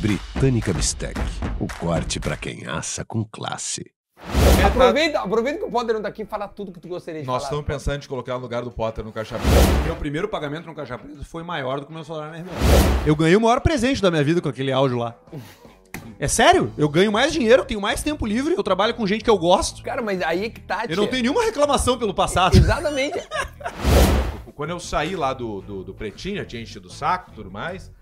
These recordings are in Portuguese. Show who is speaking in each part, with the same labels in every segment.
Speaker 1: Britânica Bistec, o corte pra quem assa com classe.
Speaker 2: Aproveita, aproveita que o Potter não tá aqui e fala tudo que tu gostaria de
Speaker 3: Tá- Nós
Speaker 2: falar.
Speaker 3: estamos pensando em colocar no lugar do Potter no Caixa Preto. Meu primeiro pagamento no Caixa Preto foi maior do que o meu salário na irmã. Eu ganhei o maior presente da minha vida com aquele áudio lá. É sério? Eu ganho mais dinheiro, tenho mais tempo livre, eu trabalho com gente que eu gosto.
Speaker 2: Cara, mas aí é que tá,
Speaker 3: Eu não
Speaker 2: tia.
Speaker 3: tenho nenhuma reclamação pelo passado.
Speaker 2: Exatamente.
Speaker 3: Quando eu saí lá do, do, do Pretinho, já tinha enchido o saco e tudo mais.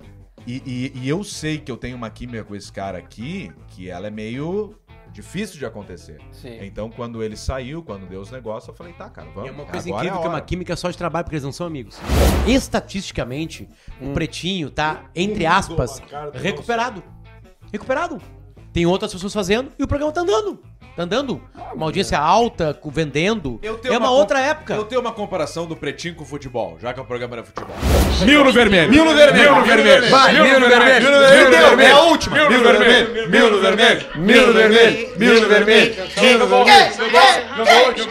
Speaker 3: E, e- e eu sei que eu tenho uma química com esse cara aqui, que ela é meio difícil de acontecer.
Speaker 2: Sim.
Speaker 3: Então, quando ele saiu, quando deu os negócios, eu falei, tá, cara, vamos.
Speaker 4: É uma coisa
Speaker 3: agora
Speaker 4: incrível
Speaker 3: é a
Speaker 4: que é uma
Speaker 3: hora.
Speaker 4: química só de trabalho, porque eles não são amigos. Estatisticamente,
Speaker 3: Hum.
Speaker 4: o pretinho tá, entre aspas, recuperado. Recuperado. Tem outras pessoas fazendo e o programa tá andando. Tá andando. Uma audiência alta, co- vendendo.
Speaker 3: Ah, é. Eu tenho
Speaker 4: É uma
Speaker 3: uma
Speaker 4: outra
Speaker 3: Eu
Speaker 4: época.
Speaker 3: tenho uma comparação do pretinho com o futebol, já que o programa era futebol.
Speaker 5: Mil no vermelho. Mil no vermelho. Mil no vermelho.
Speaker 2: Vai, mil no vermelho.
Speaker 5: É a última. Mil no vermelho. Mil no vermelho. Mil no vermelho. Mil no vermelho. Mil no vermelho.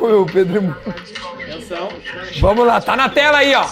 Speaker 2: Ô, O Pedro é muito... Vamos lá, tá na tela aí, ó.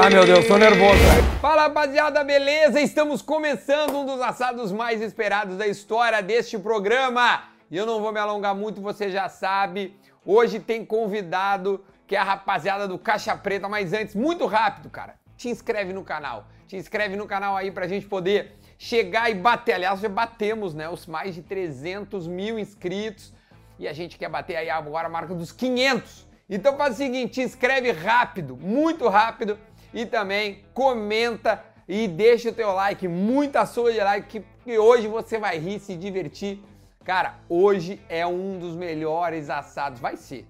Speaker 2: Ah, meu Deus, tô nervoso, velho. Fala, rapaziada, beleza? Estamos começando um dos assados mais esperados da história deste programa. E eu não vou me alongar muito, você já sabe. Hoje tem convidado, que é a rapaziada do Caixa Preta. Mas antes, muito rápido, cara. Te inscreve no canal. Te inscreve no canal aí pra gente poder chegar e bater. Aliás, já batemos, né? Os mais de 300 mil inscritos. E a gente quer bater aí agora a marca dos 500. Então faz o seguinte, inscreve rápido, muito rápido e também comenta e deixa o teu like, muita sua de like que, que hoje você vai rir, se divertir. Cara, hoje é um dos melhores assados, vai ser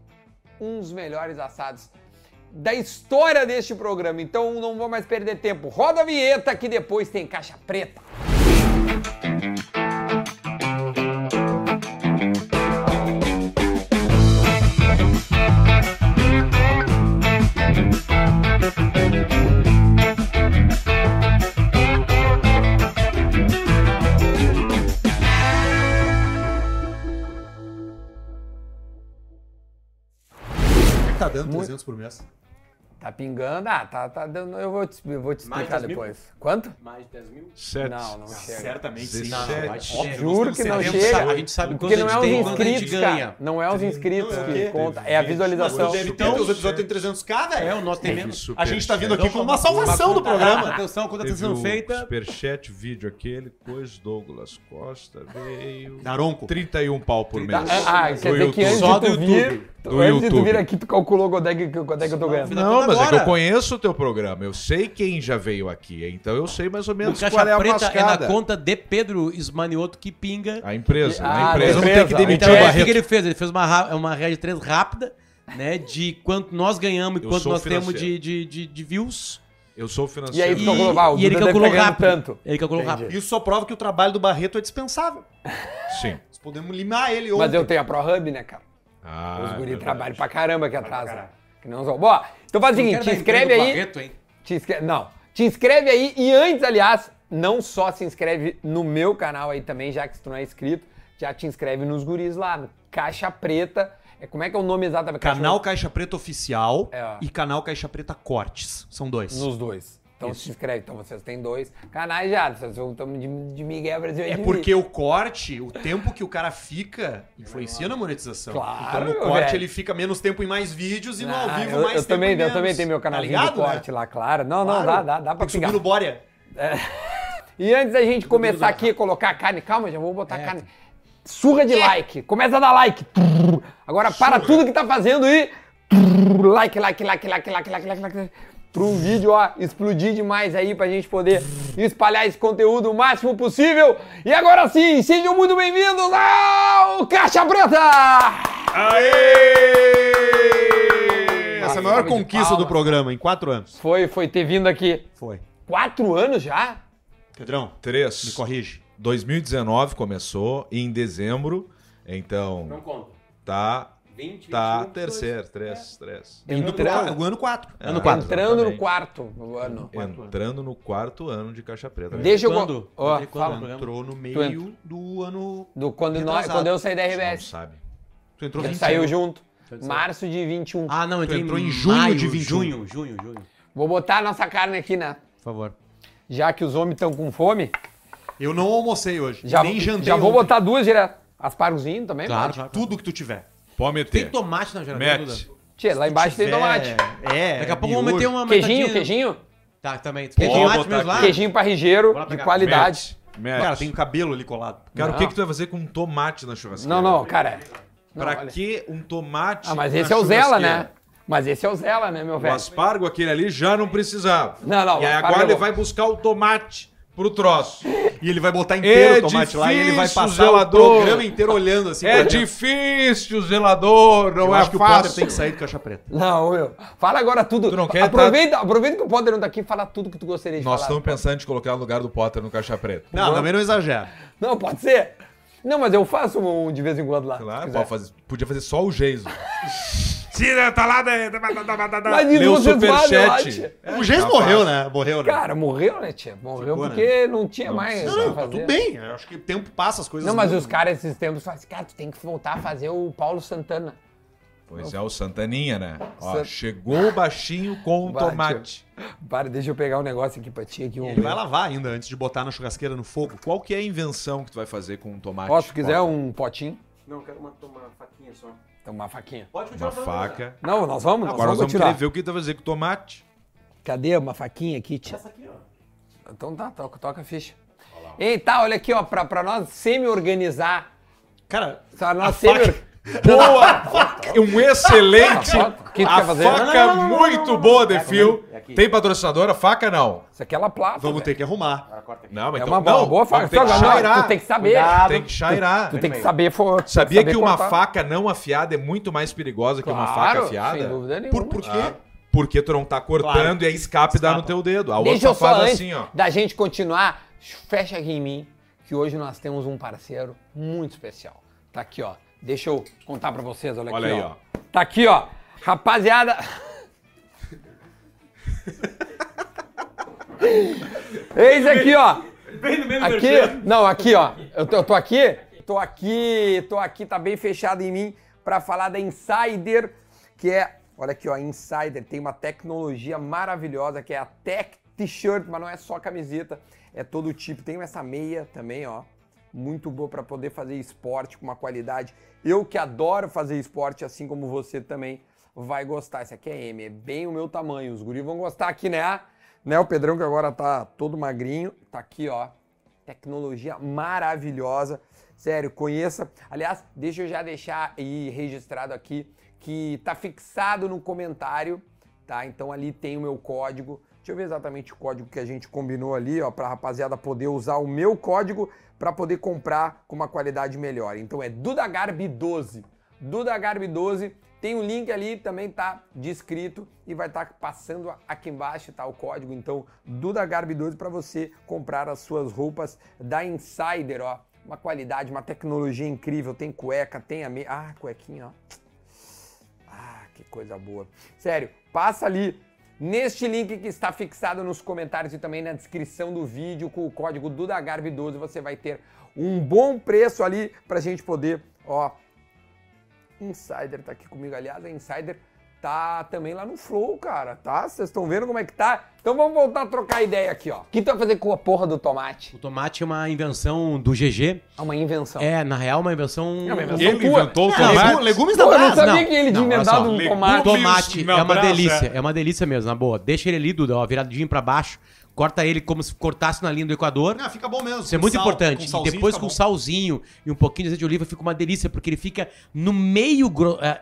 Speaker 2: um dos melhores assados da história deste programa. Então não vou mais perder tempo. Roda a vinheta que depois tem caixa preta.
Speaker 3: Tá dando 300 por mês.
Speaker 2: Tá pingando? Ah, tá, tá dando. Eu vou te, eu vou te
Speaker 4: Mais
Speaker 2: explicar
Speaker 4: dez mil?
Speaker 2: depois. Quanto?
Speaker 4: Mais de 10 mil?
Speaker 5: Sete.
Speaker 2: Não, não chega.
Speaker 3: Certamente
Speaker 5: sim.
Speaker 2: Juro que não
Speaker 4: setenta,
Speaker 2: chega.
Speaker 4: a gente sabe
Speaker 2: Porque
Speaker 4: quanto
Speaker 2: não
Speaker 4: a
Speaker 2: é os
Speaker 4: gente tem, quanto a gente
Speaker 2: inscritos, cara.
Speaker 4: ganha.
Speaker 2: Não é os inscritos que conta, é a visualização.
Speaker 3: Então,
Speaker 5: os episódios têm 300k,
Speaker 4: É, o nosso tem menos.
Speaker 5: A gente tá vindo aqui com uma
Speaker 4: Salvação do programa.
Speaker 5: Ah,
Speaker 4: Atenção, quando
Speaker 5: Teve
Speaker 4: tá
Speaker 3: um
Speaker 4: sendo
Speaker 5: o
Speaker 4: feita.
Speaker 5: Superchat, vídeo aquele, depois Douglas Costa veio.
Speaker 3: Daronco.
Speaker 5: 31 pau por mês.
Speaker 2: Ah, ah, quer dizer que antes
Speaker 4: Só
Speaker 2: de tu
Speaker 4: do
Speaker 2: vir,
Speaker 4: YouTube.
Speaker 2: tu-
Speaker 5: Do
Speaker 2: antes de tu vir
Speaker 5: YouTube.
Speaker 2: aqui, tu calculou quanto é que, quanto é que eu tô ganhando.
Speaker 5: Não, mas é que
Speaker 4: Agora.
Speaker 5: eu conheço o teu programa, eu sei quem já veio aqui, então eu sei mais ou
Speaker 4: O
Speaker 5: menos
Speaker 4: caixa
Speaker 5: qual é a
Speaker 4: preta é na
Speaker 5: mascada.
Speaker 4: conta de Pedro Esmanioto que pinga.
Speaker 5: A empresa,
Speaker 2: Ah,
Speaker 5: a empresa.
Speaker 2: beleza.
Speaker 5: Vamos ter que demitir o
Speaker 4: Então, é, o que,
Speaker 5: Barreto.
Speaker 4: que ele fez? Ele fez uma, ra- uma regra de três rápida, né? De quanto nós ganhamos e
Speaker 5: Eu
Speaker 4: quanto
Speaker 5: sou o
Speaker 4: nós temos de,
Speaker 5: financeiro.
Speaker 4: de, de, de views.
Speaker 5: Eu sou o
Speaker 2: E aí
Speaker 5: financeiro.
Speaker 2: tu calculou, ah, o
Speaker 4: e
Speaker 2: Duda
Speaker 4: ele
Speaker 2: deve
Speaker 4: calculou
Speaker 2: tá ganhando
Speaker 4: rápido.
Speaker 2: tanto.
Speaker 4: Ele calculou
Speaker 2: Entendi.
Speaker 4: rápido.
Speaker 6: Isso só prova que o trabalho do Barreto é dispensável.
Speaker 5: Sim.
Speaker 6: Nós podemos limar ele
Speaker 2: Mas
Speaker 6: ontem.
Speaker 2: eu tenho a ProHub, né, cara?
Speaker 5: Ah,
Speaker 2: Os
Speaker 5: é
Speaker 2: guri
Speaker 5: verdade.
Speaker 2: trabalham pra caramba que atrasa. Que não são. Bom, então faz o seguinte, te inscreve aí. Te inscreve, não, te inscreve aí e antes, aliás, não só se inscreve no meu canal aí também, já que se tu não é inscrito, já te inscreve nos guris lá, no Caixa Preta. É, como é que é o nome exato? da Caixa-
Speaker 6: Canal Caixa Preta Oficial
Speaker 2: É, ó.
Speaker 6: e Canal Caixa Preta Cortes. São dois.
Speaker 2: Nos dois. Então se inscreve. Então vocês têm dois canais já. Vocês estão de, de Miguel Brasil.
Speaker 6: É porque o corte, o tempo que o cara fica, influencia na monetização.
Speaker 2: Claro,
Speaker 6: então
Speaker 2: meu
Speaker 6: no corte
Speaker 2: velho. Ah,
Speaker 6: ele fica menos tempo em mais vídeos e no ao vivo
Speaker 2: eu,
Speaker 6: mais
Speaker 2: eu
Speaker 6: tempo
Speaker 2: também,
Speaker 6: em
Speaker 2: eu
Speaker 6: menos.
Speaker 2: também tenho meu
Speaker 6: Tá
Speaker 2: canalzinho
Speaker 6: ligado,
Speaker 2: de corte lá, claro. Não, não, dá,
Speaker 6: Claro.
Speaker 2: dá, dá pra
Speaker 6: Tem que
Speaker 2: pegar.
Speaker 6: subir no Bória.
Speaker 2: E antes da gente começar aqui a colocar a carne, calma, já vou
Speaker 5: É.
Speaker 2: botar a carne. Surra de like. Começa a dar like. Trrr. Agora para tudo que tá fazendo e. trrr, Like, like, like, like, like, like, like, like. Pro vídeo, ó, explodir demais aí pra gente poder espalhar esse conteúdo o máximo possível. E agora sim, sejam muito bem-vindos ao Caixa Preta!
Speaker 5: Aê! Essa é a maior
Speaker 2: Salve de
Speaker 5: conquista
Speaker 2: palmas.
Speaker 5: do programa em quatro anos.
Speaker 2: Foi, foi ter vindo aqui.
Speaker 6: Foi.
Speaker 2: Quatro anos já?
Speaker 6: Pedrão,
Speaker 5: Três.
Speaker 6: me corrige.
Speaker 5: 2019 começou em dezembro, então
Speaker 4: conta.
Speaker 5: tá
Speaker 4: 20,
Speaker 5: tá
Speaker 2: um,
Speaker 5: terceiro,
Speaker 2: é.
Speaker 5: três, três.
Speaker 6: Indo pro
Speaker 2: Entrando-
Speaker 6: ano 4.
Speaker 5: É,
Speaker 4: Ano quatro.
Speaker 2: Entrando no
Speaker 5: exatamente.
Speaker 2: quarto ano.
Speaker 5: Entrando no quarto ano de Caixa Preta.
Speaker 2: Deixa eu.
Speaker 4: Quando?
Speaker 2: Ó,
Speaker 4: Quando?
Speaker 5: né?
Speaker 2: fala.
Speaker 6: Entrou no
Speaker 2: entra.
Speaker 6: meio do ano
Speaker 2: Do quando, nós,
Speaker 6: Retrasado.
Speaker 2: quando eu saí da
Speaker 5: Você não
Speaker 2: RBS.
Speaker 5: sabe.
Speaker 3: Tu entrou
Speaker 2: A gente
Speaker 3: 20
Speaker 2: saiu junto. Março de 21.
Speaker 4: Ah, não,
Speaker 3: Tu
Speaker 4: entrei
Speaker 3: entrou em junho
Speaker 4: junho
Speaker 3: de
Speaker 4: de
Speaker 3: 21.
Speaker 4: Junho, junho, junho.
Speaker 2: Vou botar a nossa carne aqui, né?
Speaker 3: Por favor.
Speaker 2: Já que os homens estão com fome,
Speaker 3: Eu não almocei hoje.
Speaker 2: já,
Speaker 3: nem jantei.
Speaker 2: já vou
Speaker 3: ontem.
Speaker 2: botar duas direto. Asparozinho também,
Speaker 4: Claro,
Speaker 2: mano.
Speaker 4: claro.
Speaker 3: tudo que tu tiver.
Speaker 5: Pode
Speaker 4: Tem
Speaker 5: meter.
Speaker 4: tomate na geladeira,
Speaker 5: Mete.
Speaker 4: Duda?
Speaker 2: Tchê, lá embaixo tem
Speaker 3: É,
Speaker 2: tomate.
Speaker 3: É.
Speaker 4: Daqui a pouco vamos
Speaker 3: miojo.
Speaker 4: meter uma
Speaker 2: Queijinho,
Speaker 4: metadinha-
Speaker 2: queijinho.
Speaker 4: Tá, também. Tem
Speaker 5: Pode
Speaker 4: tomate
Speaker 5: botar
Speaker 4: mesmo lá?
Speaker 5: Ah.
Speaker 2: Queijinho parrigeiro
Speaker 4: Bora
Speaker 2: de
Speaker 4: pegar.
Speaker 2: qualidade.
Speaker 5: Mete.
Speaker 3: Cara, tem o cabelo ali colado.
Speaker 5: Cara,
Speaker 2: Não.
Speaker 5: o que, que tu vai fazer com um tomate na churrasqueira?
Speaker 2: Não, não, cara. Não,
Speaker 5: Pra
Speaker 2: olha.
Speaker 5: que um tomate
Speaker 2: Ah, mas
Speaker 5: na
Speaker 2: esse é o Zela,
Speaker 5: churrasqueira?
Speaker 2: né? Mas esse é o Zela, né, meu
Speaker 5: O
Speaker 2: velho?
Speaker 5: aspargo aquele ali já não precisava.
Speaker 2: Não, não,
Speaker 5: E
Speaker 2: o
Speaker 5: aí
Speaker 2: aspargo
Speaker 5: agora
Speaker 2: é
Speaker 5: ele
Speaker 2: bom. É
Speaker 5: vai buscar o tomate pro troço.
Speaker 3: E ele vai botar inteiro
Speaker 5: É
Speaker 3: o tomate lá e ele vai
Speaker 5: difícil,
Speaker 3: passar
Speaker 5: zelador.
Speaker 3: o programa inteiro olhando assim.
Speaker 5: É
Speaker 3: pra dentro.
Speaker 5: difícil, zelador, não
Speaker 3: Eu
Speaker 5: é
Speaker 3: acho que o Potter
Speaker 5: fácil.
Speaker 3: tem que sair do caixa preta.
Speaker 2: Não, meu. Fala agora tudo.
Speaker 5: Tu não quer tá?
Speaker 2: aproveita, aproveita que o Potter não tá aqui e fala tudo que tu gostaria de
Speaker 5: Nós
Speaker 2: falar.
Speaker 5: estamos pensando em colocar no lugar do Potter no caixa preto.
Speaker 3: Não, também não exagera.
Speaker 2: Não, pode ser? Não, mas eu faço um de vez em quando lá. se
Speaker 5: Claro,
Speaker 2: quiser.
Speaker 5: pode fazer- podia fazer só o Geiso. Tira, tá lá, né?
Speaker 2: Mas isso
Speaker 5: Leu o
Speaker 2: vocês fazem lá,
Speaker 5: superchat.
Speaker 2: tia.
Speaker 3: o Geis morreu, né? Morreu, né?
Speaker 2: Cara, morreu, né, tia? Morreu
Speaker 3: Ficou,
Speaker 2: porque não tinha mais.
Speaker 3: não,
Speaker 2: pra
Speaker 3: não, tá
Speaker 2: fazer.
Speaker 3: tudo bem. Eu acho que o tempo passa, as coisas
Speaker 2: Não, mas
Speaker 3: mudam.
Speaker 2: os caras esses tempos falam assim, cara, tu tem que voltar a fazer o Paulo Santana.
Speaker 5: Pois é, o Santaninha, né? Ó,
Speaker 2: Sant-
Speaker 5: Chegou o baixinho com o
Speaker 2: Bate.
Speaker 5: tomate.
Speaker 2: Para, deixa eu pegar um negócio aqui pra ti aqui. um
Speaker 3: Ele vai lavar ainda antes de botar na churrasqueira no fogo.
Speaker 5: Qual que é a invenção que tu vai fazer com o tomate?
Speaker 2: Ó, se tu quiser
Speaker 5: Potter?
Speaker 2: um potinho,
Speaker 4: Não, quero uma, uma faquinha só.
Speaker 2: então uma faquinha.
Speaker 4: Pode
Speaker 5: Uma faca.
Speaker 2: Não, nós vamos, nós vamos
Speaker 5: Agora nós vamos
Speaker 2: continuar.
Speaker 5: querer ver o que tu vai fazer com o tomate.
Speaker 2: Cadê uma faquinha aqui, tia? Então tá, toca, toca a ficha. Ei, tá, olha aqui, ó, pra, pra nós semi-organizar.
Speaker 3: Cara,
Speaker 2: Pra nós semi
Speaker 5: Boa! um excelente.
Speaker 2: A faca? O que tu
Speaker 5: a
Speaker 2: quer fazer?
Speaker 5: faca
Speaker 4: Não, não, não, não,
Speaker 5: muito
Speaker 4: não, não, não.
Speaker 5: boa de
Speaker 4: É aqui,
Speaker 5: fio.
Speaker 4: é aqui.
Speaker 5: Tem patrocinadora? Faca não.
Speaker 2: Isso aqui é laplata.
Speaker 3: vamos
Speaker 2: velho.
Speaker 3: ter que arrumar.
Speaker 5: Não, mas
Speaker 2: É
Speaker 5: então,
Speaker 2: uma boa,
Speaker 5: não,
Speaker 2: boa
Speaker 5: mas
Speaker 2: faca.
Speaker 5: Tem que
Speaker 2: Só- não,
Speaker 5: chairar.
Speaker 2: tu tem que saber.
Speaker 5: Tem que chairar.
Speaker 2: Tu tem que saber. fo- tem que
Speaker 5: Sabia
Speaker 2: saber
Speaker 5: que uma
Speaker 2: cortar.
Speaker 5: faca não afiada é muito mais perigosa que uma
Speaker 2: Claro,
Speaker 5: faca afiada?
Speaker 2: Sem dúvida nenhuma.
Speaker 3: Por, por quê?
Speaker 5: Ah, porque tu não tá cortando
Speaker 3: Claro.
Speaker 5: e aí escape dá no
Speaker 3: Escapa.
Speaker 5: teu dedo. A
Speaker 2: Deixa eu
Speaker 5: outra
Speaker 2: só
Speaker 5: faz
Speaker 2: antes
Speaker 5: assim, ó.
Speaker 2: da gente continuar, fecha aqui em mim, que hoje nós temos um parceiro muito especial. Tá aqui, ó. Deixa eu contar pra vocês, olha,
Speaker 5: Olha
Speaker 2: aqui,
Speaker 5: aí,
Speaker 2: ó. Tá aqui, ó. Rapaziada... Eis aqui, ó.
Speaker 4: Bem no meio
Speaker 2: Aqui, não, aqui, ó. Eu tô, eu tô aqui, tô aqui, tô aqui, tá bem fechado em mim pra falar da Insider, que é, olha aqui, ó, Insider tem uma tecnologia maravilhosa que é a Tech T-shirt, mas não é só camiseta, é todo tipo. Tem essa meia também, ó. Muito boa pra poder fazer esporte com uma qualidade. Eu que adoro fazer esporte, assim como você também, vai gostar. Esse aqui é M, é bem o meu tamanho. Os guris vão gostar aqui, né? Né, o Pedrão que agora tá todo magrinho, tá aqui, ó. Tecnologia maravilhosa. Sério, conheça. Aliás, deixa eu já deixar aí registrado aqui que tá fixado no comentário, tá? Então ali tem o meu código. Deixa eu ver exatamente o código que a gente combinou ali, ó, pra rapaziada poder usar o meu código para poder comprar com uma qualidade melhor. Então é DudaGarbi12. DudaGarbi12 tem um link ali, também tá descrito e vai estar passando aqui embaixo, tá o código, então DudaGarbi12 para você comprar as suas roupas da Insider, ó. Uma qualidade, uma tecnologia incrível, tem cueca, tem a meia, ah, cuequinha, ó. Ah, que coisa boa. Sério, passa ali neste link que está fixado nos comentários e também na descrição do vídeo com o código DudaGarbi12 você vai ter um bom preço ali pra gente poder, ó. Insider tá aqui comigo, aliás, a Insider tá também lá no Flow, cara, tá? Vocês estão vendo como é que tá? Então vamos voltar a trocar ideia aqui, ó. O que tu vai fazer com a porra do tomate?
Speaker 4: O tomate é uma invenção do GG.
Speaker 2: É uma invenção.
Speaker 4: É, na real, uma invenção.
Speaker 2: É uma invenção.
Speaker 5: Ele
Speaker 2: Tua.
Speaker 5: inventou o
Speaker 3: Não,
Speaker 5: tomate.
Speaker 3: legu- legumes da
Speaker 2: Pô, eu não
Speaker 3: Brás,
Speaker 2: sabia
Speaker 4: Ah, não.
Speaker 2: que ele tinha
Speaker 4: Não, olha
Speaker 2: inventado
Speaker 4: só.
Speaker 2: um
Speaker 5: Legumes.
Speaker 2: tomate.
Speaker 4: Tomate
Speaker 5: na
Speaker 4: é uma
Speaker 5: brasa.
Speaker 4: delícia, é uma delícia mesmo, na boa. Deixa ele ali, Duda, ó, viradinho pra baixo. Corta ele como se cortasse na linha do Equador.
Speaker 3: Ah, fica bom mesmo.
Speaker 4: Isso é muito importante. e depois
Speaker 5: tá
Speaker 4: com salzinho e um pouquinho de azeite de oliva fica uma delícia, porque ele fica no meio, gro- ah,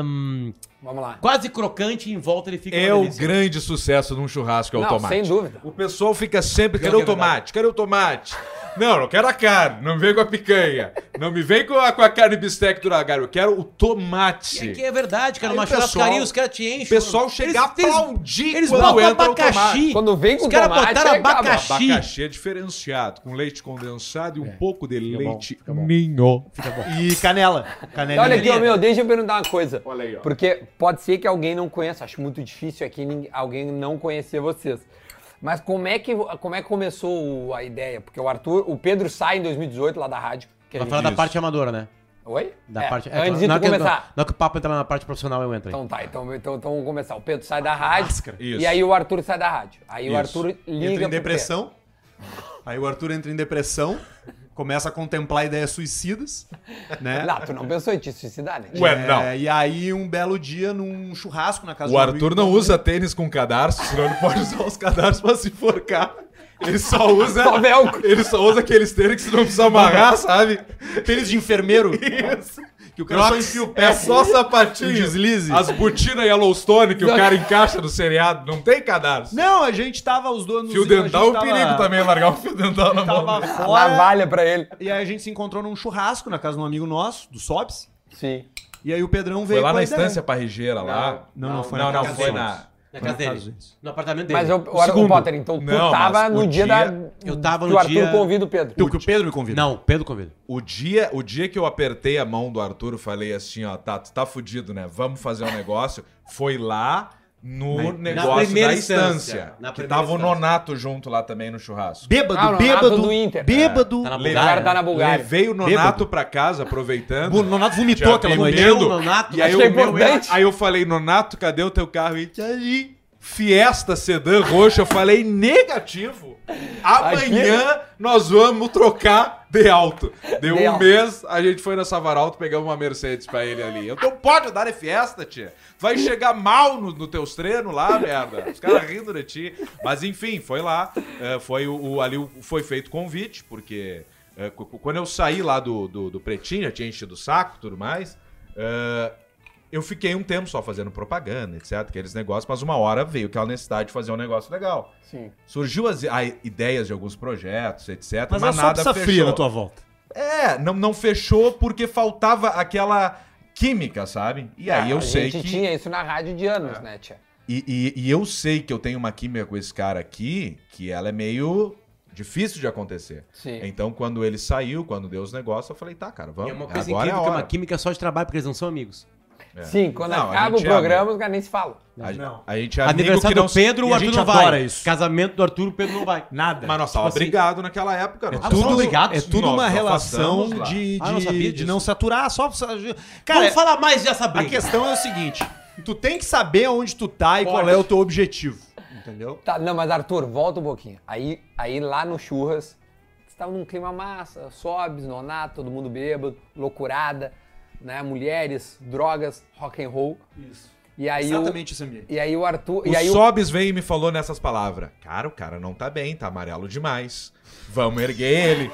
Speaker 4: ahn,
Speaker 2: Vamos lá.
Speaker 4: quase crocante e em volta ele fica
Speaker 5: É
Speaker 4: uma
Speaker 5: o
Speaker 4: delícia.
Speaker 5: grande sucesso de um churrasco, é o
Speaker 2: Não,
Speaker 5: tomate.
Speaker 2: sem dúvida.
Speaker 5: O pessoal fica sempre, cadê o tomate? Cadê o tomate? Não, não quero a carne, não vem com a picanha. Não me vem com a, com a carne bistec do lagar, eu quero o tomate.
Speaker 4: É que é verdade, cara.
Speaker 5: Aí
Speaker 4: Uma
Speaker 5: o pessoal-
Speaker 4: churrascaria, os caras te enchem.
Speaker 5: O pessoal chega a aplaudir
Speaker 4: Eles
Speaker 5: quando
Speaker 4: botam
Speaker 5: entra o tomate.
Speaker 4: abacaxi.
Speaker 2: Quando vem com
Speaker 4: Os caras
Speaker 2: tomate,
Speaker 4: botaram
Speaker 2: aí acaba.
Speaker 4: abacaxi.
Speaker 5: Abacaxi é diferenciado, com leite condensado e um pouco de leite
Speaker 4: É. fica bom.
Speaker 5: ninho.
Speaker 3: E canela. Canela.
Speaker 2: Olha aqui, ó, meu, deixa eu perguntar uma coisa.
Speaker 5: É, Olha aí, ó.
Speaker 2: Porque pode ser que alguém não conheça, acho muito difícil aqui ninguém- alguém não conhecer vocês. Mas como é que, como é que começou o- a ideia? Porque o Arthur, o Pedro sai em 2018 lá da rádio. que a
Speaker 4: Vai
Speaker 2: gente-
Speaker 4: falar da parte amadora, né?
Speaker 2: Oi?
Speaker 4: Da
Speaker 2: É,
Speaker 4: parte, é,
Speaker 2: antes de tu
Speaker 4: na hora que-
Speaker 2: começar.
Speaker 4: na hora que o papo entrar na parte profissional, eu entro aí.
Speaker 2: Então tá, então, então, então vamos começar. O Pedro sai da rádio
Speaker 5: Isso.
Speaker 2: e aí o Arthur sai da rádio. Aí o
Speaker 5: Isso.
Speaker 2: Arthur liga
Speaker 6: entra
Speaker 2: pro
Speaker 6: em depressão. Aí o Arthur entra em depressão, começa a contemplar ideias suicidas, né?
Speaker 2: Pedro. Não, tu não pensou em te suicidar, né?
Speaker 5: Ué,
Speaker 6: É,
Speaker 5: não.
Speaker 6: E aí, um belo dia, num churrasco na casa
Speaker 5: O
Speaker 6: do
Speaker 5: Arthur
Speaker 6: amigo-
Speaker 5: não usa tênis com cadarço, senão ele pode usar os cadarços pra se enforcar. Ele só usa.
Speaker 2: Só velcro.
Speaker 5: ele só usa aqueles tênis que você não precisa amarrar, sabe?
Speaker 6: Tênis de enfermeiro.
Speaker 5: Isso.
Speaker 6: Que o cara só
Speaker 5: Crocs
Speaker 6: enfia o pé.
Speaker 5: é só sapatinho.
Speaker 6: Um deslize.
Speaker 5: As botinas Yellowstone que o cara encaixa no seriado. Não tem cadarço.
Speaker 6: Não, tá a gente tava os dois nos
Speaker 5: Fio
Speaker 6: indo, a
Speaker 5: dental é um
Speaker 6: gente tava-
Speaker 5: perigo também, largar um fio dental na mão.
Speaker 6: Tava
Speaker 2: A
Speaker 6: fora.
Speaker 2: navalha pra ele.
Speaker 6: E aí a gente se encontrou num churrasco na casa de um amigo nosso, do Sobs.
Speaker 2: Sim.
Speaker 6: E aí o Pedrão veio
Speaker 5: Foi lá
Speaker 6: com a
Speaker 5: na
Speaker 6: ideia.
Speaker 5: estância parrigeira lá.
Speaker 6: Não, não, foi
Speaker 5: Não,
Speaker 6: na
Speaker 5: não,
Speaker 6: casa
Speaker 5: foi
Speaker 6: deles.
Speaker 5: na.
Speaker 4: Na casa
Speaker 6: Foi na casa
Speaker 4: dele.
Speaker 6: deles.
Speaker 4: No apartamento dele.
Speaker 2: Mas eu, o,
Speaker 5: segundo.
Speaker 2: Potter, então tu
Speaker 5: Não,
Speaker 2: tava
Speaker 5: mas
Speaker 2: no
Speaker 5: o
Speaker 2: dia,
Speaker 5: dia-
Speaker 2: da.
Speaker 4: eu tava
Speaker 2: que
Speaker 4: no
Speaker 2: o Arthur
Speaker 4: dia-
Speaker 2: convida o Pedro.
Speaker 6: Então, que o Pedro me convidou.
Speaker 4: Não, Pedro convida.
Speaker 5: O dia, o dia que eu apertei a mão do Arthur, eu falei assim, ó, tá, tu tá fudido, né? Vamos fazer um negócio. Foi lá no negócio
Speaker 4: primeira
Speaker 5: da
Speaker 4: instância.
Speaker 5: instância.
Speaker 4: Na
Speaker 5: que
Speaker 4: primeira
Speaker 5: tava o
Speaker 4: instância.
Speaker 5: Nonato junto lá também no churrasco.
Speaker 6: Bêbado,
Speaker 2: Ah, o Nonato
Speaker 6: bêbado.
Speaker 2: do Inter.
Speaker 6: Bêbado.
Speaker 4: Tá na
Speaker 2: O cara tá na Bulgária.
Speaker 5: Levei o Nonato
Speaker 6: Bêbado.
Speaker 5: pra casa, aproveitando.
Speaker 6: Bu- O Nonato vomitou
Speaker 5: Já
Speaker 6: aquela
Speaker 5: bebeu.
Speaker 6: noite.
Speaker 4: um
Speaker 5: Pedro.
Speaker 4: Nonato.
Speaker 5: E aí,
Speaker 2: Acho
Speaker 5: o
Speaker 2: que é
Speaker 5: meu-
Speaker 2: importante.
Speaker 5: aí eu falei, Nonato, cadê o teu carro? E aí, Fiesta Sedã Roxa, eu falei negativo. Amanhã nós vamos trocar de alto. Deu
Speaker 2: De
Speaker 5: um
Speaker 2: alto.
Speaker 5: mês, a gente foi na Savaralto, pegamos uma Mercedes pra ele ali. Eu não pode andar de Fiesta, tia. Vai chegar mal no, no teus treinos lá, merda. Os caras rindo de ti. Mas enfim, foi lá. eh, foi o, o- ali o- foi feito convite, porque eh, cu- cu- quando eu saí lá do, do, do Pretinho, já tinha enchido o saco e tudo mais. eh, eu fiquei um tempo só fazendo propaganda, etc, aqueles negócios, mas uma hora veio aquela necessidade de fazer um negócio legal.
Speaker 2: Sim.
Speaker 5: Surgiu as a- ideias de alguns projetos, etc,
Speaker 6: Mas,
Speaker 5: mas,
Speaker 6: é só
Speaker 5: nada
Speaker 6: pizza fria na
Speaker 5: fechou.
Speaker 6: tua volta.
Speaker 5: É, não, não fechou porque faltava aquela química, sabe? E
Speaker 6: Ah,
Speaker 5: aí É, eu
Speaker 2: É, a
Speaker 5: sei
Speaker 2: gente
Speaker 5: que É.
Speaker 2: tinha isso na rádio de anos, né, tia?
Speaker 5: e, e- e eu sei que eu tenho uma química com esse cara aqui, que ela é meio difícil de acontecer.
Speaker 2: Sim.
Speaker 5: Então quando ele saiu, quando deu os negócios, eu falei: "Tá, cara,
Speaker 4: E
Speaker 5: vamos.
Speaker 4: é uma coisa
Speaker 5: Agora é a
Speaker 4: incrível que é uma
Speaker 5: hora."
Speaker 4: química só de trabalho, porque eles não são amigos.
Speaker 5: É.
Speaker 2: Sim, quando
Speaker 5: Não, a
Speaker 2: acaba o
Speaker 5: gente é amigo.
Speaker 2: programa, os caras nem se falam.
Speaker 4: né?
Speaker 5: A, a gente é amigo que
Speaker 4: Aniversário
Speaker 5: não
Speaker 4: do
Speaker 5: se-
Speaker 4: Pedro,
Speaker 6: e
Speaker 4: o
Speaker 6: a
Speaker 4: Arthur
Speaker 6: gente
Speaker 4: não vai.
Speaker 6: adora isso.
Speaker 4: Casamento do Arthur, o Pedro não vai.
Speaker 6: Nada.
Speaker 5: Mas nós tava
Speaker 4: Tipo assim,
Speaker 5: brigado naquela época.
Speaker 6: É
Speaker 5: nós
Speaker 4: tudo-
Speaker 5: tava
Speaker 6: tudo,
Speaker 4: obrigado.
Speaker 6: é tudo
Speaker 5: Nós
Speaker 6: uma
Speaker 5: só
Speaker 6: relação
Speaker 5: passamos lá.
Speaker 6: de,
Speaker 4: Ah, não
Speaker 6: de-
Speaker 4: sabia
Speaker 6: de
Speaker 4: disso.
Speaker 6: não saturar, só... só- Cara,
Speaker 4: Vamos falar mais dessa
Speaker 6: a
Speaker 4: briga.
Speaker 6: questão é o seguinte. Tu tem que saber onde tu tá e qual é o teu objetivo. Entendeu?
Speaker 2: Tá, não, mas Arthur, volta um pouquinho. Aí, aí lá no Churras, você tava num clima massa, sobes, nonato, todo mundo bêbado, loucurada, né? Mulheres, drogas, rock and roll. Isso. E aí
Speaker 6: Exatamente esse ambiente.
Speaker 2: o, e aí o Arthur,
Speaker 5: O
Speaker 2: e aí o-
Speaker 5: Sobes veio e me falou nessas palavras. Cara, o cara não tá bem, tá amarelo demais. Vamos erguer ele.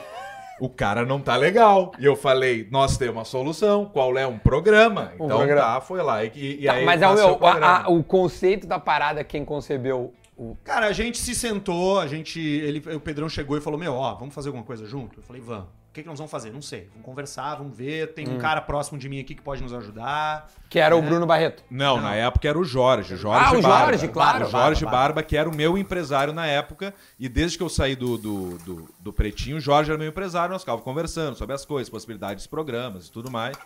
Speaker 5: O cara não tá legal. E eu falei, nós temos uma solução. Qual é um programa? Então
Speaker 2: programa.
Speaker 5: tá, foi lá. E, e, e
Speaker 2: Tá,
Speaker 5: aí
Speaker 2: mas é o
Speaker 5: nasceu
Speaker 2: meu, a-
Speaker 5: programa.
Speaker 2: a- o conceito da parada quem concebeu o
Speaker 6: Cara, a gente se sentou, a gente. Ele, o Pedrão chegou e falou: Meu, ó, vamos fazer alguma coisa junto? Eu falei: Vamos. O que, que nós vamos fazer? Não sei. Vamos conversar, vamos ver. Tem um cara próximo de mim aqui que pode nos ajudar.
Speaker 2: que era o Bruno Barreto.
Speaker 5: Não, na época era o Jorge. o Jorge
Speaker 2: Ah, o
Speaker 5: Barba.
Speaker 2: Jorge, claro.
Speaker 5: O Jorge
Speaker 6: Barba,
Speaker 5: Barba, que era o meu empresário na época. E desde que eu saí do, do, do, do Pretinho, o Jorge era meu empresário. Nós ficávamos conversando sobre as coisas, possibilidades de programas e tudo mais.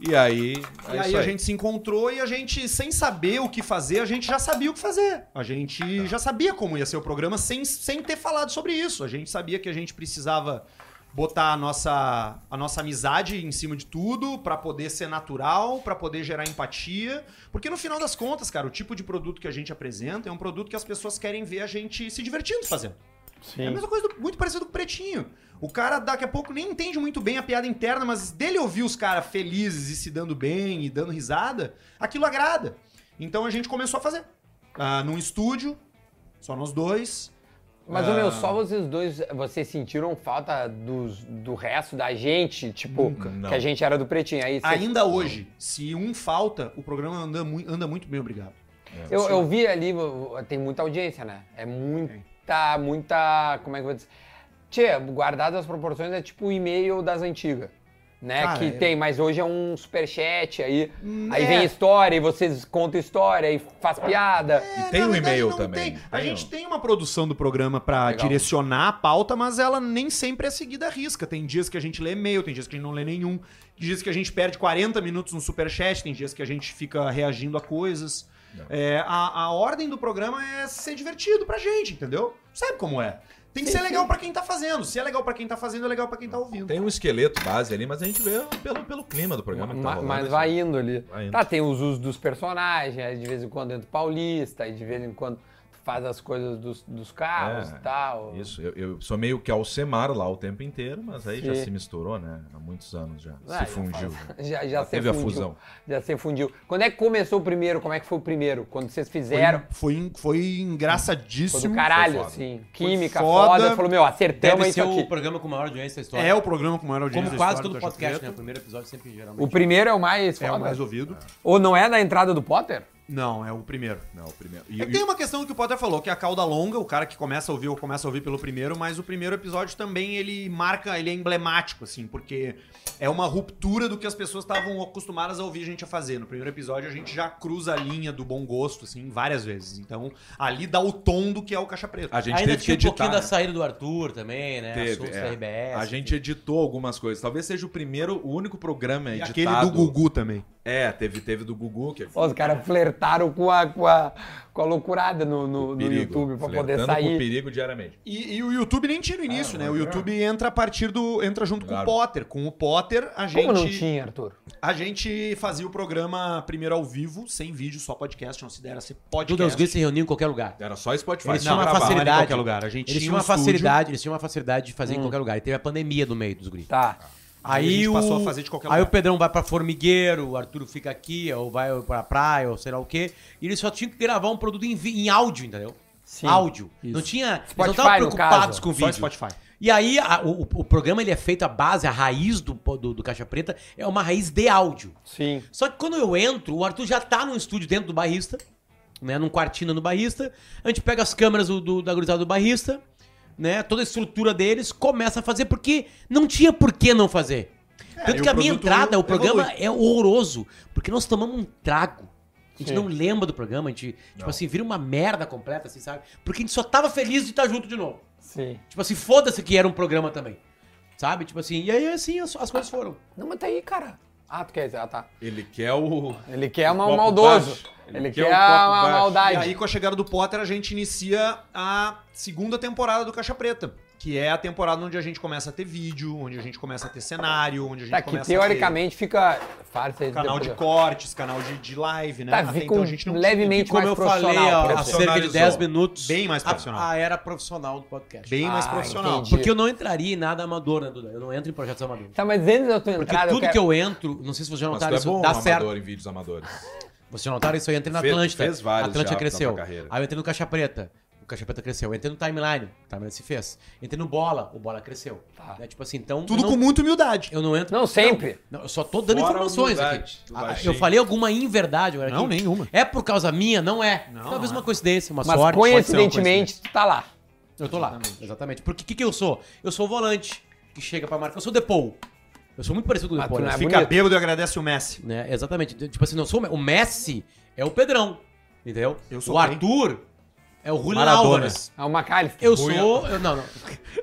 Speaker 5: E aí. é
Speaker 6: e aí,
Speaker 5: isso
Speaker 6: a gente se encontrou e a gente, sem saber o que fazer, a gente já sabia o que fazer. A gente
Speaker 5: Tá.
Speaker 6: já sabia como ia ser o programa sem, sem ter falado sobre isso. A gente sabia que a gente precisava botar a nossa, a nossa amizade em cima de tudo pra poder ser natural, pra poder gerar empatia. Porque no final das contas, cara, o tipo de produto que a gente apresenta é um produto que as pessoas querem ver a gente se divertindo fazendo. É a mesma coisa, do- muito parecido com o Pretinho. O cara daqui a pouco nem entende muito bem a piada interna, mas dele ouvir os caras felizes e se dando bem e dando risada, aquilo agrada. Então a gente começou a fazer. Ah, num estúdio, só nós dois.
Speaker 2: Mas o meu,
Speaker 6: Ah.
Speaker 2: só vocês dois, vocês sentiram falta dos, do resto da gente, tipo,
Speaker 5: Nunca.
Speaker 2: que
Speaker 5: Não.
Speaker 2: a gente era do pretinho. é Aí vocês-
Speaker 6: Ainda hoje, se um falta, o programa anda, mui- anda muito bem, obrigado.
Speaker 2: Eu, eu vi ali, vo- vo- tem muita audiência, né? É muita, muita. Como é que eu vou dizer? Tchê, guardado as proporções, é tipo o e-mail das antigas. Né?
Speaker 6: Cara,
Speaker 2: que
Speaker 6: é-
Speaker 2: tem, mas hoje é um superchat aí. Aí
Speaker 6: É.
Speaker 2: vem história, e vocês contam história, e faz piada.
Speaker 5: E
Speaker 6: É,
Speaker 5: tem
Speaker 6: na
Speaker 5: o
Speaker 6: verdade,
Speaker 5: e-mail
Speaker 6: não
Speaker 5: também.
Speaker 6: tem. A
Speaker 5: Tem um.
Speaker 6: gente
Speaker 5: o-
Speaker 6: tem uma produção do programa pra
Speaker 2: Legal.
Speaker 6: direcionar a pauta, mas ela nem sempre é seguida à risca. Tem dias que a gente lê e-mail, tem dias que a gente não lê nenhum, tem dias que a gente perde 40 minutos no superchat, tem dias que a gente fica reagindo a coisas. É, a, a ordem do programa é ser divertido pra gente, entendeu? Sabe como é? Tem que ser legal pra quem tá fazendo. Se é legal pra quem tá fazendo, é legal pra quem tá ouvindo.
Speaker 5: Tem um esqueleto base ali, mas a gente vê pelo, pelo clima do programa que tá
Speaker 2: Ma-
Speaker 5: rolando.
Speaker 2: mas vai indo ali.
Speaker 5: Vai indo.
Speaker 2: Tá, tem os usos dos personagens, aí de vez em quando entra o paulista, aí de vez em quando tu faz as coisas dos, dos carros
Speaker 5: É,
Speaker 2: e tal.
Speaker 5: Isso, eu, eu sou meio que Alcemar lá o tempo inteiro, mas aí já
Speaker 2: Sim.
Speaker 5: se misturou, né? Há muitos anos já.
Speaker 2: Ah,
Speaker 5: se fundiu.
Speaker 2: faz- Já, já se
Speaker 5: teve a
Speaker 2: fundiu,
Speaker 5: fusão.
Speaker 2: Já se fundiu. Quando é que começou o primeiro? Como é que foi o primeiro? Quando vocês fizeram?
Speaker 6: Foi, foi engraçadíssimo.
Speaker 2: Foi do caralho,
Speaker 5: foda.
Speaker 2: assim. Química,
Speaker 6: foda.
Speaker 2: foda. Falou, meu, acertamos
Speaker 4: Deve
Speaker 2: isso
Speaker 4: ser é o
Speaker 2: aqui.
Speaker 4: programa com maior audiência da história.
Speaker 6: É o programa com maior audiência.
Speaker 4: Como
Speaker 6: da
Speaker 4: quase
Speaker 6: história
Speaker 4: todo
Speaker 6: do Caixa
Speaker 4: podcast,
Speaker 6: Preta.
Speaker 4: né? O primeiro episódio sempre geralmente.
Speaker 2: O primeiro é o mais
Speaker 6: É
Speaker 2: foda.
Speaker 6: o mais ouvido.
Speaker 2: Ou não é na entrada do Potter?
Speaker 6: Não, é o primeiro.
Speaker 5: Não, o primeiro.
Speaker 6: É que tem uma questão que o Potter falou, que é a cauda longa, o cara que começa a ouvir ou começa a ouvir pelo primeiro, mas o primeiro episódio também ele marca, ele é emblemático, assim, porque é uma ruptura do que as pessoas estavam acostumadas a ouvir a gente a fazer. No primeiro episódio a gente já cruza a linha do bom gosto, assim, várias vezes. Então ali dá o tom do que é o Caixa Preta.
Speaker 5: A gente
Speaker 4: Ainda
Speaker 5: teve que
Speaker 4: tinha um
Speaker 5: editar.
Speaker 4: pouquinho da
Speaker 5: né?
Speaker 4: saída do Arthur também, né?
Speaker 5: Teve,
Speaker 4: Assuntos
Speaker 5: é.
Speaker 4: da RBS.
Speaker 5: A gente editou algumas coisas. Talvez seja o primeiro, o único programa
Speaker 6: E
Speaker 5: editado.
Speaker 6: aquele do Gugu também.
Speaker 5: É, teve, teve do Gugu, que é
Speaker 2: Ó, os caras flertaram com a, com a, com a loucurada no, no, no YouTube pra poder
Speaker 5: flertando com o
Speaker 2: sair.
Speaker 5: perigo diariamente.
Speaker 6: E, e o YouTube nem tinha no início, né? O YouTube entra a partir do. entra junto
Speaker 5: Ah, Claro.
Speaker 6: com o Potter. Com o Potter, a gente.
Speaker 2: Como não tinha, Arthur?
Speaker 6: A gente fazia o programa primeiro ao vivo, sem vídeo, só podcast, não se dera ser podcast.
Speaker 4: Tudo aos gritos se reuniam em qualquer lugar.
Speaker 5: Era só Spotify.
Speaker 4: Eles
Speaker 5: só
Speaker 4: tinham uma
Speaker 5: gravar.
Speaker 6: facilidade.
Speaker 4: facilidade.
Speaker 6: em qualquer lugar. A gente
Speaker 4: eles
Speaker 6: tinha
Speaker 4: tinham
Speaker 6: um
Speaker 4: uma
Speaker 6: estúdio.
Speaker 4: facilidade, eles tinham uma facilidade de fazer em qualquer lugar. E teve a pandemia no meio dos gritos.
Speaker 2: Tá.
Speaker 6: Aí a
Speaker 4: Hum. Aí,
Speaker 6: gente
Speaker 4: o...
Speaker 6: passou a fazer de qualquer
Speaker 4: aí
Speaker 6: lugar.
Speaker 4: o Pedrão vai pra Formigueiro, o Arturo fica aqui, ou vai pra praia, ou sei lá o quê. E eles só tinham que gravar um produto em, vi- em áudio, entendeu?
Speaker 2: Sim.
Speaker 4: Áudio. Não tinha. eles não
Speaker 2: Spotify,
Speaker 4: estavam
Speaker 2: no
Speaker 4: preocupados
Speaker 2: caso.
Speaker 4: com
Speaker 6: Só
Speaker 4: vídeo.
Speaker 6: Spotify.
Speaker 4: E aí a- o, o programa ele é feito, a base, a raiz do, po- do, do Caixa Preta é uma raiz de áudio.
Speaker 2: Sim.
Speaker 4: Só que quando eu entro, o Arthur já tá num estúdio dentro do barrista, né? Num quartinho no barrista. A gente pega as câmeras do, do- da gurizada do barrista, né? Toda a estrutura deles, começa a fazer, porque não tinha por que não fazer.
Speaker 6: É, e
Speaker 4: Tanto que
Speaker 6: o
Speaker 4: a minha
Speaker 6: produto
Speaker 4: entrada, o
Speaker 6: evolui.
Speaker 4: programa é horroroso, porque nós tomamos um trago. A gente
Speaker 2: Sim.
Speaker 4: não lembra do programa, a gente, tipo assim, vira uma merda completa, assim, sabe? Porque a gente só tava feliz de estar junto de novo.
Speaker 2: Sim.
Speaker 4: Tipo assim, foda-se que era um programa também. Sabe? Tipo assim, e aí assim as, as coisas foram.
Speaker 2: Não, mas tá aí, cara. Ah, tu quer dizer, ah, tá.
Speaker 5: Ele quer o.
Speaker 2: Ele quer uma, um
Speaker 5: copo
Speaker 2: maldoso.
Speaker 5: baixo.
Speaker 2: Ele,
Speaker 5: Ele
Speaker 2: quer,
Speaker 5: quer o copo
Speaker 2: uma
Speaker 5: baixo.
Speaker 6: E
Speaker 2: maldade.
Speaker 6: aí, com a chegada do Potter, a gente inicia a segunda temporada do Caixa Preta, que é a temporada onde a gente começa a ter vídeo, onde a gente começa a ter cenário, onde a gente
Speaker 2: tá, que
Speaker 6: começa
Speaker 2: teoricamente fica. Farsa aí
Speaker 6: a ter canal de
Speaker 2: depois.
Speaker 6: cortes, canal de, de live, né?
Speaker 2: Tá,
Speaker 6: Até
Speaker 2: fica um levemente
Speaker 4: Como
Speaker 2: mais
Speaker 4: eu falei
Speaker 2: profissional.
Speaker 4: há, há
Speaker 2: profissional.
Speaker 4: cerca de 10 minutos.
Speaker 6: Bem mais profissional.
Speaker 4: A, a era profissional do podcast.
Speaker 6: bem mais
Speaker 2: Ah,
Speaker 6: profissional.
Speaker 2: entendi.
Speaker 4: Porque eu não entraria em nada amador, né, Duda? Eu não entro em projetos amadores.
Speaker 2: Tá, mas antes da tua
Speaker 4: Porque
Speaker 2: entrada.
Speaker 4: tudo
Speaker 2: eu quero...
Speaker 4: que eu entro, não sei se vocês já
Speaker 5: Mas tu
Speaker 4: notaram
Speaker 5: é
Speaker 4: isso,
Speaker 5: bom
Speaker 4: dá
Speaker 5: amador
Speaker 4: certo.
Speaker 5: em vídeos amadores.
Speaker 4: Vocês já notaram isso? Eu entrei na
Speaker 5: Fez-
Speaker 4: Atlântida.
Speaker 5: fez vários
Speaker 4: a Atlântida
Speaker 5: já na
Speaker 4: cresceu.
Speaker 5: tua carreira.
Speaker 4: Aí eu entrei no Caixa Preta. O Caixa Preta cresceu. Eu entrei no Timeline. O Timeline se fez. Entrei no Bola. O Bola cresceu. É tipo assim, então...
Speaker 6: Tudo
Speaker 4: eu não,
Speaker 6: com muita humildade.
Speaker 4: Eu não entro...
Speaker 2: Não, sempre.
Speaker 4: Não, eu só tô dando
Speaker 5: Fora
Speaker 4: informações
Speaker 5: humildade,
Speaker 4: aqui.
Speaker 5: do
Speaker 4: Ah,
Speaker 5: baixinho.
Speaker 4: Eu falei alguma inverdade agora
Speaker 6: Não,
Speaker 4: aqui.
Speaker 6: nenhuma.
Speaker 4: É por causa minha? Não é.
Speaker 6: Não,
Speaker 4: Talvez
Speaker 6: não
Speaker 4: uma coincidência, uma
Speaker 2: Mas
Speaker 4: sorte.
Speaker 2: coincidentemente, tu tá lá.
Speaker 4: Eu tô lá. Exatamente. Porque o que, que eu sou? Eu sou o volante que chega pra marcar. Eu sou o Depou. Eu sou muito parecido com o
Speaker 2: Mas
Speaker 4: Depou,
Speaker 2: tu
Speaker 4: né?
Speaker 2: não é
Speaker 6: Fica
Speaker 2: bonito.
Speaker 6: bêbado e agradece o Messi.
Speaker 4: né? Exatamente. Tipo assim, não sou o Me- o Messi é o Pedrão, entendeu?
Speaker 6: Eu sou
Speaker 4: o
Speaker 6: quem?
Speaker 4: Arthur é o Julian
Speaker 6: Maradona.
Speaker 4: Álvares.
Speaker 2: É o McAllister.
Speaker 4: Eu sou, eu não, não.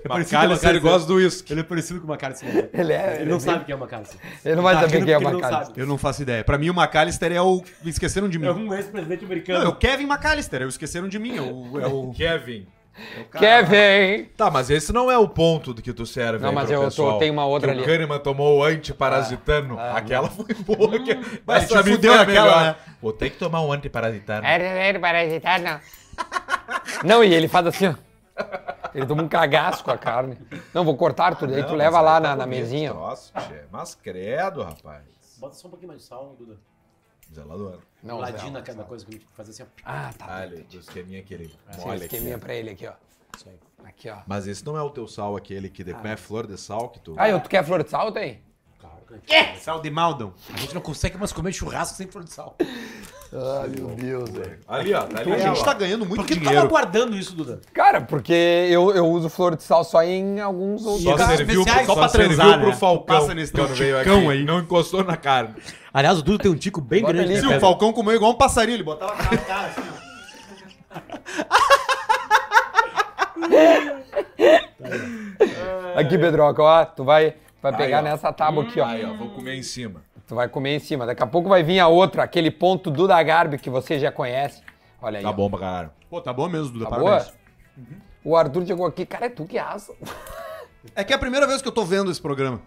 Speaker 2: É
Speaker 5: Macalha, ele gosta do uísque.
Speaker 4: Ele é parecido com o Macallister.
Speaker 2: Ele é-
Speaker 4: Ele
Speaker 2: ele
Speaker 4: não
Speaker 2: é
Speaker 4: sabe quem é o Macallister.
Speaker 2: Ele não vai
Speaker 4: Tá
Speaker 2: saber
Speaker 4: rindo
Speaker 2: quem é o
Speaker 4: porque ele não
Speaker 2: McAllister.
Speaker 4: sabe.
Speaker 6: Eu não faço ideia. Pra mim, o McAllister é o. Esqueceram de mim.
Speaker 4: É um ex-presidente
Speaker 6: Não, é
Speaker 4: americano.
Speaker 6: o Kevin McAllister. Eu esqueceram de mim. É o. É o...
Speaker 5: Kevin.
Speaker 2: Kevin!
Speaker 5: Tá, mas esse não é o ponto do que tu serve.
Speaker 2: Não,
Speaker 5: aí
Speaker 2: mas
Speaker 5: pro
Speaker 2: eu tô-
Speaker 5: pessoal.
Speaker 2: tem uma outra
Speaker 5: que
Speaker 2: ali. Ah.
Speaker 5: O Kahneman tomou o antiparasitano. aquela foi boa. que-
Speaker 6: mas
Speaker 5: Essa
Speaker 6: te
Speaker 5: me
Speaker 6: fudeu
Speaker 5: foi a
Speaker 6: aquela,
Speaker 5: melhor. Vou ter que tomar um antiparasitano.
Speaker 2: Era, era parasitar, não. Não, e ele faz assim, ó. Ele toma um cagaço com a carne. Não, vou cortar, Arthur. Aí
Speaker 5: Não,
Speaker 2: tu
Speaker 5: mas
Speaker 2: leva
Speaker 5: aí
Speaker 2: lá
Speaker 5: tá
Speaker 2: na, na
Speaker 5: bonito
Speaker 2: mesinha.
Speaker 5: esse troço, tchê. Mas credo, rapaz.
Speaker 4: Bota só um pouquinho mais de sal, Duda.
Speaker 5: Zelador.
Speaker 2: Não,
Speaker 4: Ladinho
Speaker 2: Zé,
Speaker 4: naquela coisa que a gente fazia assim, ó.
Speaker 2: Ah, tá.
Speaker 5: Ah, ele, do esqueminha que ele
Speaker 2: Sim,
Speaker 5: molha aqui.
Speaker 2: Ah, esqueminha pra ele aqui, ó.
Speaker 4: Isso aí.
Speaker 2: Aqui, ó.
Speaker 5: Mas esse não é o teu sal, aquele que de... como é flor de sal que tu...
Speaker 2: Ah, eu- tu quer flor de sal, tem?
Speaker 4: Claro, cara.
Speaker 6: Sal de Maldon.
Speaker 4: A gente não consegue mais comer churrasco sem flor de sal.
Speaker 2: Ai, meu Deus, velho.
Speaker 5: Ali, ó.
Speaker 2: Então,
Speaker 5: Tá ali,
Speaker 2: É,
Speaker 6: A gente
Speaker 5: ó.
Speaker 6: tá ganhando muito
Speaker 4: Por que tu tava
Speaker 6: dinheiro.
Speaker 4: guardando isso, Duda?
Speaker 2: Cara, porque eu, eu uso flor de sal só em alguns outros
Speaker 5: Só
Speaker 4: caras
Speaker 5: serviu,
Speaker 4: especiais.
Speaker 5: só
Speaker 4: Só
Speaker 6: pra
Speaker 5: serviu
Speaker 6: transar,
Speaker 5: pro
Speaker 6: né?
Speaker 5: Falcão.
Speaker 6: Passa nesse
Speaker 5: quando
Speaker 6: teu
Speaker 5: veio
Speaker 6: ticão
Speaker 5: aqui.
Speaker 6: aí.
Speaker 5: Não encostou na carne.
Speaker 4: Aliás, o Duda tem um tico bem
Speaker 2: Bota
Speaker 4: grande.
Speaker 2: ali,
Speaker 6: Se
Speaker 4: né,
Speaker 6: o
Speaker 4: cara?
Speaker 6: Falcão comeu igual um passarinho, ele botava a cara na cara assim. ó.
Speaker 2: Aqui, Pedroca, ó. Tu vai, vai pegar
Speaker 5: ó.
Speaker 2: nessa tábua aqui, ó.
Speaker 5: Aí, ó. Vou comer em cima.
Speaker 2: Tu vai comer em cima. Daqui a pouco vai vir a outra, aquele ponto do da Garbi que você já conhece. Olha aí.
Speaker 5: Tá
Speaker 2: ó.
Speaker 5: bom pra caralho.
Speaker 6: Pô, tá boa mesmo, Duda.
Speaker 2: Tá
Speaker 6: parabéns.
Speaker 2: boa? O Arthur chegou aqui, cara, é tu que assa.
Speaker 6: É que é a primeira vez que eu tô vendo esse programa.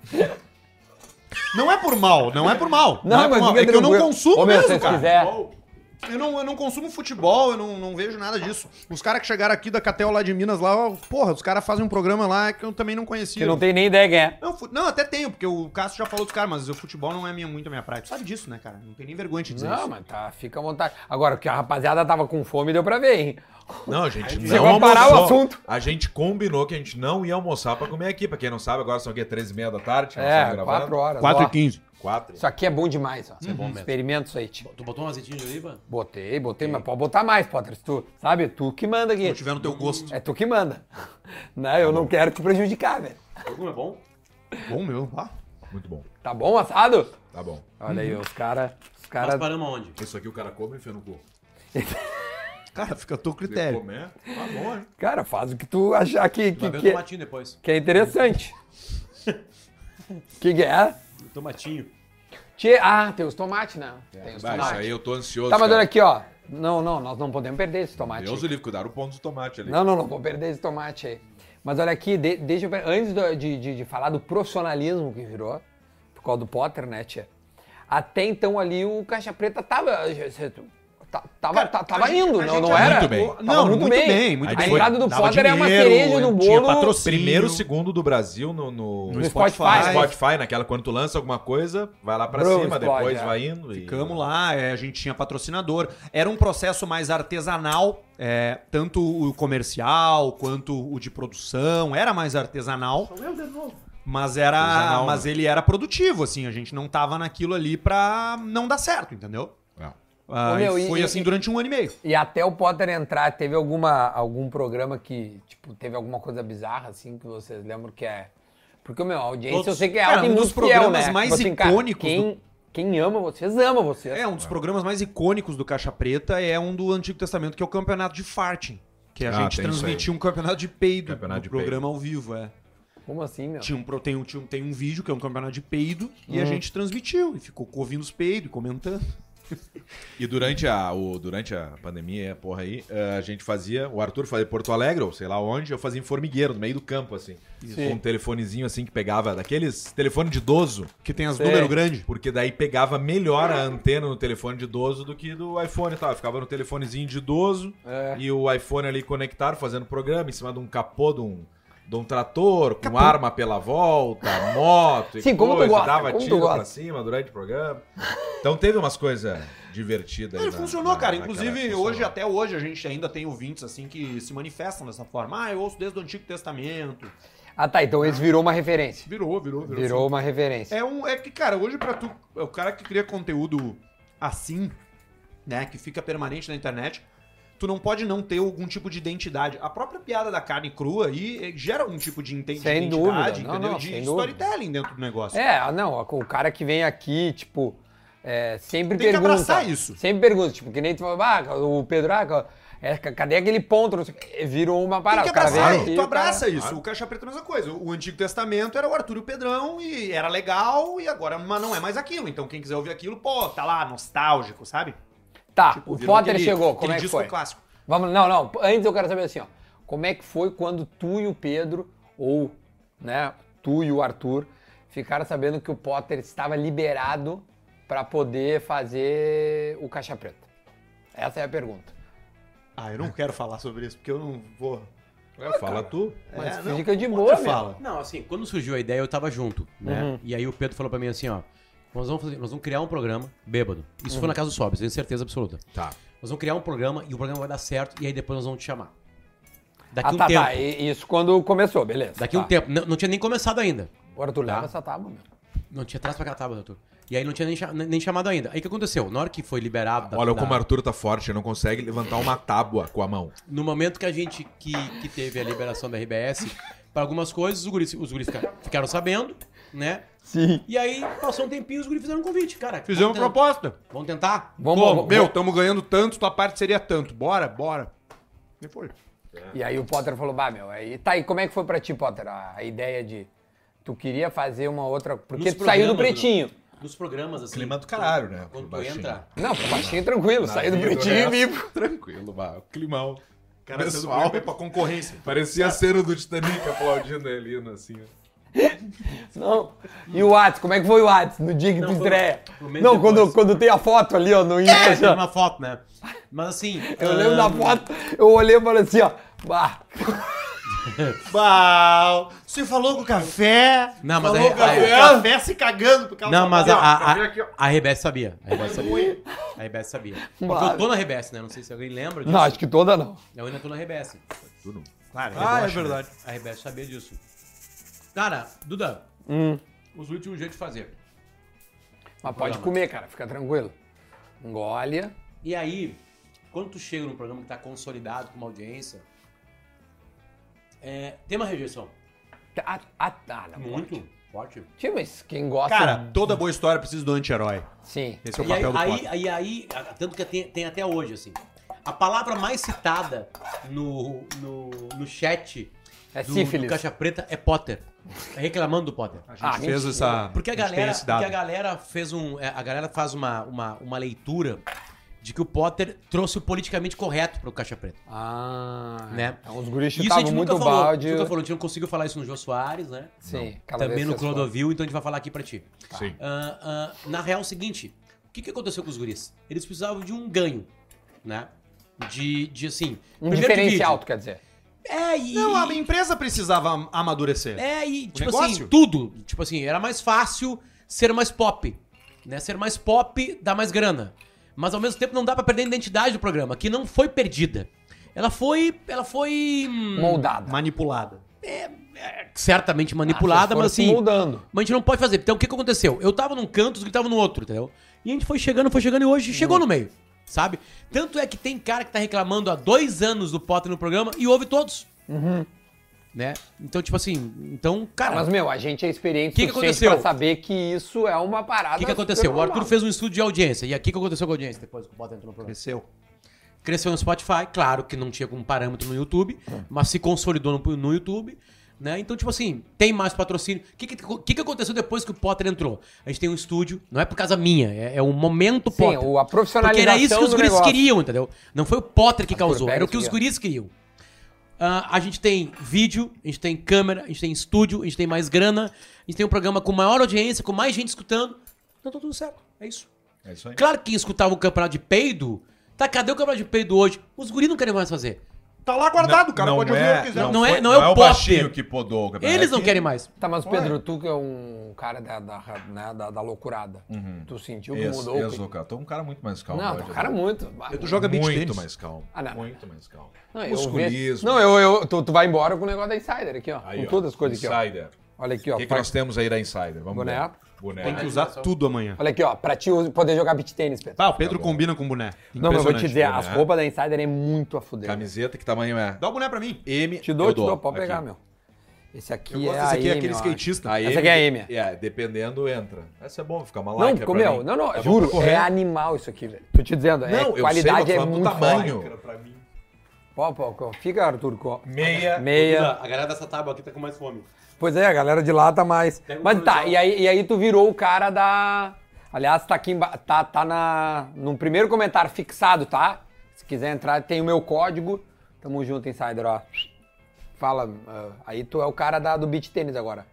Speaker 6: Não é por mal, não é por mal.
Speaker 2: Não,
Speaker 6: é, por
Speaker 2: mas
Speaker 6: mal.
Speaker 2: fica
Speaker 6: é que eu não
Speaker 2: tranquilo.
Speaker 6: consumo
Speaker 2: Ô, meu,
Speaker 6: mesmo,
Speaker 2: se
Speaker 6: cara.
Speaker 2: quiser.
Speaker 6: Eu não, eu não consumo futebol, eu não, não vejo nada disso. Os caras que chegaram aqui da Catel lá de Minas, lá, ó, porra, os caras fazem um programa lá que eu também não conhecia.
Speaker 2: Que não tem nem ideia quem é.
Speaker 6: Não, fu- não, até tenho, porque o Cássio já falou dos caras, mas o futebol não é minha, muito a minha praia. Tu sabe disso, né, cara? Não tem nem vergonha de dizer
Speaker 2: Não,
Speaker 6: isso.
Speaker 2: mas tá, fica à vontade. Agora, que a rapaziada tava com fome, deu pra ver, hein?
Speaker 5: Não, a gente não
Speaker 2: Chegou a parar
Speaker 5: almoçou.
Speaker 2: o assunto.
Speaker 5: A gente combinou que a gente não ia almoçar pra comer aqui. Pra quem não sabe, agora são aqui 13h30 da tarde. nós estamos
Speaker 2: É,
Speaker 5: gravando.
Speaker 2: quatro horas. ó.
Speaker 3: 4h15.
Speaker 5: Quatro.
Speaker 2: Isso aqui é bom demais, ó.
Speaker 4: bom mesmo.
Speaker 2: Experimenta isso aí, tio.
Speaker 4: Tu botou um azeitinho de oliva?
Speaker 2: Botei, botei, mas pode botar mais, Potter. se Tu, sabe? Tu que manda aqui.
Speaker 6: Se tiver no teu gosto.
Speaker 2: É tu que manda. Né? Eu não quero te prejudicar, velho.
Speaker 4: Como é bom?
Speaker 6: Bom, meu. Ah,
Speaker 5: Muito bom.
Speaker 2: Tá bom, assado?
Speaker 5: Tá bom.
Speaker 2: Olha aí, os caras. Os
Speaker 4: Nós
Speaker 2: caras.
Speaker 4: paramos aonde?
Speaker 5: Isso aqui o cara come e enfia no cu.
Speaker 6: cara, fica a teu
Speaker 5: Ele
Speaker 6: critério.
Speaker 5: comer, tá bom, hein?
Speaker 2: Cara, faz o que tu achar que,
Speaker 4: Vai
Speaker 2: que,
Speaker 4: ver o
Speaker 2: que,
Speaker 4: tomatinho depois.
Speaker 2: que é interessante. que que é?
Speaker 4: O tomatinho.
Speaker 2: Tchê, ah, tem os tomates, né? Tem os
Speaker 5: Vai, isso aí
Speaker 2: tomates.
Speaker 5: eu tô ansioso.
Speaker 2: Tá, mas
Speaker 5: cara.
Speaker 2: olha aqui, ó. Não, não, nós não podemos perder esse tomate.
Speaker 5: Deus o livre, cuidaram o ponto do tomate ali.
Speaker 2: Não, não, não, vou perder esse tomate aí. Mas olha aqui, de- deixa eu ver, antes do- de, de- de falar do profissionalismo que virou, por causa do Potter, né, tia? Até então ali o Caixa Preta tava. ta- Tava,
Speaker 6: Cara,
Speaker 2: ta-
Speaker 6: a
Speaker 2: tava
Speaker 6: gente-
Speaker 2: indo,
Speaker 6: a
Speaker 2: não,
Speaker 6: gente
Speaker 2: não
Speaker 6: já-
Speaker 2: era?
Speaker 5: Muito bem.
Speaker 2: Tava
Speaker 6: Não, muito bem, muito
Speaker 2: a
Speaker 5: bem.
Speaker 2: entrada do
Speaker 6: Dava
Speaker 2: Potter é uma
Speaker 6: dinheiro,
Speaker 2: cereja no
Speaker 6: tinha
Speaker 2: bolo.
Speaker 6: patrocínio.
Speaker 5: Primeiro, segundo do Brasil no, no,
Speaker 2: No
Speaker 5: no
Speaker 2: Spotify.
Speaker 6: Spotify. né?
Speaker 5: Spotify, naquela quando tu lança alguma coisa, vai lá pra
Speaker 2: Bro,
Speaker 5: cima,
Speaker 2: explode,
Speaker 5: depois
Speaker 2: é.
Speaker 5: vai indo. e-
Speaker 6: Ficamos lá, é, a gente tinha patrocinador. Era um processo mais artesanal, é, tanto o comercial quanto o de produção, era mais artesanal. Mas era,
Speaker 5: Artesanal, né?
Speaker 6: mas ele era produtivo, assim, a gente não tava naquilo ali pra não dar certo, entendeu?
Speaker 5: Não.
Speaker 6: Ah,
Speaker 2: Ô, meu,
Speaker 6: e
Speaker 2: e-
Speaker 6: foi
Speaker 2: e-
Speaker 6: assim durante um ano e meio.
Speaker 2: E até o Potter entrar, teve alguma, algum programa que, tipo, teve alguma coisa bizarra, assim, que vocês lembram que é. Porque, meu, a audiência
Speaker 4: Todos.
Speaker 2: eu sei que é
Speaker 6: Cara,
Speaker 2: alta e
Speaker 6: um
Speaker 2: muito
Speaker 6: dos
Speaker 2: fiel,
Speaker 6: programas
Speaker 2: né?
Speaker 6: mais
Speaker 2: Tipo assim, cara,
Speaker 6: icônicos
Speaker 2: quem, quem ama vocês, ama vocês.
Speaker 6: É, um dos programas mais icônicos do Caixa Preta é um do Antigo Testamento, que é o campeonato de farting. Que a
Speaker 5: Ah,
Speaker 6: gente
Speaker 5: tem isso
Speaker 6: transmitia um campeonato de peido
Speaker 5: Campeonato
Speaker 6: no
Speaker 5: de
Speaker 6: programa ao vivo, é.
Speaker 2: Como assim, meu?
Speaker 6: Tinha um, pro- tem, um, tinha um- tem um vídeo que é um campeonato de peido
Speaker 2: Hum.
Speaker 6: e a gente transmitiu e ficou ouvindo os peidos, comentando.
Speaker 5: E durante a, o, durante a pandemia, porra aí, eh, a gente fazia, o Arthur fazia em Porto Alegre, ou sei lá onde, eu fazia em formigueiro, no meio do campo, assim. Com um telefonezinho assim que pegava, daqueles telefone de idoso,
Speaker 6: Que tem as
Speaker 2: Sei.
Speaker 6: número grande.
Speaker 5: porque daí pegava melhor a antena no telefone de idoso do que do iPhone e tal. Eu ficava no telefonezinho de idoso
Speaker 2: É.
Speaker 5: e o iPhone ali conectado, fazendo programa, em cima de um capô de um, de um trator, com arma pela volta, moto e
Speaker 2: Sim, como tu
Speaker 5: coisa,
Speaker 2: gosta,
Speaker 5: dava
Speaker 2: como tu
Speaker 5: tiro
Speaker 2: gosta.
Speaker 5: pra cima durante o programa. Então teve umas coisas
Speaker 2: É
Speaker 5: divertidas. aí
Speaker 6: Ele
Speaker 5: na-
Speaker 6: funcionou,
Speaker 5: na-
Speaker 6: cara.
Speaker 5: naquela-
Speaker 6: Inclusive,
Speaker 5: funcionou.
Speaker 6: hoje, até hoje, a gente ainda tem ouvintes assim que se manifestam dessa forma. Ah, eu ouço desde o Antigo Testamento.
Speaker 2: Ah, tá. Então esse virou uma referência.
Speaker 6: Virou, virou, virou.
Speaker 2: Virou uma referência.
Speaker 6: É, um, é que, cara, hoje pra tu. é O cara que cria conteúdo assim, né? Que fica permanente na internet, tu não pode não ter algum tipo de identidade. A própria piada da carne crua aí eh, gera um tipo de inten-
Speaker 2: Sem
Speaker 6: identidade,
Speaker 2: dúvida. Não,
Speaker 6: entendeu?
Speaker 2: não,
Speaker 6: de
Speaker 2: sem
Speaker 6: storytelling dentro do negócio.
Speaker 2: É, ah, não. O cara que vem aqui, tipo, é, sempre
Speaker 6: Tem que
Speaker 2: pergunta.
Speaker 6: abraçar isso.
Speaker 2: Sempre pergunta, tipo, que nem tu falou, ah, o Pedro, ah, é, cadê aquele ponto? Não sei o quê. Virou uma
Speaker 6: Tem
Speaker 2: parada.
Speaker 6: que
Speaker 2: O cara vem
Speaker 6: abraçar,
Speaker 2: aqui,
Speaker 6: tu
Speaker 2: o cara-
Speaker 6: abraça isso. O Caixa Preta é a mesma coisa. O Antigo Testamento era o Arthur e o Pedrão e era legal e agora mas não é mais aquilo. Então quem quiser ouvir aquilo, pô, tá lá, nostálgico, sabe?
Speaker 2: Tá,
Speaker 6: Tipo,
Speaker 2: o
Speaker 6: virou
Speaker 2: Potter
Speaker 6: aquele-
Speaker 2: chegou,
Speaker 6: aquele
Speaker 2: como é que
Speaker 6: disco
Speaker 2: foi?
Speaker 6: clássico.
Speaker 2: Vamos, não, não. Antes eu quero saber assim, ó. Como é que foi quando tu e o Pedro, ou, né, tu e o Arthur, ficaram sabendo que o Potter estava liberado pra poder fazer o Caixa Preta? Essa é a pergunta.
Speaker 6: Ah, eu não quero falar sobre isso porque eu não vou.
Speaker 5: É, fala tu.
Speaker 2: Mas
Speaker 6: É, não,
Speaker 2: fica de
Speaker 6: Potter
Speaker 2: boa, meu.
Speaker 4: Não, assim, quando surgiu a ideia, eu tava junto, né?
Speaker 2: Uhum.
Speaker 4: E aí o Pedro falou pra mim assim, ó. Nós vamos, fazer- nós vamos criar um programa bêbado. Isso
Speaker 2: Uhum.
Speaker 4: foi na casa do Sobs, tenho certeza absoluta.
Speaker 5: Tá.
Speaker 4: Nós vamos criar um programa e o programa vai dar certo e aí depois nós vamos te chamar. Daqui
Speaker 2: Ah,
Speaker 4: um
Speaker 2: tá,
Speaker 4: tempo.
Speaker 2: tá. E- Isso quando começou, beleza.
Speaker 4: Daqui
Speaker 2: tá.
Speaker 4: um tempo. Não, não tinha nem começado ainda.
Speaker 2: O Arthur leva
Speaker 4: Tá.
Speaker 2: essa tábua, meu.
Speaker 4: Não tinha traz pra cá, tava, doutor. E aí não tinha nem, cha- nem- nem chamado ainda. Aí o que aconteceu? Na hora que foi liberado. da-
Speaker 5: Olha
Speaker 4: da-
Speaker 5: como o Arthur tá forte, ele não consegue levantar uma tábua com a mão.
Speaker 4: No momento que a gente que, que teve a liberação da RBS, para algumas coisas, os guris, os guris fica- ficaram sabendo, né?
Speaker 2: Sim.
Speaker 4: E aí passou um tempinho e os guris fizeram um convite, cara.
Speaker 6: Fizemos
Speaker 4: vamos ten-
Speaker 6: proposta.
Speaker 4: Vamos tentar?
Speaker 2: Vamos,
Speaker 6: Pô,
Speaker 2: vamos.
Speaker 6: meu, tamo ganhando tanto, tua parte seria tanto. Bora, bora. E foi.
Speaker 2: E aí o Potter falou, bah, meu, aí tá, e como é que foi pra ti, Potter, a, a ideia de tu queria fazer uma outra, porque
Speaker 4: Nos
Speaker 2: tu saiu do
Speaker 4: programas, né?"
Speaker 2: pretinho.
Speaker 4: Nos programas, assim.
Speaker 5: Clima do caralho, né?
Speaker 4: Quando tu
Speaker 5: Baixinho.
Speaker 4: entra.
Speaker 2: Não, baixinho tranquilo, saiu do pretinho e vivo.
Speaker 5: Tranquilo, bah. Climão. Cara, pessoal, pra concorrência. Parecia a cena do Titanic aplaudindo a Helena, assim. ó.
Speaker 2: Não. E o Whats, como é que foi o Whats no dia que tu
Speaker 4: foi
Speaker 2: estreia?
Speaker 4: no mês
Speaker 2: Não, quando,
Speaker 4: depois.
Speaker 2: quando tem a foto ali, ó, no
Speaker 4: É, tem
Speaker 2: Insta.
Speaker 4: uma foto, né? Mas assim.
Speaker 2: Eu lembro da
Speaker 4: ahn,
Speaker 2: foto, eu olhei e falei assim, ó. Bah,
Speaker 6: Bau, você falou com o café.
Speaker 4: Não, mas
Speaker 6: falou
Speaker 4: aí-
Speaker 6: com o café,
Speaker 4: aí-
Speaker 6: café se cagando por causa
Speaker 4: Não,
Speaker 6: da-
Speaker 4: mas a, a,
Speaker 5: Tá vendo
Speaker 4: a,
Speaker 5: aqui, ó.
Speaker 4: a Rebece sabia. A Rebece sabia. A Rebece sabia. Porque eu tô na Rebece, né? Não sei se alguém lembra disso.
Speaker 2: não, acho que toda não.
Speaker 4: Eu ainda tô na Rebece.
Speaker 6: Claro,
Speaker 3: Ah, é
Speaker 6: relaxa, né?
Speaker 3: verdade.
Speaker 4: A Rebece sabia disso. Cara, Duda, os últimos jeitos de fazer.
Speaker 2: Mas pode comer, cara, fica tranquilo. Engole.
Speaker 4: E aí, quando tu chega num programa que tá consolidado com uma audiência, é, tem uma rejeição.
Speaker 2: Ah, ah, ah,
Speaker 6: Tá
Speaker 2: não.
Speaker 4: Muito forte.
Speaker 2: Tinha, mas quem gosta.
Speaker 6: Cara, toda boa história precisa do anti-herói.
Speaker 2: Sim.
Speaker 6: Esse é o
Speaker 4: E aí,
Speaker 6: papel do
Speaker 4: aí,
Speaker 6: Potter.
Speaker 4: aí, aí, a- tanto que tem, tem até hoje, assim. A palavra mais citada no, no, no chat
Speaker 2: É
Speaker 4: do, do
Speaker 2: sífilis.
Speaker 4: Caixa Preta é Potter. É reclamando do Potter.
Speaker 6: A gente
Speaker 2: Ah,
Speaker 6: fez
Speaker 2: mentira.
Speaker 6: essa.
Speaker 4: Porque a
Speaker 6: gente tem
Speaker 4: galera,
Speaker 6: esse dado.
Speaker 4: porque a galera fez um, é, a galera faz uma, uma, uma leitura de que o Potter trouxe o politicamente correto pro Caixa Preta,
Speaker 2: Ah,
Speaker 4: né?
Speaker 2: Então, os guris
Speaker 4: E isso a
Speaker 2: chutavam
Speaker 4: gente
Speaker 2: muito
Speaker 4: nunca falou,
Speaker 2: balde.
Speaker 4: nunca falou, a gente não conseguiu falar isso no Jô Soares, né?
Speaker 2: Sim, cada
Speaker 4: Também
Speaker 2: vez
Speaker 4: no
Speaker 2: vocês falam.
Speaker 4: Clodovil, então a gente vai falar aqui pra ti.
Speaker 5: Sim.
Speaker 4: Ah, ah, na real, é o seguinte: o que, que aconteceu com os guris? Eles precisavam de um ganho, né? De, de assim.
Speaker 2: Um
Speaker 4: primeiro de
Speaker 2: diferencial, tu
Speaker 4: vídeo.
Speaker 2: quer dizer.
Speaker 4: É, e.
Speaker 6: Não, a empresa precisava am- amadurecer.
Speaker 4: É, e, tipo assim,
Speaker 6: negócio?
Speaker 4: tudo. Tipo assim, era mais fácil ser mais pop. Né? Ser mais pop dá mais grana. Mas ao mesmo tempo não dá pra perder a identidade do programa, que não foi perdida. Ela foi. Ela foi. hum,
Speaker 2: Moldada.
Speaker 6: Manipulada.
Speaker 4: certamente
Speaker 2: Ah,
Speaker 4: manipulada,
Speaker 2: vocês
Speaker 4: mas
Speaker 2: foram se
Speaker 4: assim.
Speaker 2: moldando.
Speaker 4: Mas a gente não pode fazer. Então o que, que aconteceu? Eu tava num canto, os gritavam no outro, entendeu? E a gente foi chegando, foi chegando e hoje chegou no meio, sabe? Tanto é que tem cara que tá reclamando há dois anos do Potter no programa e ouve todos. Né? Então, tipo assim, então,
Speaker 2: Ah,
Speaker 4: cara,
Speaker 2: Mas,
Speaker 4: o
Speaker 2: meu, a gente é experiente
Speaker 4: Que que
Speaker 2: suficiente
Speaker 4: aconteceu?
Speaker 2: pra saber que isso é uma parada.
Speaker 4: que, que
Speaker 2: super
Speaker 4: aconteceu? O
Speaker 2: normal.
Speaker 4: Arthur fez um estudo de audiência. E aqui que aconteceu com a audiência depois que o Potter entrou no programa?
Speaker 6: Cresceu.
Speaker 4: Cresceu no Spotify, claro que não tinha como parâmetro no YouTube, mas se consolidou no, no YouTube. Né? Então, tipo assim, tem mais patrocínio. O que, que, que que aconteceu depois que o Potter entrou? A gente tem um estúdio, não é por causa minha, é, é o momento
Speaker 2: Sim,
Speaker 4: Potter.
Speaker 2: o- a
Speaker 4: Porque
Speaker 2: profissionalização
Speaker 4: era isso que os
Speaker 2: do
Speaker 4: guris
Speaker 2: negócio.
Speaker 4: queriam, entendeu? Não foi o Potter que
Speaker 2: Arthur,
Speaker 4: causou,
Speaker 2: pega
Speaker 4: era o
Speaker 2: isso
Speaker 4: que os
Speaker 2: aqui, ó.
Speaker 4: guris queriam. Ah, a gente tem vídeo, a gente tem câmera, a gente tem estúdio, a gente tem mais grana, a gente tem um programa com maior audiência, com mais gente escutando. Então tá tudo certo, é isso.
Speaker 5: É isso aí.
Speaker 4: Claro que quem escutava o campeonato de peido, tá, cadê o campeonato de peido hoje? Os guris não querem mais fazer.
Speaker 6: Tá lá guardado, o cara pode ouvir o que quiser.
Speaker 5: Não,
Speaker 4: Não é-
Speaker 5: foi-
Speaker 4: não é o Potter.
Speaker 5: baixinho que podou. cara.
Speaker 4: Eles
Speaker 5: É
Speaker 4: não
Speaker 5: que-
Speaker 4: querem mais.
Speaker 2: Tá, mas Pedro, tu que é um cara da, da, né, da, da loucurada. Tu sentiu que
Speaker 5: Ex,
Speaker 2: mudou? o
Speaker 5: ex,
Speaker 2: clima?
Speaker 5: cara. Tô um cara muito mais calmo.
Speaker 2: não,
Speaker 5: hoje,
Speaker 2: tu é um cara
Speaker 5: né?
Speaker 2: muito.
Speaker 6: Tu joga beat
Speaker 5: Muito
Speaker 6: tênis.
Speaker 5: mais calmo.
Speaker 2: Ah, não.
Speaker 5: Muito mais calmo.
Speaker 2: Não, eu vejo.
Speaker 5: Musculismo.
Speaker 2: Não, eu, eu, tu, tu vai embora com o negócio da Insider aqui, ó.
Speaker 5: Aí,
Speaker 2: com
Speaker 5: ó,
Speaker 2: todas as coisas aqui, ó.
Speaker 5: Insider.
Speaker 2: Olha aqui, ó.
Speaker 5: O que, que
Speaker 2: pra-
Speaker 5: nós temos aí da Insider? Vamos
Speaker 2: Boné.
Speaker 5: lá. Boné.
Speaker 6: Tem que usar tudo amanhã.
Speaker 2: Olha aqui, ó. Pra ti poder jogar beat tênis, Pedro.
Speaker 6: Ah, o Pedro combina com o boné.
Speaker 2: Não, mas eu vou te
Speaker 6: Impressionante.
Speaker 2: dizer,
Speaker 5: né?
Speaker 2: as roupas da Insider é muito a fuder.
Speaker 5: Camiseta, que tamanho é?
Speaker 6: Dá o boné pra mim.
Speaker 5: M.
Speaker 2: Te dou,
Speaker 5: eu
Speaker 2: te dou. Pode
Speaker 5: Aqui.
Speaker 2: pegar, né? meu. Esse aqui
Speaker 6: Eu
Speaker 2: é
Speaker 6: gosto
Speaker 2: a
Speaker 6: desse aqui,
Speaker 2: M,
Speaker 6: aquele
Speaker 2: eu acho.
Speaker 6: skatista.
Speaker 5: A
Speaker 2: Essa aqui é a M.
Speaker 5: É, dependendo, entra. Essa é bom, fica uma
Speaker 2: Não,
Speaker 5: like.
Speaker 2: ficou meu. Não, não, juro. É animal isso aqui, velho. Tô te dizendo. é,
Speaker 5: Não, eu
Speaker 2: qualidade
Speaker 5: sei, eu
Speaker 2: é
Speaker 5: tô falando do
Speaker 2: muito
Speaker 5: tamanho.
Speaker 2: forte. Ó, pô, ó, Fica, Arthur. ó.
Speaker 5: Meia.
Speaker 2: Meia.
Speaker 4: É. A galera dessa tábua aqui tá com mais fome.
Speaker 2: Pois é, a galera de lá tá mais.
Speaker 5: um
Speaker 4: Pega o
Speaker 2: Mas tá,
Speaker 4: colegial.
Speaker 2: e aí, e aí tu virou o cara da. Aliás, tá aqui embaixo. Tá, tá na... no primeiro comentário fixado, tá? Se quiser entrar, tem o meu código. Tamo junto, Insider, ó. Fala. ah, aí tu é o cara da- do beat tênis agora.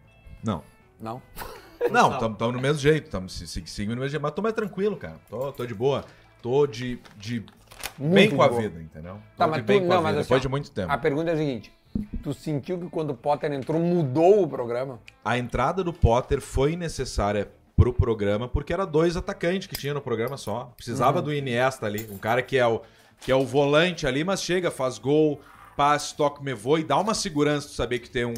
Speaker 5: Não.
Speaker 2: Não?
Speaker 5: Não, estamos no mesmo jeito, estamos seguindo no mesmo jeito, mas tô mais tranquilo, cara. Tô, tô de boa. Tô de, de bem
Speaker 2: de
Speaker 5: com a
Speaker 2: boa.
Speaker 5: vida, entendeu? Tô
Speaker 2: Tá,
Speaker 5: de
Speaker 2: mas tu,
Speaker 5: bem com a
Speaker 2: não, mas
Speaker 5: vida,
Speaker 2: assim,
Speaker 5: depois
Speaker 2: ó,
Speaker 5: de muito tempo.
Speaker 2: A pergunta é a seguinte: tu sentiu que quando o Potter entrou mudou o programa?
Speaker 5: a entrada do Potter foi necessária pro programa, porque era dois atacantes que tinha no programa só. Precisava
Speaker 2: Uhum.
Speaker 5: do Iniesta ali, um cara que é o que é o volante ali, mas chega, faz gol, passe, toca, me voa e dá uma segurança de saber que tem um,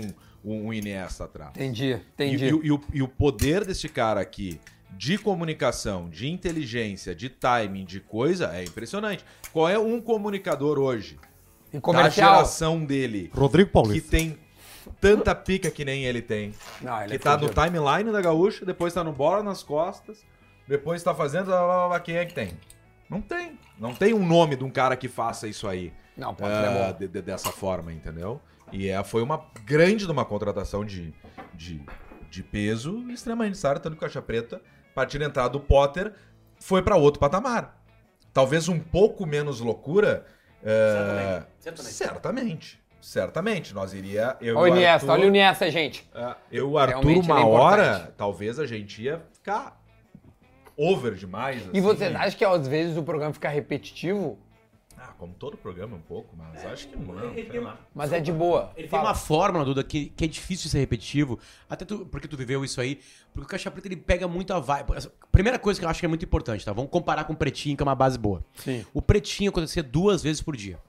Speaker 5: um, um Iniesta atrás.
Speaker 2: Entendi,
Speaker 5: E,
Speaker 2: entendi.
Speaker 5: e o- e o, e o poder desse cara aqui de comunicação, de inteligência, de timing, de coisa, é impressionante. Qual é um comunicador hoje
Speaker 2: E
Speaker 5: da
Speaker 2: comercial.
Speaker 5: geração dele
Speaker 6: Rodrigo
Speaker 5: que
Speaker 6: Paulista.
Speaker 5: tem tanta pica que nem ele tem?
Speaker 2: Não, ele
Speaker 5: que
Speaker 2: é
Speaker 5: tá no
Speaker 2: fudido.
Speaker 5: timeline da gaúcha, depois tá no bola nas costas, depois tá fazendo. blá, blá, blá, quem é que tem? Não tem. Não tem um nome de um cara que faça isso aí.
Speaker 2: Não, o Potter é
Speaker 5: ah,
Speaker 2: bom.
Speaker 5: de- de- dessa forma, entendeu? E é, foi uma grande de uma contratação de, de, de peso e extremamente necessária, tanto que o Caixa Preta, a partir da entrada do Potter, foi pra outro patamar. Talvez um pouco menos loucura eh,
Speaker 4: Certamente.
Speaker 5: certamente. Certamente. Nós iria. Eu,
Speaker 2: Olha o Iniesta,
Speaker 5: Arthur,
Speaker 2: olha o Iniesta, gente.
Speaker 5: eh, Eu, o Arthur,
Speaker 2: Realmente ele é
Speaker 5: uma hora,
Speaker 2: importante.
Speaker 5: talvez a gente ia ficar over demais.
Speaker 2: E
Speaker 5: assim.
Speaker 2: vocês acham que às vezes o programa fica repetitivo?
Speaker 5: Ah, como todo programa um pouco, mas acho que não. sei lá.
Speaker 2: Mas é de boa.
Speaker 4: Ele tem
Speaker 2: Fala.
Speaker 4: uma fórmula, Duda, que, que é difícil de ser repetitivo. Até tu, porque tu viveu isso aí. Porque o Caixa Preta, ele pega muito a vibe. Essa- Primeira coisa que eu acho que é muito importante, tá? Vamos comparar com o Pretinho, que é uma base boa.
Speaker 2: Sim.
Speaker 4: O Pretinho acontecia duas vezes por dia.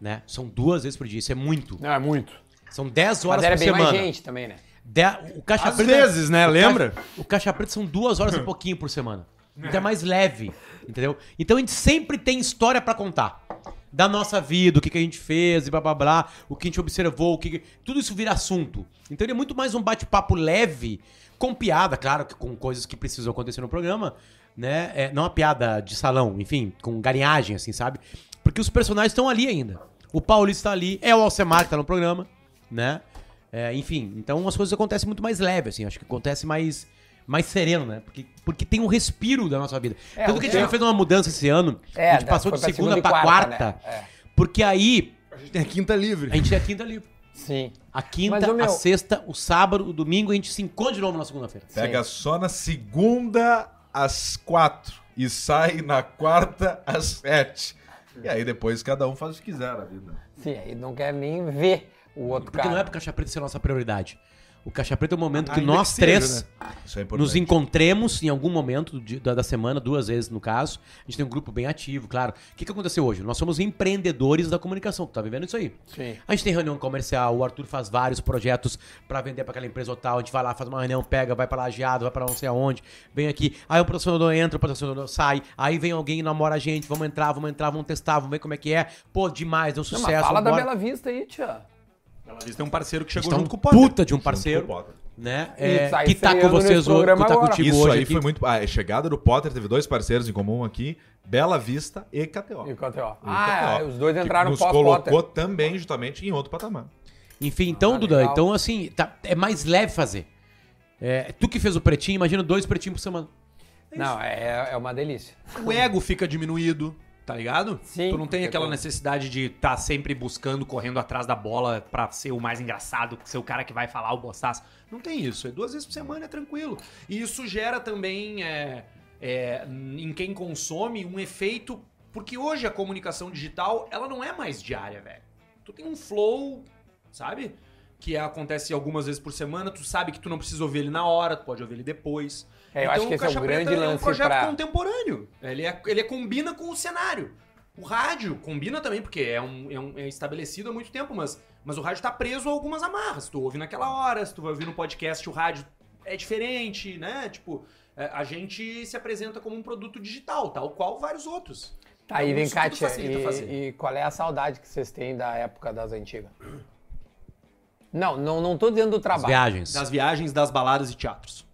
Speaker 4: Né? São duas vezes por dia. Isso é muito.
Speaker 2: Não, é muito.
Speaker 4: São 10 horas
Speaker 2: Mas era
Speaker 4: por
Speaker 2: bem
Speaker 4: semana.
Speaker 2: mais gente também, né?
Speaker 4: De- o Caixa
Speaker 3: Às vezes, né?
Speaker 4: o Caixa-
Speaker 3: Lembra?
Speaker 4: O Caixa Preta são duas horas e pouquinho por semana. Então é mais leve, entendeu? Então a gente sempre tem história pra contar. Da nossa vida, o que, que a gente fez e blá blá blá, o que a gente observou, o que. que- Tudo isso vira assunto. Então ele é muito mais um bate-papo leve, com piada, claro, que com coisas que precisam acontecer no programa, né? É, não uma piada de salão, enfim, com galinhagem, assim, sabe? Porque os personagens estão ali ainda. O Paulista tá ali, é o Alcemar que tá no programa, né? É, enfim, então as coisas acontecem muito mais leve, assim. Acho que acontece mais, mais sereno, né? Porque, porque tem um respiro da nossa vida.
Speaker 2: É,
Speaker 4: Tanto que a gente
Speaker 2: o-
Speaker 4: não fez uma mudança esse ano.
Speaker 2: É,
Speaker 4: a gente
Speaker 2: da-
Speaker 4: passou
Speaker 2: foi
Speaker 4: de
Speaker 2: pra
Speaker 4: segunda,
Speaker 2: segunda e
Speaker 4: pra
Speaker 2: quarta,
Speaker 4: quarta.
Speaker 2: né? É.
Speaker 4: Porque aí
Speaker 3: Tem a quinta livre.
Speaker 4: a gente é a quinta livre.
Speaker 2: Sim.
Speaker 4: A
Speaker 2: Mas,
Speaker 4: quinta,
Speaker 2: ô, meu-
Speaker 4: a sexta, o sábado, o domingo, a gente se encontra de novo na segunda-feira.
Speaker 5: Pega só na segunda às quatro e sai na quarta às sete. E aí depois cada um faz o que quiser na vida.
Speaker 2: Sim, aí não quer nem ver o outro
Speaker 4: Porque
Speaker 2: cara.
Speaker 4: não é pro Caixa Preta ser a nossa prioridade. O Caixa Preta é o momento que
Speaker 3: Ainda
Speaker 4: nós
Speaker 3: que seja,
Speaker 4: três
Speaker 3: né?
Speaker 5: Isso é importante.
Speaker 4: nos encontremos em algum momento de- da, da semana, duas vezes no caso. A gente tem um grupo bem ativo, claro. O que, que aconteceu hoje? Nós somos empreendedores da comunicação. Tu tá vivendo isso aí?
Speaker 2: Sim.
Speaker 4: A gente tem reunião comercial, o Arthur faz vários projetos pra vender pra aquela empresa ou tal. A gente vai lá, faz uma reunião, pega, vai pra lajeado, vai pra não sei aonde, vem aqui. Aí o patrocinador entra, o patrocinador sai. Aí vem alguém e namora a gente. Vamos entrar, vamos entrar, vamos testar, vamos ver como é que é. Pô, demais, deu
Speaker 2: Não,
Speaker 4: sucesso.
Speaker 2: mas fala da
Speaker 4: vambora.
Speaker 2: Bela Vista aí, tia.
Speaker 3: Tem um parceiro que
Speaker 4: A gente
Speaker 3: chegou
Speaker 4: tá um
Speaker 3: junto com o Potter.
Speaker 4: puta de um parceiro, né? É,
Speaker 2: Isso aí,
Speaker 4: que tá com
Speaker 2: estreando
Speaker 4: vocês
Speaker 2: nesse
Speaker 4: hoje, que
Speaker 2: programa
Speaker 4: tá
Speaker 2: agora.
Speaker 4: contigo
Speaker 5: Isso
Speaker 4: hoje
Speaker 5: aí
Speaker 4: aqui.
Speaker 5: foi muito. Ah, a chegada do Potter teve dois parceiros em comum aqui: Bela Vista e KTO.
Speaker 2: E o KTO.
Speaker 5: E
Speaker 2: Ah,
Speaker 5: KTO,
Speaker 2: os dois
Speaker 5: Então, que
Speaker 2: entraram
Speaker 5: nos
Speaker 2: pós-Potter.
Speaker 5: colocou também justamente em outro patamar.
Speaker 4: Enfim, então,
Speaker 2: Ah,
Speaker 4: Duda,
Speaker 2: legal.
Speaker 4: então assim, tá- é mais leve fazer. É, tu que fez o pretinho, imagina dois pretinhos por semana.
Speaker 2: Não, é, é uma delícia.
Speaker 6: O ego fica diminuído, tá ligado?
Speaker 2: Sim,
Speaker 6: tu não tem
Speaker 2: porque
Speaker 6: aquela
Speaker 2: tu-
Speaker 6: necessidade de estar sempre buscando, correndo atrás da bola pra ser o mais engraçado, ser o cara que vai falar o bostaço. Não tem isso. É duas vezes por semana, é tranquilo. E isso gera também é, é, em quem consome um efeito. Porque hoje a comunicação digital, ela não é mais diária, velho. Tu tem um flow, sabe? Que é, acontece algumas vezes por semana, tu sabe que tu não precisa ouvir ele na hora, tu pode ouvir ele depois. Então,
Speaker 2: É, eu acho que esse é o
Speaker 6: Caixa
Speaker 2: grande
Speaker 6: Preta um
Speaker 2: lance
Speaker 6: projeto
Speaker 2: pra-
Speaker 6: contemporâneo. Ele, é- ele combina com o cenário. O rádio combina também, porque é, um, é, um- é estabelecido há muito tempo, mas, mas o rádio tá preso a algumas amarras. Tu ouve naquela hora, se tu vai ouvir no podcast, o rádio é diferente, né? Tipo, é, a gente se apresenta como um produto digital, tal qual vários outros.
Speaker 2: Tá, aí,
Speaker 6: Então,
Speaker 2: vem
Speaker 6: isso
Speaker 2: cá,
Speaker 6: tudo
Speaker 2: tia.
Speaker 6: facilita fazer.
Speaker 2: E, e qual é a saudade que vocês têm da época das antigas? Não, não, não tô dizendo do
Speaker 4: As
Speaker 2: trabalho.
Speaker 4: viagens.
Speaker 5: Tá.
Speaker 6: Das viagens, das baladas e teatros.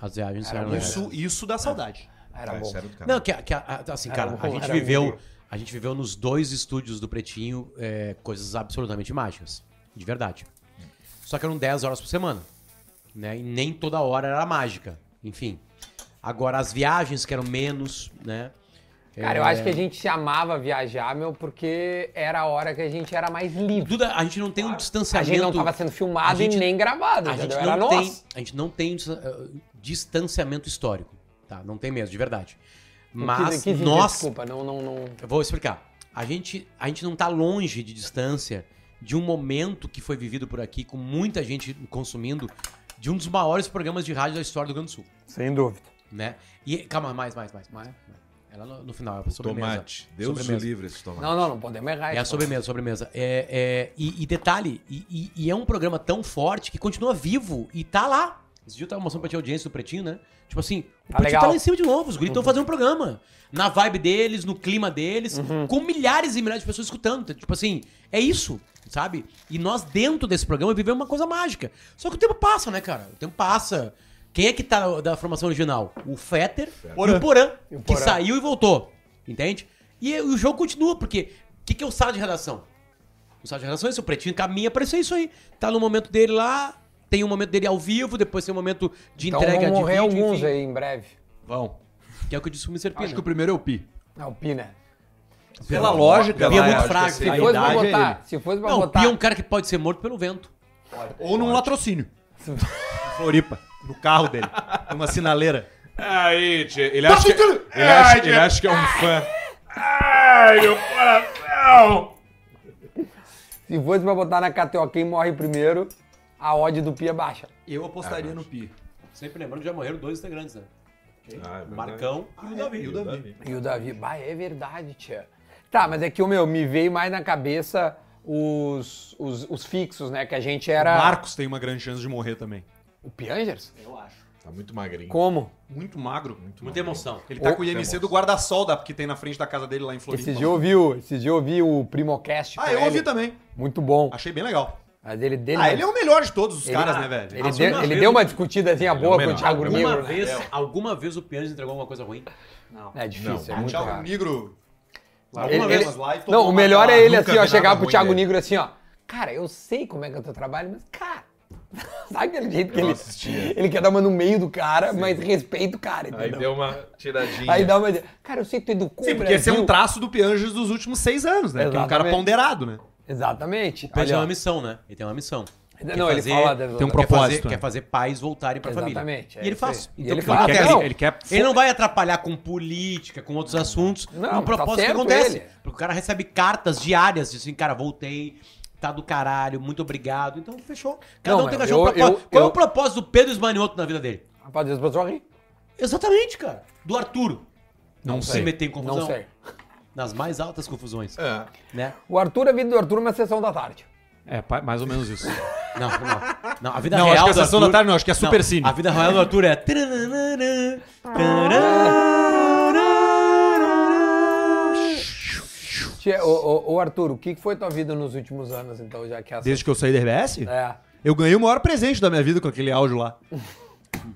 Speaker 4: As viagens
Speaker 2: Era
Speaker 4: eram
Speaker 2: muito-
Speaker 4: legais.
Speaker 6: Isso, isso dá saudade.
Speaker 2: Era
Speaker 5: Ah,
Speaker 4: tá
Speaker 2: bom.
Speaker 5: isso era do caralho.
Speaker 4: Não, que, que a- a- assim,
Speaker 2: Então, Era um
Speaker 4: cara,
Speaker 2: bom,
Speaker 4: a gente
Speaker 2: era
Speaker 4: viveu,
Speaker 2: bom.
Speaker 4: a gente viveu nos dois estúdios do Pretinho é, coisas absolutamente mágicas, de verdade. Só que eram 10 horas por semana, né? E nem toda hora era mágica, enfim. Agora as viagens que eram menos, né?
Speaker 2: Cara, eu
Speaker 4: É.
Speaker 2: acho que a gente chamava viajar, meu, porque era a hora que a gente era mais livre.
Speaker 4: Duda, a gente não tem um
Speaker 2: A
Speaker 4: distanciamento.
Speaker 2: gente não tava sendo filmado
Speaker 4: a gente-
Speaker 2: e nem gravado,
Speaker 4: a
Speaker 2: entendeu?
Speaker 4: gente
Speaker 2: Era
Speaker 4: não
Speaker 2: nós.
Speaker 4: tem, a gente não tem eh, distanciamento histórico, tá? Não tem mesmo, de verdade. Mas
Speaker 2: 15, 15 dias,
Speaker 4: nós,
Speaker 2: Desculpa, não, não, não.
Speaker 4: eu vou explicar. A gente, a gente não tá longe de distância de um momento que foi vivido por aqui com muita gente consumindo de um dos maiores programas de rádio da história do Rio Grande do Sul,
Speaker 2: Sem dúvida.
Speaker 4: né? E calma, mais, mais, mais, mais. Ela no, no final, é a sobremesa.
Speaker 5: Tomate. Deus o
Speaker 4: Sobremesa.
Speaker 5: livre esse tomate.
Speaker 2: Não, não, não podemos errar.
Speaker 4: É a
Speaker 2: isso.
Speaker 4: sobremesa, sobremesa. É, é, e, e detalhe, e, e- e é um programa tão forte que continua vivo e tá lá. Esse dia eu tava mostrando pra ti a audiência do Pretinho, né? Tipo assim, o
Speaker 2: Tá
Speaker 4: Pretinho
Speaker 2: legal.
Speaker 4: tá lá em cima de novo, os guris
Speaker 2: Uhum.
Speaker 4: estão fazendo um programa. Na vibe deles, no clima deles,
Speaker 2: Uhum.
Speaker 4: com milhares e milhares de pessoas escutando. Então, Tipo assim, é isso, sabe? E nós dentro desse programa vivemos uma coisa mágica. Só que o tempo passa, né, cara? O tempo passa. Quem é que tá da formação original? O Fetter e o Porã,
Speaker 2: E o
Speaker 4: que
Speaker 2: Porã.
Speaker 4: saiu e voltou. Entende? E é, o jogo continua, porque o que, que é o sala de redação? O sala de redação é isso, o pretinho caminha pra isso, é isso aí. Tá no momento dele lá, tem o momento dele ao vivo, depois tem o momento de
Speaker 2: Então
Speaker 4: entrega
Speaker 2: vão
Speaker 4: de
Speaker 2: morrer
Speaker 4: vídeo,
Speaker 2: alguns
Speaker 4: enfim,
Speaker 2: aí em breve.
Speaker 6: Vão.
Speaker 4: Que é o que eu disse pro Mr. P,
Speaker 6: Acho
Speaker 4: né?
Speaker 6: que o primeiro é o Pi.
Speaker 2: Alpina.
Speaker 6: Pela lógica,
Speaker 4: Bia é
Speaker 6: vai,
Speaker 4: muito
Speaker 6: acho que
Speaker 4: fraco.
Speaker 2: Se
Speaker 6: assim.
Speaker 4: a
Speaker 2: fosse pra
Speaker 4: idade é
Speaker 2: botar, se fosse pra
Speaker 4: Não, o
Speaker 2: botar
Speaker 4: Pia é um cara que pode ser morto pelo vento.
Speaker 6: Ou num latrocínio. Em Floripa. No carro dele. Numa sinaleira.
Speaker 5: Aí, tchê, ele acha, que, ele, acha, ele acha que é um fã. Ai, meu coração!
Speaker 2: se fosse pra botar na KTO quem morre primeiro, a odd do Pia baixa.
Speaker 6: Eu apostaria no Pi.
Speaker 4: Sempre lembrando que já morreram dois integrantes, né?
Speaker 5: Ah, é verdade.
Speaker 4: Marcão e o
Speaker 6: Ah, é.
Speaker 4: Davi.
Speaker 5: o Davi.
Speaker 2: E o Davi, bah, é verdade, tia. Tá, mas é que o meu, me veio mais na cabeça os, os, os fixos, né? Que a gente era.
Speaker 6: Marcos tem uma grande chance de morrer também.
Speaker 2: O Piangers?
Speaker 4: Eu acho.
Speaker 5: Tá muito magrinho.
Speaker 2: Como?
Speaker 6: Muito magro. Muito
Speaker 4: Muita emoção.
Speaker 6: Ele tá
Speaker 2: Ô,
Speaker 6: com o IMC do guarda-sol da- que tem na frente da casa dele lá em Floripa.
Speaker 2: Esse dia eu ouvi o, esse dia eu ouvi o Primocast.
Speaker 6: Ah,
Speaker 2: com
Speaker 6: eu
Speaker 2: ele.
Speaker 6: ouvi também.
Speaker 2: Muito bom.
Speaker 6: Achei bem legal.
Speaker 2: Mas ele dele.
Speaker 6: Ah, ele é o melhor de todos os
Speaker 2: Ele- é
Speaker 6: caras, né, velho?
Speaker 2: Ele,
Speaker 6: As-
Speaker 2: deu,
Speaker 4: uma
Speaker 2: ele
Speaker 4: vez
Speaker 2: deu
Speaker 4: o-
Speaker 2: uma discutidazinha boa
Speaker 5: é o
Speaker 2: com o
Speaker 5: menor.
Speaker 2: Thiago
Speaker 4: Alguma
Speaker 2: Negro.
Speaker 4: vez, alguma vez o Pianges entregou alguma coisa ruim?
Speaker 2: É difícil, é muito
Speaker 6: Thiago
Speaker 2: raro.
Speaker 6: Negro.
Speaker 2: Ele-
Speaker 6: vez
Speaker 2: ele-
Speaker 6: lá e todo
Speaker 2: Não, o
Speaker 6: mundo
Speaker 2: melhor
Speaker 6: lá,
Speaker 2: é ele
Speaker 6: nunca
Speaker 2: assim, ó,
Speaker 6: vi
Speaker 2: chegar
Speaker 6: nada
Speaker 2: pro
Speaker 6: ruim
Speaker 2: Thiago
Speaker 6: dele.
Speaker 2: Negro assim, ó. Cara, eu sei como é que é o teu trabalho, mas, cara. Sabe aquele jeito que ele, ele quer dar uma no meio do cara, mas respeita o cara,
Speaker 5: Aí
Speaker 2: entendeu?
Speaker 5: deu uma tiradinha.
Speaker 2: Aí dá uma. Cara, eu sei que tu educou.
Speaker 6: Sim,
Speaker 2: o
Speaker 6: porque esse é um
Speaker 2: Brasil.
Speaker 6: traço do Pianges dos últimos seis anos, né? Que é um cara
Speaker 2: Exatamente.
Speaker 6: ponderado, né?
Speaker 2: Exatamente.
Speaker 4: Ele tem
Speaker 2: Olha,
Speaker 4: uma missão, né? Ele tem uma missão.
Speaker 2: ó. não, ele
Speaker 4: fazer-
Speaker 2: fala.
Speaker 6: Tem um
Speaker 4: Quer fazer,
Speaker 6: propósito, né?
Speaker 4: quer fazer pais voltarem pra família.
Speaker 2: Exatamente, é
Speaker 4: e ele
Speaker 2: isso aí.
Speaker 4: faz.
Speaker 2: E
Speaker 4: Então,
Speaker 2: ele
Speaker 4: o que
Speaker 2: faz,
Speaker 4: ele,
Speaker 2: é,
Speaker 4: quer,
Speaker 2: não.
Speaker 4: ele,
Speaker 6: quer...
Speaker 4: ele não vai atrapalhar com política, com outros assuntos.
Speaker 2: Não,
Speaker 4: o propósito
Speaker 2: tá
Speaker 4: que
Speaker 2: certo
Speaker 4: acontece.
Speaker 2: ele.
Speaker 4: Porque o cara recebe cartas diárias de assim, cara, voltei, tá do caralho, muito obrigado. Então, fechou. Cada
Speaker 2: Não,
Speaker 4: um tem que
Speaker 2: mas
Speaker 4: achar um
Speaker 2: eu-
Speaker 4: propósito.
Speaker 2: eu-
Speaker 4: Qual é
Speaker 2: eu-
Speaker 4: o propósito do Pedro Esmanioto na vida dele?
Speaker 2: Rapaz, as pessoas riem.
Speaker 4: Exatamente, cara. Do Arturo.
Speaker 6: Não
Speaker 4: Se
Speaker 6: sei.
Speaker 4: meter em confusão.
Speaker 2: Não sei.
Speaker 4: Nas mais altas confusões.
Speaker 5: É.
Speaker 4: Né?
Speaker 2: O Arthur, a vida do Arthur é uma sessão da tarde.
Speaker 6: É, pa- mais ou menos isso.
Speaker 4: Não, não. Não, a vida
Speaker 6: Não,
Speaker 4: real
Speaker 6: acho que é
Speaker 4: do
Speaker 6: Sessão
Speaker 4: Arthur-
Speaker 6: da Tarde, não, acho que é
Speaker 4: Não,
Speaker 6: Super Cine.
Speaker 4: A vida real do Arthur é... Taranana, taranana.
Speaker 2: Tia, ô, ô, ô, Arthur, o que que foi tua vida nos últimos anos, então, já que essa.
Speaker 6: Desde que eu saí da RBS,
Speaker 2: É.
Speaker 6: eu ganhei o maior presente da minha vida com aquele áudio lá.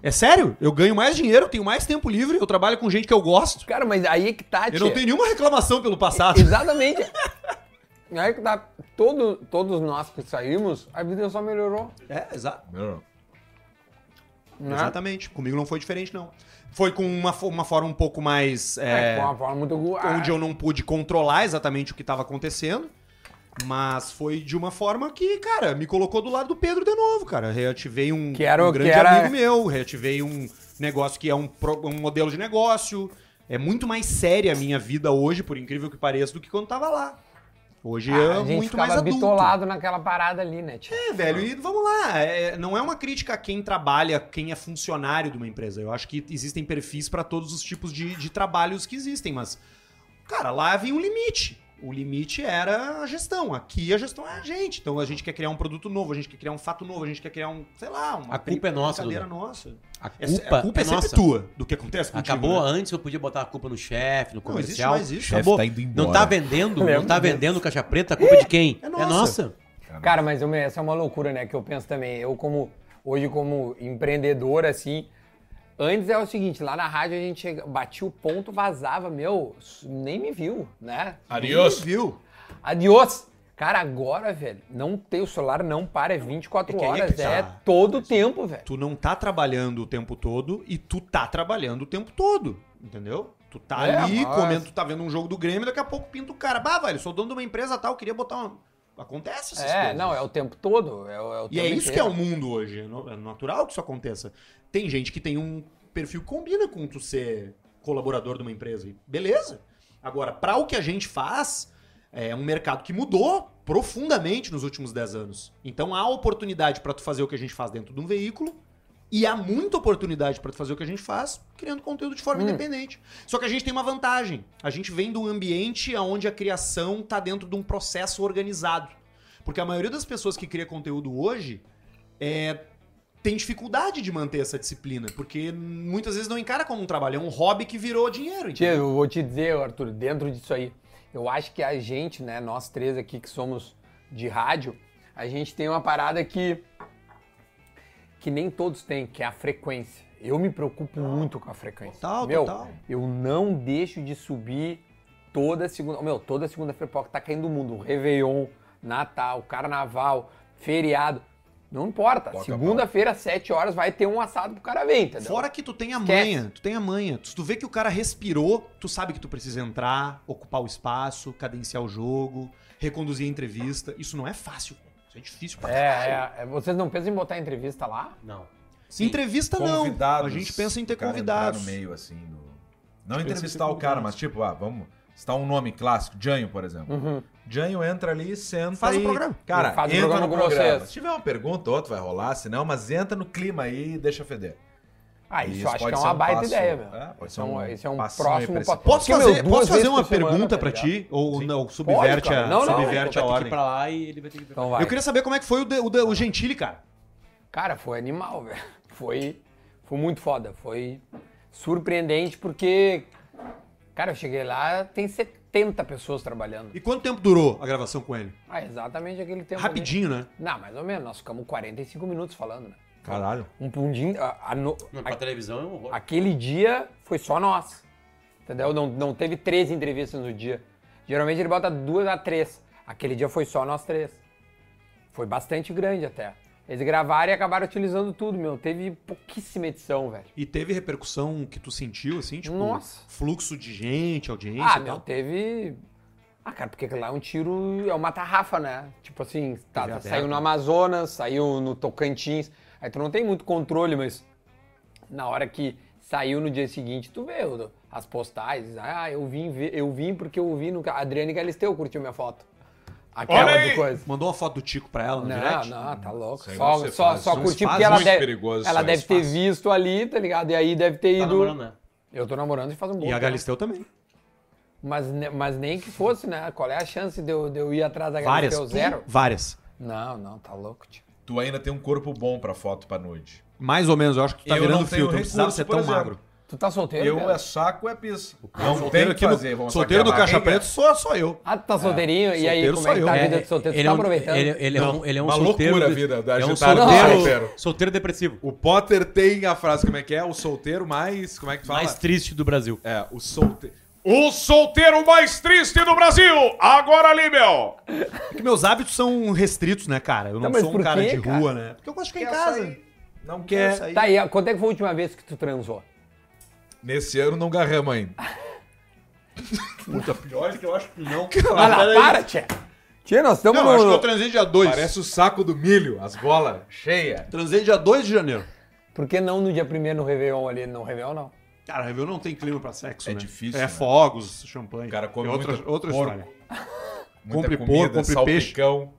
Speaker 6: É sério, eu ganho mais dinheiro, tenho mais tempo livre, eu trabalho com gente que eu gosto.
Speaker 2: Cara, mas aí é que tá,
Speaker 6: Eu
Speaker 2: tia.
Speaker 6: não tenho nenhuma reclamação pelo passado.
Speaker 2: Exatamente. aí que tá. Todo, todos nós que saímos, a vida só melhorou.
Speaker 6: É, exato.
Speaker 5: Não, não.
Speaker 2: Né?
Speaker 6: Exatamente. Comigo não foi diferente, não. Foi com uma, fo- uma forma um pouco mais.
Speaker 2: É,
Speaker 6: é,
Speaker 2: foi uma forma muito.
Speaker 6: onde eu não pude controlar exatamente o que estava acontecendo. Mas foi de uma forma que, cara, me colocou do lado do Pedro de novo, cara. Reativei um,
Speaker 2: Que era o-
Speaker 6: um grande
Speaker 2: que era-
Speaker 6: amigo meu, reativei um negócio que é um, pro- um modelo de negócio. É muito mais séria a minha vida hoje, por incrível que pareça, do que quando tava lá. Hoje
Speaker 2: Ah,
Speaker 6: é
Speaker 2: a gente
Speaker 6: muito
Speaker 2: ficava
Speaker 6: mais adulto.
Speaker 2: bitolado naquela parada ali, né, tia?
Speaker 6: É, velho,
Speaker 4: Ah.
Speaker 6: e vamos lá. é, não é uma crítica a quem trabalha, quem é funcionário de uma empresa. Eu acho que existem perfis para todos os tipos de, de trabalhos que existem, mas, cara, lá havia um limite. O limite era a gestão. Aqui a gestão é a gente. Então a gente quer criar um produto novo, a gente quer criar um fato novo, a gente quer criar um, sei lá, uma
Speaker 4: A culpa é nossa,
Speaker 6: brincadeira nossa.
Speaker 4: A
Speaker 6: É se-
Speaker 4: culpa,
Speaker 6: a culpa é,
Speaker 4: é
Speaker 6: sempre
Speaker 4: nossa.
Speaker 6: tua do que acontece contigo.
Speaker 4: Acabou
Speaker 6: né?
Speaker 4: antes, eu podia botar a culpa no chefe, no
Speaker 6: Não existe
Speaker 4: comercial.
Speaker 6: mais isso.
Speaker 4: Acabou.
Speaker 1: tá indo embora.
Speaker 4: Não tá vendendo, não
Speaker 2: Lembro
Speaker 4: tá
Speaker 2: disso.
Speaker 4: vendendo caixa preta, a culpa é de quem?
Speaker 6: É
Speaker 4: É
Speaker 6: nossa.
Speaker 4: nossa.
Speaker 2: Cara, mas eu me- essa é uma loucura, né? Que eu penso também. Eu, como hoje, como empreendedor, assim. Antes é o seguinte, lá na rádio a gente chega- batia o ponto, vazava, meu, nem me viu, né?
Speaker 5: Adiós.
Speaker 6: Viu?
Speaker 2: Adiós! Cara, agora, velho, não tem o celular, não para, é 24
Speaker 6: É que aí é
Speaker 2: horas,
Speaker 6: que
Speaker 2: é,
Speaker 6: tá.
Speaker 2: todo o tempo, velho.
Speaker 6: tu não tá trabalhando o tempo todo e tu tá trabalhando o tempo todo, entendeu? Tu tá
Speaker 2: É,
Speaker 6: ali
Speaker 2: mas-
Speaker 6: comendo, tu tá vendo um jogo do Grêmio, daqui a pouco pinta o cara. Bah, velho, sou dono de uma empresa tal, queria botar uma. Acontece essas
Speaker 2: É,
Speaker 6: coisas.
Speaker 2: não, é o tempo todo. É, o- é o
Speaker 6: E é
Speaker 2: tempo
Speaker 6: isso que é
Speaker 2: inteiro.
Speaker 6: o mundo hoje. É no- é natural que isso aconteça. Tem gente que tem um perfil que combina com tu ser colaborador de uma empresa. e Beleza. Agora, pra o que a gente faz, é um mercado que mudou profundamente nos últimos 10 anos. Então há oportunidade pra tu fazer o que a gente faz dentro de um veículo. E há muita oportunidade pra tu fazer o que a gente faz criando conteúdo de forma independente. Só que a gente tem uma vantagem. A gente vem de um ambiente onde a criação tá dentro de um processo organizado. Porque a maioria das pessoas que cria conteúdo hoje é, tem dificuldade de manter essa disciplina, porque muitas vezes não encara como um trabalho, é um hobby que virou dinheiro.
Speaker 2: Tia,
Speaker 6: entendeu?
Speaker 2: eu vou te dizer, Arthur, dentro disso aí, eu acho que a gente, né, nós três aqui que somos de rádio, a gente tem uma parada que que nem todos têm, que é a frequência. Eu me preocupo muito com a frequência.
Speaker 6: Total,
Speaker 2: Meu,
Speaker 6: total.
Speaker 2: eu não deixo de subir toda segunda, meu, toda segunda-feira porque tá caindo o mundo, Réveillon, Natal, Carnaval, feriado. Não importa. Segunda-feira, às 7 horas, vai ter um assado pro cara ver, entendeu?
Speaker 6: Fora que tu tem a
Speaker 2: Esquece.
Speaker 6: manha, tu tem a manha. Se tu vê que o cara respirou, tu sabe que tu precisa entrar, ocupar o espaço, cadenciar o jogo, reconduzir a entrevista. Isso não é fácil. Isso é difícil pra caralho.
Speaker 2: É, é, é, vocês não pensam em botar entrevista lá?
Speaker 4: Não.
Speaker 6: Entrevista não. A gente pensa em ter
Speaker 5: o cara
Speaker 6: convidados.
Speaker 5: entrar No meio, assim, do- Não entrevistar o cara, mas tipo, ah, vamos. Está um nome clássico, Janho, por exemplo. Janho entra ali, senta
Speaker 6: Faz o
Speaker 5: e-
Speaker 6: programa.
Speaker 5: Cara,
Speaker 2: Faz o
Speaker 5: entra
Speaker 2: programa
Speaker 5: no
Speaker 2: com
Speaker 5: programa.
Speaker 2: vocês.
Speaker 5: Se tiver uma pergunta, outra vai rolar, se não, mas entra no clima aí e deixa feder.
Speaker 2: Ah, isso, eu acho que
Speaker 5: pode
Speaker 2: é
Speaker 5: ser
Speaker 2: uma
Speaker 5: um
Speaker 2: baita
Speaker 5: passo-
Speaker 2: ideia, meu.
Speaker 5: é, pode
Speaker 2: Isso
Speaker 5: ser
Speaker 2: é
Speaker 5: um
Speaker 2: um, isso é um
Speaker 5: passinho aí
Speaker 2: próximo
Speaker 5: pra esse-
Speaker 2: papo.
Speaker 6: Posso
Speaker 2: Porque,
Speaker 6: fazer,
Speaker 2: meu, duas
Speaker 6: posso fazer
Speaker 2: vezes
Speaker 6: uma
Speaker 2: por semana,
Speaker 6: pergunta
Speaker 2: tá
Speaker 6: pra
Speaker 2: ligado?
Speaker 6: ti? Ou não, subverte,
Speaker 2: cara.
Speaker 6: a,
Speaker 2: Não, não, é
Speaker 6: subverte a
Speaker 2: vai
Speaker 4: Tem que ir
Speaker 6: ordem.
Speaker 4: pra lá e ele vai ter que ir pra
Speaker 2: Então vai.
Speaker 6: Eu queria saber como é que foi o, de, o, de- o Gentili, cara.
Speaker 2: Cara, foi animal, velho. Foi, foi muito foda. Foi surpreendente porque, cara, eu cheguei lá, tem 70 pessoas trabalhando.
Speaker 6: E quanto tempo durou a gravação com ele?
Speaker 2: Ah, exatamente aquele tempo. ali.
Speaker 6: Rapidinho, né?
Speaker 2: Não, mais ou menos. Nós ficamos 45 minutos falando, né?
Speaker 5: Caralho.
Speaker 2: Um pundinho. A, a no-
Speaker 4: Não,
Speaker 2: a-
Speaker 4: pra televisão é um horror.
Speaker 2: aquele dia foi só nós. Entendeu? Não, não teve três entrevistas no dia. Geralmente ele bota duas a três. Aquele dia foi só nós três. Foi bastante grande até. Eles gravaram e acabaram utilizando tudo, meu. Teve pouquíssima edição, velho.
Speaker 6: E teve repercussão que tu sentiu, assim? Tipo,
Speaker 2: Nossa.
Speaker 6: fluxo de gente, tá audiência
Speaker 2: Ah,
Speaker 6: e
Speaker 2: meu,
Speaker 6: tal?
Speaker 2: teve. Ah, cara, porque lá é um tiro, é uma tarrafa, né? Tipo assim, tá,
Speaker 6: Teve
Speaker 2: saiu
Speaker 6: aberto.
Speaker 2: no Amazonas, saiu no Tocantins. Aí tu não tem muito controle, mas na hora que saiu no dia seguinte, tu vê o- as postais. Ah, eu vim, ver- eu vim porque eu vi no. ca- Adriane Galisteu curtiu minha foto. Aquela
Speaker 5: Olha aí!
Speaker 2: do coisa.
Speaker 6: Mandou uma foto do Tico pra ela no
Speaker 2: Não,
Speaker 6: direct?
Speaker 2: não, tá louco.
Speaker 5: aí
Speaker 2: Só,
Speaker 5: você
Speaker 2: só,
Speaker 5: faz,
Speaker 2: só
Speaker 5: não
Speaker 6: se
Speaker 2: curtir
Speaker 6: faz,
Speaker 2: porque ela
Speaker 5: muito
Speaker 2: deve,
Speaker 5: perigoso
Speaker 2: ela
Speaker 5: isso aí,
Speaker 2: deve
Speaker 5: se
Speaker 2: ter
Speaker 5: faz.
Speaker 2: visto ali, tá ligado? E aí deve ter
Speaker 4: Tá
Speaker 2: ido.
Speaker 4: namorando, né?
Speaker 2: Eu tô namorando e faz um bom
Speaker 6: E a
Speaker 2: tempo.
Speaker 6: Galisteu também.
Speaker 2: Mas, ne- mas nem que fosse, né? Qual é a chance de eu, de eu ir atrás da
Speaker 6: Várias.
Speaker 2: Galisteu zero?
Speaker 6: Várias.
Speaker 2: Não, não, tá louco, tio.
Speaker 5: Tu ainda tem um corpo bom pra foto pra noite.
Speaker 6: Mais ou menos, eu acho que tu tá
Speaker 5: Eu
Speaker 6: virando
Speaker 5: não tenho
Speaker 6: filtro. Não precisava
Speaker 5: recurso,
Speaker 6: ser
Speaker 5: por
Speaker 6: tão
Speaker 5: exemplo.
Speaker 6: magro.
Speaker 2: Tu tá solteiro?
Speaker 5: Eu
Speaker 2: Pedro?
Speaker 5: é saco, é pizza. Não tem
Speaker 6: Solteiro
Speaker 5: o que
Speaker 6: aqui no-
Speaker 5: fazer. vamos É
Speaker 6: solteiro
Speaker 5: sacar
Speaker 6: do
Speaker 5: a
Speaker 6: Caixa
Speaker 5: barriga.
Speaker 6: Preta só, só eu.
Speaker 2: Ah, tu tá solteirinho? e aí,
Speaker 6: É, solteiro
Speaker 2: como
Speaker 6: sou
Speaker 2: é que
Speaker 6: eu.
Speaker 2: tá a
Speaker 4: É,
Speaker 2: vida de solteiro?
Speaker 4: ele
Speaker 2: Tu tá
Speaker 4: é um-
Speaker 2: aproveitando?
Speaker 4: Ele, ele é um, ele é um
Speaker 5: Uma
Speaker 4: solteiro.
Speaker 5: loucura a
Speaker 4: de-
Speaker 5: vida da
Speaker 4: é um
Speaker 5: agitada
Speaker 4: solteiro,
Speaker 5: do solteiro.
Speaker 4: solteiro. depressivo.
Speaker 5: O Potter tem a frase, como é que é? O solteiro mais. Como é que tu fala?
Speaker 4: Mais triste do Brasil.
Speaker 5: É, o solteiro. O solteiro mais triste do Brasil! Agora ali, meu!
Speaker 6: Porque É meus hábitos são restritos, né, cara? Eu não,
Speaker 2: Tá, mas
Speaker 6: sou um
Speaker 2: por
Speaker 6: cara
Speaker 2: quê,
Speaker 6: de
Speaker 2: cara?
Speaker 6: rua, né? Porque eu gosto de ficar em
Speaker 5: Quer
Speaker 6: casa.
Speaker 5: sair? Não
Speaker 6: Quero
Speaker 5: quer.
Speaker 6: sair.
Speaker 2: Tá aí, ó, quando é que foi a última vez que tu transou?
Speaker 5: Nesse ano não garramos ainda. Puta, pior é que eu acho que não.
Speaker 2: Vai lá, para, tchê. Tchê, nós estamos
Speaker 6: Ah, Não, acho que eu
Speaker 2: no...
Speaker 6: transei dia 2.
Speaker 5: Parece o saco do milho, as bolas cheias.
Speaker 6: Transei dia 2 de janeiro.
Speaker 2: Por que não no dia primeiro no Réveillon ali? No Réveillon, não.
Speaker 6: Cara, Réveillon não tem clima pra sexo,
Speaker 5: É
Speaker 6: né?
Speaker 5: difícil,
Speaker 6: É
Speaker 5: né?
Speaker 6: fogos, champanhe.
Speaker 5: O cara come
Speaker 6: É outra,
Speaker 5: muito
Speaker 6: outra
Speaker 5: porco.
Speaker 6: história.
Speaker 5: Muita
Speaker 6: Compre
Speaker 5: comida,
Speaker 6: porco, compre peixe.
Speaker 5: salpicão.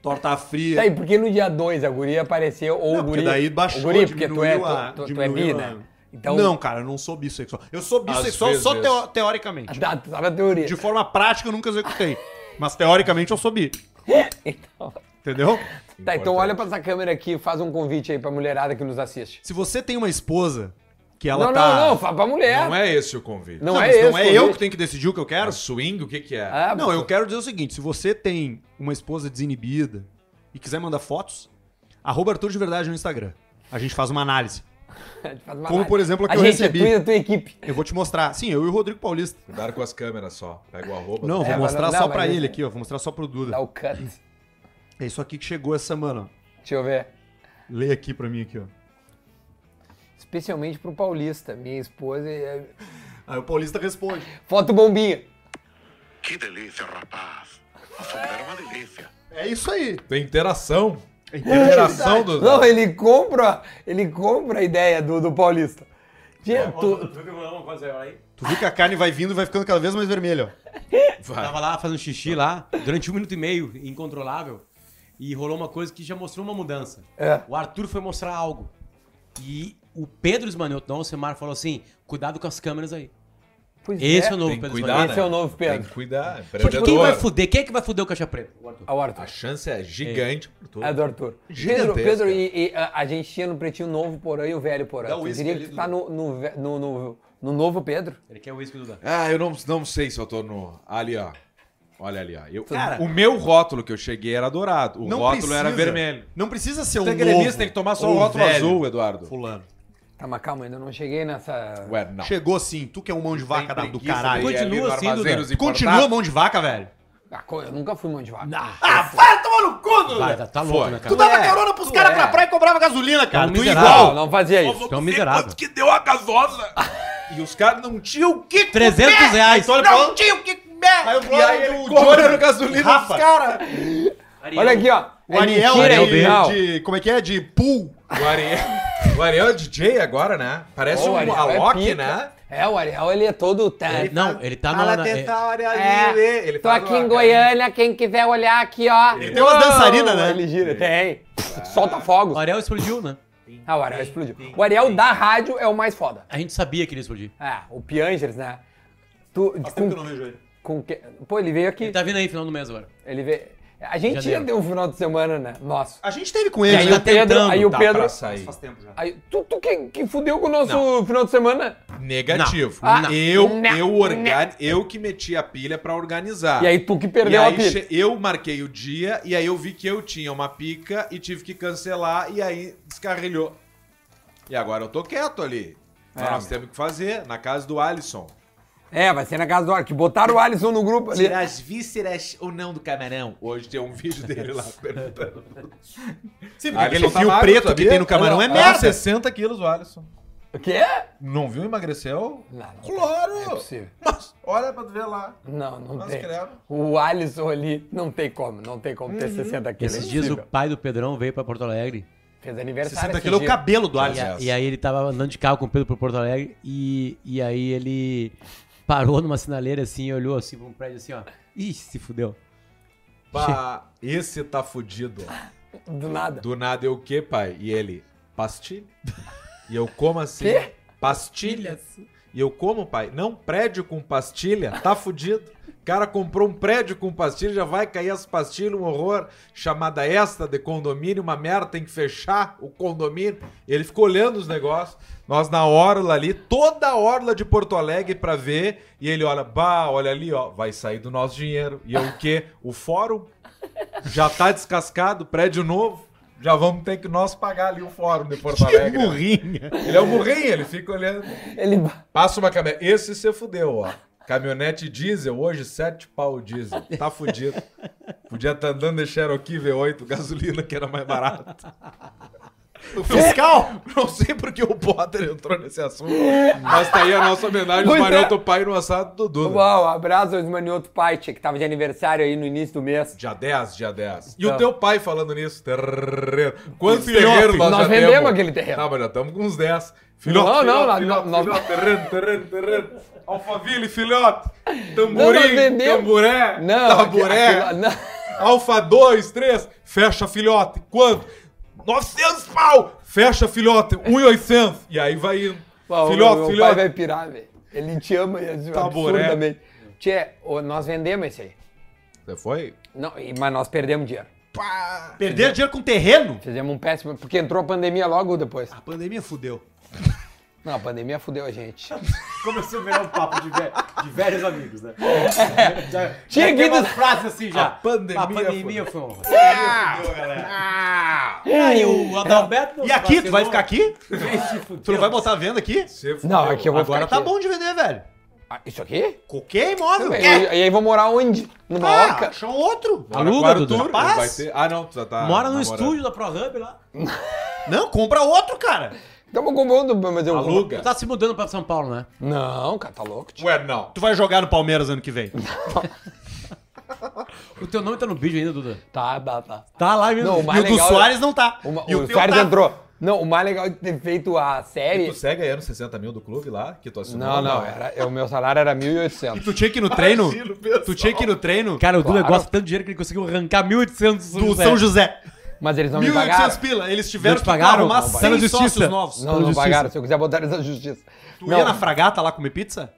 Speaker 6: Torta fria.
Speaker 2: Tá aí, por que no dia 2 a guria apareceu ou
Speaker 6: Não,
Speaker 2: o
Speaker 6: porque
Speaker 2: guri...
Speaker 6: daí baixou,
Speaker 2: o guri, porque tu é,
Speaker 6: diminuiu a-
Speaker 2: tu, tu, tu é bi,
Speaker 6: diminuiu a-
Speaker 2: né? Então,
Speaker 6: Não, cara, eu não sou bissexual. Eu sou bissexual
Speaker 5: Às
Speaker 6: só
Speaker 5: vezes.
Speaker 6: teo- teoricamente.
Speaker 2: tá, tá na teoria.
Speaker 6: De forma prática, eu nunca executei. Mas teoricamente, eu sou bi.
Speaker 2: Então-
Speaker 6: Entendeu?
Speaker 2: Tá, então olha pra essa câmera aqui, faz um convite aí pra mulherada que nos assiste.
Speaker 6: Se você tem uma esposa que ela
Speaker 2: não,
Speaker 6: tá...
Speaker 2: não, não, fala pra mulher.
Speaker 5: Não é esse o convite.
Speaker 2: Não,
Speaker 6: Não,
Speaker 2: é
Speaker 6: mas
Speaker 2: esse.
Speaker 6: não é eu que tenho que decidir o que eu
Speaker 5: Era
Speaker 6: quero.
Speaker 5: swing, o que que é?
Speaker 2: Ah,
Speaker 6: Não, eu quero dizer o seguinte: se você tem uma esposa desinibida e quiser mandar fotos, arroba Arthur de Verdade no Instagram. A gente faz uma análise. Como, por exemplo, a que eu recebi.
Speaker 2: A gente é tua, tua equipe.
Speaker 6: Eu vou te mostrar. Sim, eu e o Rodrigo Paulista.
Speaker 5: Cuidado com as câmeras só. Pega o arroba.
Speaker 6: Não, vou
Speaker 2: mas não,
Speaker 6: mostrar só
Speaker 2: mas
Speaker 6: pra
Speaker 2: isso-
Speaker 5: é.
Speaker 6: ele aqui, ó. Vou mostrar só pro
Speaker 2: Dá
Speaker 6: Duda.
Speaker 2: o cut.
Speaker 6: É isso aqui que chegou essa semana, ó.
Speaker 2: Deixa eu ver.
Speaker 6: Lê aqui pra mim aqui, ó.
Speaker 2: Especialmente pro Paulista, minha esposa. é-
Speaker 6: Aí o Paulista responde.
Speaker 2: Foto bombinha.
Speaker 7: Que delícia, rapaz. Nossa, mulher é uma delícia.
Speaker 6: É isso aí. É
Speaker 5: Tem interação. É Interação do.
Speaker 2: Não, ele compra, ele compra a ideia do, do Paulista. Tchê, tu-
Speaker 6: Tu viu que a carne vai vindo e vai ficando cada vez mais vermelha, ó.
Speaker 5: Vai.
Speaker 4: Tava lá fazendo xixi lá, durante um minuto e meio, incontrolável. E rolou uma coisa que já mostrou uma mudança.
Speaker 2: É.
Speaker 4: O Arthur foi mostrar algo. E o Pedro Esmanioto, não, o Semar, falou assim: cuidado com as câmeras aí.
Speaker 2: Pois
Speaker 4: Esse é,
Speaker 2: é.
Speaker 4: o novo
Speaker 5: Tem que
Speaker 4: Pedro
Speaker 5: cuidar, né?
Speaker 4: Esmanioto.
Speaker 2: Esse é o novo
Speaker 5: Tem que
Speaker 2: Pedro.
Speaker 5: cuidar.
Speaker 4: Porque quem vai
Speaker 5: Empreendedor.
Speaker 4: fuder? Quem é que vai fuder o Caixa Preta? O Arthur.
Speaker 2: Ah, o
Speaker 5: A
Speaker 2: Arthur.
Speaker 5: chance é gigante. por tudo.
Speaker 2: É do Arthur. Pedro,
Speaker 5: Gigantesca.
Speaker 2: Pedro e, e a, a gente tinha no pretinho novo porã e o velho porã.
Speaker 6: Dá
Speaker 2: Tu
Speaker 6: o uísque
Speaker 2: diria
Speaker 6: ali
Speaker 2: que tu
Speaker 6: do-
Speaker 2: tá no, no, ve- no, no, no novo Pedro?
Speaker 4: Ele quer o uísque do Dan.
Speaker 5: Ah, eu não, não sei se eu tô no. Ali, ó. Olha ali, ó. Eu-
Speaker 6: Cara-
Speaker 5: o meu rótulo que eu cheguei era dourado. O
Speaker 6: Não
Speaker 5: rótulo
Speaker 6: precisa.
Speaker 5: era vermelho.
Speaker 6: Não precisa ser um
Speaker 5: Você é
Speaker 6: novo.
Speaker 5: gremista, tem que tomar só o
Speaker 6: ou
Speaker 5: rótulo
Speaker 6: velho.
Speaker 5: azul, Eduardo.
Speaker 6: Fulano.
Speaker 2: Tá, mas calma, ainda não cheguei nessa.
Speaker 5: Ué, não.
Speaker 6: Chegou sim. Tu que é um mão de vaca da- do
Speaker 5: preguiça
Speaker 6: caralho.
Speaker 5: dele ali
Speaker 4: Continua
Speaker 5: no
Speaker 4: assim,
Speaker 5: Armazém
Speaker 4: Duda.
Speaker 5: dos
Speaker 6: Continua
Speaker 5: Importados.
Speaker 6: mão de vaca, velho.
Speaker 2: Ah, co- eu nunca fui mão de vaca.
Speaker 6: Ah, vai tomar no cu, Duda!
Speaker 4: Vai, tá, tá louco, né,
Speaker 6: Tu
Speaker 4: cara?
Speaker 6: dava carona pros caras
Speaker 5: É.
Speaker 6: pra praia e cobrava gasolina, cara.
Speaker 4: um
Speaker 6: Tu
Speaker 4: miserável.
Speaker 2: Não,
Speaker 6: igual.
Speaker 2: não fazia isso.
Speaker 4: Tu é um miserável.
Speaker 5: que deu a gasosa? e os caras não tinham o que
Speaker 4: 300 reais.
Speaker 6: Então ele falou,
Speaker 5: tinham o que comer.
Speaker 6: Aí o
Speaker 5: e aí
Speaker 6: brother
Speaker 5: ele
Speaker 6: do
Speaker 5: cobrou
Speaker 6: Johnny-
Speaker 5: no gasolina dos
Speaker 6: Rafa.
Speaker 5: caras.
Speaker 2: Olha aqui, ó.
Speaker 6: O Ariel,
Speaker 2: mentira,
Speaker 6: Ariel
Speaker 2: é ilegal.
Speaker 6: de, de- Como é que é? De pool.
Speaker 5: O Ariel, o Ariel é DJ agora, né? Parece
Speaker 2: Ô, o
Speaker 5: um
Speaker 2: Ariel é
Speaker 5: Alok,
Speaker 2: pica.
Speaker 5: né?
Speaker 2: É, o Ariel, ele é todo... Tá,
Speaker 4: Não, ele tá
Speaker 5: Fala
Speaker 4: na. na é,
Speaker 5: tesoura
Speaker 2: É,
Speaker 5: ali, ele
Speaker 2: tô
Speaker 5: faz
Speaker 2: aqui
Speaker 5: uma
Speaker 2: em
Speaker 5: cara-
Speaker 2: Goiânia, quem quiser olhar aqui, ó. Ele
Speaker 6: tem umas dançarinas, né?
Speaker 2: Ele gira, tem. Solta fogos.
Speaker 4: o Ariel explodiu, né?
Speaker 2: Ah, o Ariel explodiu. O Ariel da rádio é o mais foda.
Speaker 4: A gente sabia que ele ia explodir.
Speaker 2: É, o Piangers, né? Tu, com,
Speaker 6: vejo ele.
Speaker 2: com que- Pô, ele veio aqui.
Speaker 4: Ele tá vindo aí, final do mês agora.
Speaker 2: Ele veio... A gente ia
Speaker 4: Janeiro.
Speaker 2: ter um final de semana, né? Nossa.
Speaker 6: A gente teve com
Speaker 4: E
Speaker 6: ele, né?
Speaker 4: aí
Speaker 2: Aí
Speaker 4: tá
Speaker 2: o Pedro...
Speaker 4: tentando,
Speaker 2: Aí o
Speaker 5: Dá
Speaker 2: Pedro...
Speaker 5: pra sair.
Speaker 6: Faz tempo já.
Speaker 2: Aí, tu tu que, que fudeu com o nosso final de semana.
Speaker 5: Negativo.
Speaker 2: Não. Ah,
Speaker 5: Eu,
Speaker 2: não.
Speaker 5: eu, organ... eu que meti a pilha pra organizar.
Speaker 2: E aí tu que
Speaker 5: Ah. E
Speaker 2: perdeu
Speaker 5: aí
Speaker 2: a pilha.
Speaker 5: che- eu marquei o dia e aí eu vi que eu tinha uma pica e tive que cancelar e aí descarrilhou. E agora eu tô quieto ali. Mas nós temos que fazer na casa do Alisson.
Speaker 2: É, vai ser na casa do Alisson. que Botaram o Alisson no grupo ali.
Speaker 5: as vísceras ou não do camarão? Hoje tem um vídeo dele lá perguntando.
Speaker 6: Sim,
Speaker 5: Ah,
Speaker 6: porque aquele
Speaker 5: ele tá
Speaker 6: fio
Speaker 5: magro,
Speaker 6: preto que
Speaker 5: sabia?
Speaker 6: tem no camarão é
Speaker 5: Ah,
Speaker 6: merda.
Speaker 5: 60 quilos o Alisson.
Speaker 2: O quê?
Speaker 5: Não viu? Emagreceu?
Speaker 2: Não, não
Speaker 5: Claro!
Speaker 2: é possível.
Speaker 5: Mas olha pra tu ver lá.
Speaker 2: Não, não
Speaker 5: Nossa,
Speaker 2: tem.
Speaker 5: credo. Uhum.
Speaker 2: O Alisson ali não tem como, não tem como ter 60 quilos.
Speaker 4: Esses dias o pai do Pedrão veio pra Porto Alegre.
Speaker 2: Fez aniversário.
Speaker 6: 60
Speaker 2: esse
Speaker 6: quilos é o
Speaker 2: dia.
Speaker 6: cabelo do
Speaker 4: E,
Speaker 6: Alisson.
Speaker 4: a- e aí ele tava andando de carro com o Pedro pro Porto Alegre e, e aí ele parou numa sinaleira assim, e olhou assim pra um prédio assim, ó. Ih, se fudeu.
Speaker 5: Bah, esse tá fudido.
Speaker 2: Do nada.
Speaker 5: Do nada eu o quê, pai? E ele, pastilha. E eu como assim?
Speaker 2: Quê?
Speaker 5: Pastilhas. E eu como, pai? Não, prédio com pastilha, tá fudido. O cara comprou um prédio com pastilha, já vai cair as pastilhas, um horror. Chamada esta de condomínio, uma merda, tem que fechar o condomínio. Ele ficou olhando os negócios. Nós na orla ali, toda a orla de Porto Alegre pra ver. E ele olha, bah, olha ali, ó, vai sair do nosso dinheiro. E eu o quê? O fórum? Já tá descascado, prédio novo. Já vamos ter que nós pagar ali o fórum de Porto Alegre.
Speaker 6: Burrinha.
Speaker 5: Ele é um burrinho, ele fica olhando.
Speaker 2: Ele...
Speaker 5: Passa uma caminhonete. Esse você fudeu, ó. Caminhonete diesel, hoje 7 pau o diesel. Tá fudido. Podia estar andando de Cherokee V8, gasolina que era mais barato.
Speaker 6: O fiscal?
Speaker 5: Não sei porque o Potter entrou nesse assunto, mas tá aí a nossa homenagem ao
Speaker 2: Pois é.
Speaker 5: Marioto Pai no assado do Duda.
Speaker 2: Uau, abraço ao Ismanioto Paite, que tava de aniversário aí no início do mês.
Speaker 5: Dia 10, dia 10. E
Speaker 2: Tá.
Speaker 5: o teu pai falando nisso. Terreiro. Quantos
Speaker 6: Filhote.
Speaker 5: terreiros nós,
Speaker 2: Nós
Speaker 5: já
Speaker 2: vendemos
Speaker 5: temos?
Speaker 2: aquele terreno.
Speaker 5: Não, mas já estamos com uns 10.
Speaker 2: Não, não, nós-
Speaker 5: filhote,
Speaker 2: nós-
Speaker 5: filhote, terreno, terreno, terreno. Alfaville, filhote.
Speaker 2: Não, nós
Speaker 5: Tamborim,
Speaker 2: vendemos.
Speaker 5: tamburé,
Speaker 2: Não,
Speaker 5: taburé.
Speaker 2: aquilo- não.
Speaker 5: Alfa 2, 3. Fecha, filhote. Quanto? 900 pau. Fecha, filhote. 1,800. E aí vai indo.
Speaker 2: Uau,
Speaker 5: filhote,
Speaker 2: meu pai
Speaker 5: filhote.
Speaker 2: vai pirar, velho. Ele te ama assim,
Speaker 5: Taboré.
Speaker 2: absurdamente. Tchê, ô, nós vendemos esse aí.
Speaker 5: Você foi?
Speaker 2: Não, e- mas nós perdemos dinheiro.
Speaker 6: Perderam dinheiro com terreno?
Speaker 2: Fizemos um péssimo, porque entrou a pandemia logo depois.
Speaker 6: A pandemia fudeu.
Speaker 2: Não, a pandemia fudeu a gente.
Speaker 6: Começou a virar um papo de, vé- de velhos amigos, né?
Speaker 2: Tinha
Speaker 6: Tinha
Speaker 2: que-
Speaker 6: que umas frases assim já.
Speaker 5: A pandemia
Speaker 4: foi um horror. Ah, e o Adalberto...
Speaker 6: É. E aqui, tu vai ficar aqui?
Speaker 4: Se
Speaker 6: Tu não
Speaker 4: fudeu.
Speaker 6: vai botar venda aqui?
Speaker 5: Você foi.
Speaker 2: Não, aqui eu vou
Speaker 6: Agora
Speaker 2: ficar
Speaker 6: tá
Speaker 2: aqui.
Speaker 6: bom de vender, velho.
Speaker 2: Ah, isso aqui?
Speaker 6: Qualquer imóvel.
Speaker 2: E,
Speaker 6: Quer?
Speaker 2: e aí vou morar onde? Numa
Speaker 6: Ah,
Speaker 2: orca?
Speaker 6: acha um outro.
Speaker 4: Aluga, Dudu.
Speaker 6: Rapaz.
Speaker 5: Vai ter... Ah, não, tu já tá.
Speaker 4: Mora no
Speaker 5: namorando.
Speaker 4: estúdio da ProHub lá.
Speaker 6: Não, compra outro, cara.
Speaker 2: Estamos comprando, mas eu vou.
Speaker 4: Tu
Speaker 5: Aluga.
Speaker 4: tá se mudando pra São Paulo, né?
Speaker 2: Não, cara, tá louco. tio.
Speaker 5: Ué, não.
Speaker 6: Tu vai jogar no Palmeiras ano que vem.
Speaker 2: Tá
Speaker 4: O teu nome tá no vídeo ainda, Duda.
Speaker 2: Tá, tá, tá.
Speaker 4: Tá lá mesmo.
Speaker 2: Não, o
Speaker 6: e
Speaker 2: mais
Speaker 6: o do
Speaker 2: legal.
Speaker 6: Soares não tá.
Speaker 2: Uma-
Speaker 6: e
Speaker 2: o
Speaker 6: teu
Speaker 2: Soares
Speaker 6: tá.
Speaker 2: entrou. Não, o mais legal de ter feito a
Speaker 5: E
Speaker 2: série.
Speaker 5: tu segue ganhando 60 mil do clube lá, que tu assinou?
Speaker 2: Não, não, era, eu- o meu salário era
Speaker 6: E
Speaker 2: 1.800.
Speaker 6: tu tinha que ir no treino? Tu tinha que ir no treino
Speaker 4: Cara, o Duda
Speaker 2: Claro.
Speaker 4: gosta tanto de dinheiro que ele conseguiu arrancar 1.800
Speaker 6: do São José.
Speaker 2: Mas eles não me
Speaker 6: 1.800
Speaker 2: pagaram.
Speaker 6: pila. Eles tiveram
Speaker 4: Não te
Speaker 6: que
Speaker 4: pagaram?
Speaker 6: arrumar
Speaker 4: Não, vai.
Speaker 6: 100
Speaker 4: Tá na
Speaker 6: sócios
Speaker 4: justiça.
Speaker 6: novos.
Speaker 2: Não, não
Speaker 4: justiça.
Speaker 2: pagaram. Se eu quiser botar eles na justiça.
Speaker 6: Tu
Speaker 2: não,
Speaker 6: ia na fragata lá comer pizza?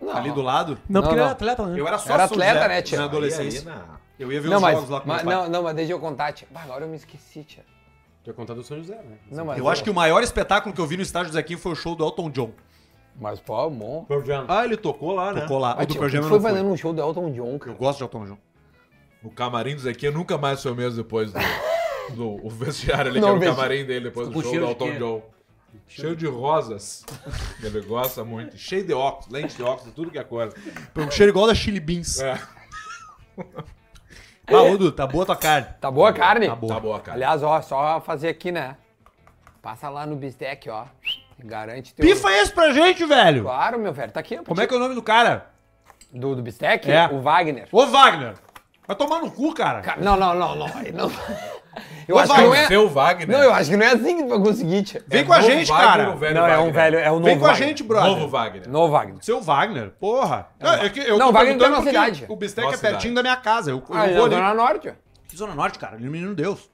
Speaker 2: não,
Speaker 6: Ali do lado?
Speaker 2: Não,
Speaker 4: Não, porque ele
Speaker 2: não.
Speaker 4: era atleta, né?
Speaker 6: Eu era só
Speaker 2: Era
Speaker 6: São
Speaker 2: atleta,
Speaker 6: José
Speaker 2: né, tia?
Speaker 6: Na
Speaker 5: adolescência.
Speaker 6: adolescência. Eu ia ver
Speaker 2: Não,
Speaker 6: os
Speaker 2: mas,
Speaker 6: jogos lá com
Speaker 2: mas-
Speaker 6: meu pai.
Speaker 2: não, não, mas deixa eu contar, tia. Bah, agora eu me esqueci, tia.
Speaker 4: Tu ia contar do São José, né?
Speaker 2: Não, mas é.
Speaker 6: Eu acho que o maior espetáculo que eu vi no estádio do Zequinho foi o show do Elton John.
Speaker 2: Mas, pô, é um bom.
Speaker 5: Ah, ele tocou lá, né?
Speaker 6: Tocou lá.
Speaker 2: Mas,
Speaker 6: o do
Speaker 2: tio,
Speaker 6: programa
Speaker 2: tu
Speaker 6: não
Speaker 2: foi
Speaker 6: foi.
Speaker 2: fazendo um show do Elton John,
Speaker 6: Eu
Speaker 2: cara.
Speaker 6: gosto de Elton John.
Speaker 5: O camarim do Zequinha nunca mais foi o mesmo depois do, do o vestiário ali,
Speaker 2: Não,
Speaker 5: que era
Speaker 2: vesti-
Speaker 5: o camarim dele depois do
Speaker 4: Ficou
Speaker 5: show
Speaker 4: cheio
Speaker 5: do
Speaker 4: de
Speaker 5: Elton
Speaker 4: quê?
Speaker 5: John. Cheio de rosas. Ele gosta muito. Cheio de óculos, lente de óculos, tudo que é coisa.
Speaker 6: Foi um cheiro igual da Chili Beans.
Speaker 5: É.
Speaker 3: Baúdo, tá boa tua carne.
Speaker 2: Tá boa a carne?
Speaker 3: Tá boa.
Speaker 5: Tá boa, cara.
Speaker 2: Aliás, ó, só fazer aqui, né? Passa lá no bistec, ó. Garante teu...
Speaker 3: Pifa esse pra gente, velho.
Speaker 2: Claro, meu velho, tá aqui. ó,
Speaker 3: Como é que é o nome do cara?
Speaker 2: Do, do bistec?
Speaker 3: É.
Speaker 2: O Wagner.
Speaker 3: Ô, Wagner. Vai tomar no cu, cara.
Speaker 2: Cara, Não, não, não, não. aí não. Eu acho que não é...
Speaker 5: Seu Wagner.
Speaker 2: Não, eu acho que não é assim que tu vai conseguir, tia.
Speaker 3: Vem com a
Speaker 5: Novo
Speaker 3: gente,
Speaker 5: Wagner
Speaker 3: cara.
Speaker 5: ou velho
Speaker 2: Não, é um
Speaker 5: Wagner?
Speaker 2: velho, é um novo
Speaker 3: Vem com a
Speaker 2: Wagner.
Speaker 3: gente, brother.
Speaker 5: Novo Wagner.
Speaker 2: Novo Wagner.
Speaker 3: Seu Wagner, porra. Não, é que eu
Speaker 2: Não,
Speaker 3: tô
Speaker 2: Wagner tá
Speaker 3: perguntando
Speaker 2: na
Speaker 3: porque
Speaker 2: cidade.
Speaker 3: O bistec
Speaker 5: Nossa
Speaker 3: é pertinho
Speaker 5: cidade.
Speaker 3: da minha casa. Eu, eu
Speaker 2: Ah, ele é
Speaker 3: vou
Speaker 2: da
Speaker 3: ali.
Speaker 2: Zona Norte, ó.
Speaker 6: Que Zona Norte, cara.
Speaker 3: é
Speaker 6: Menino Deus.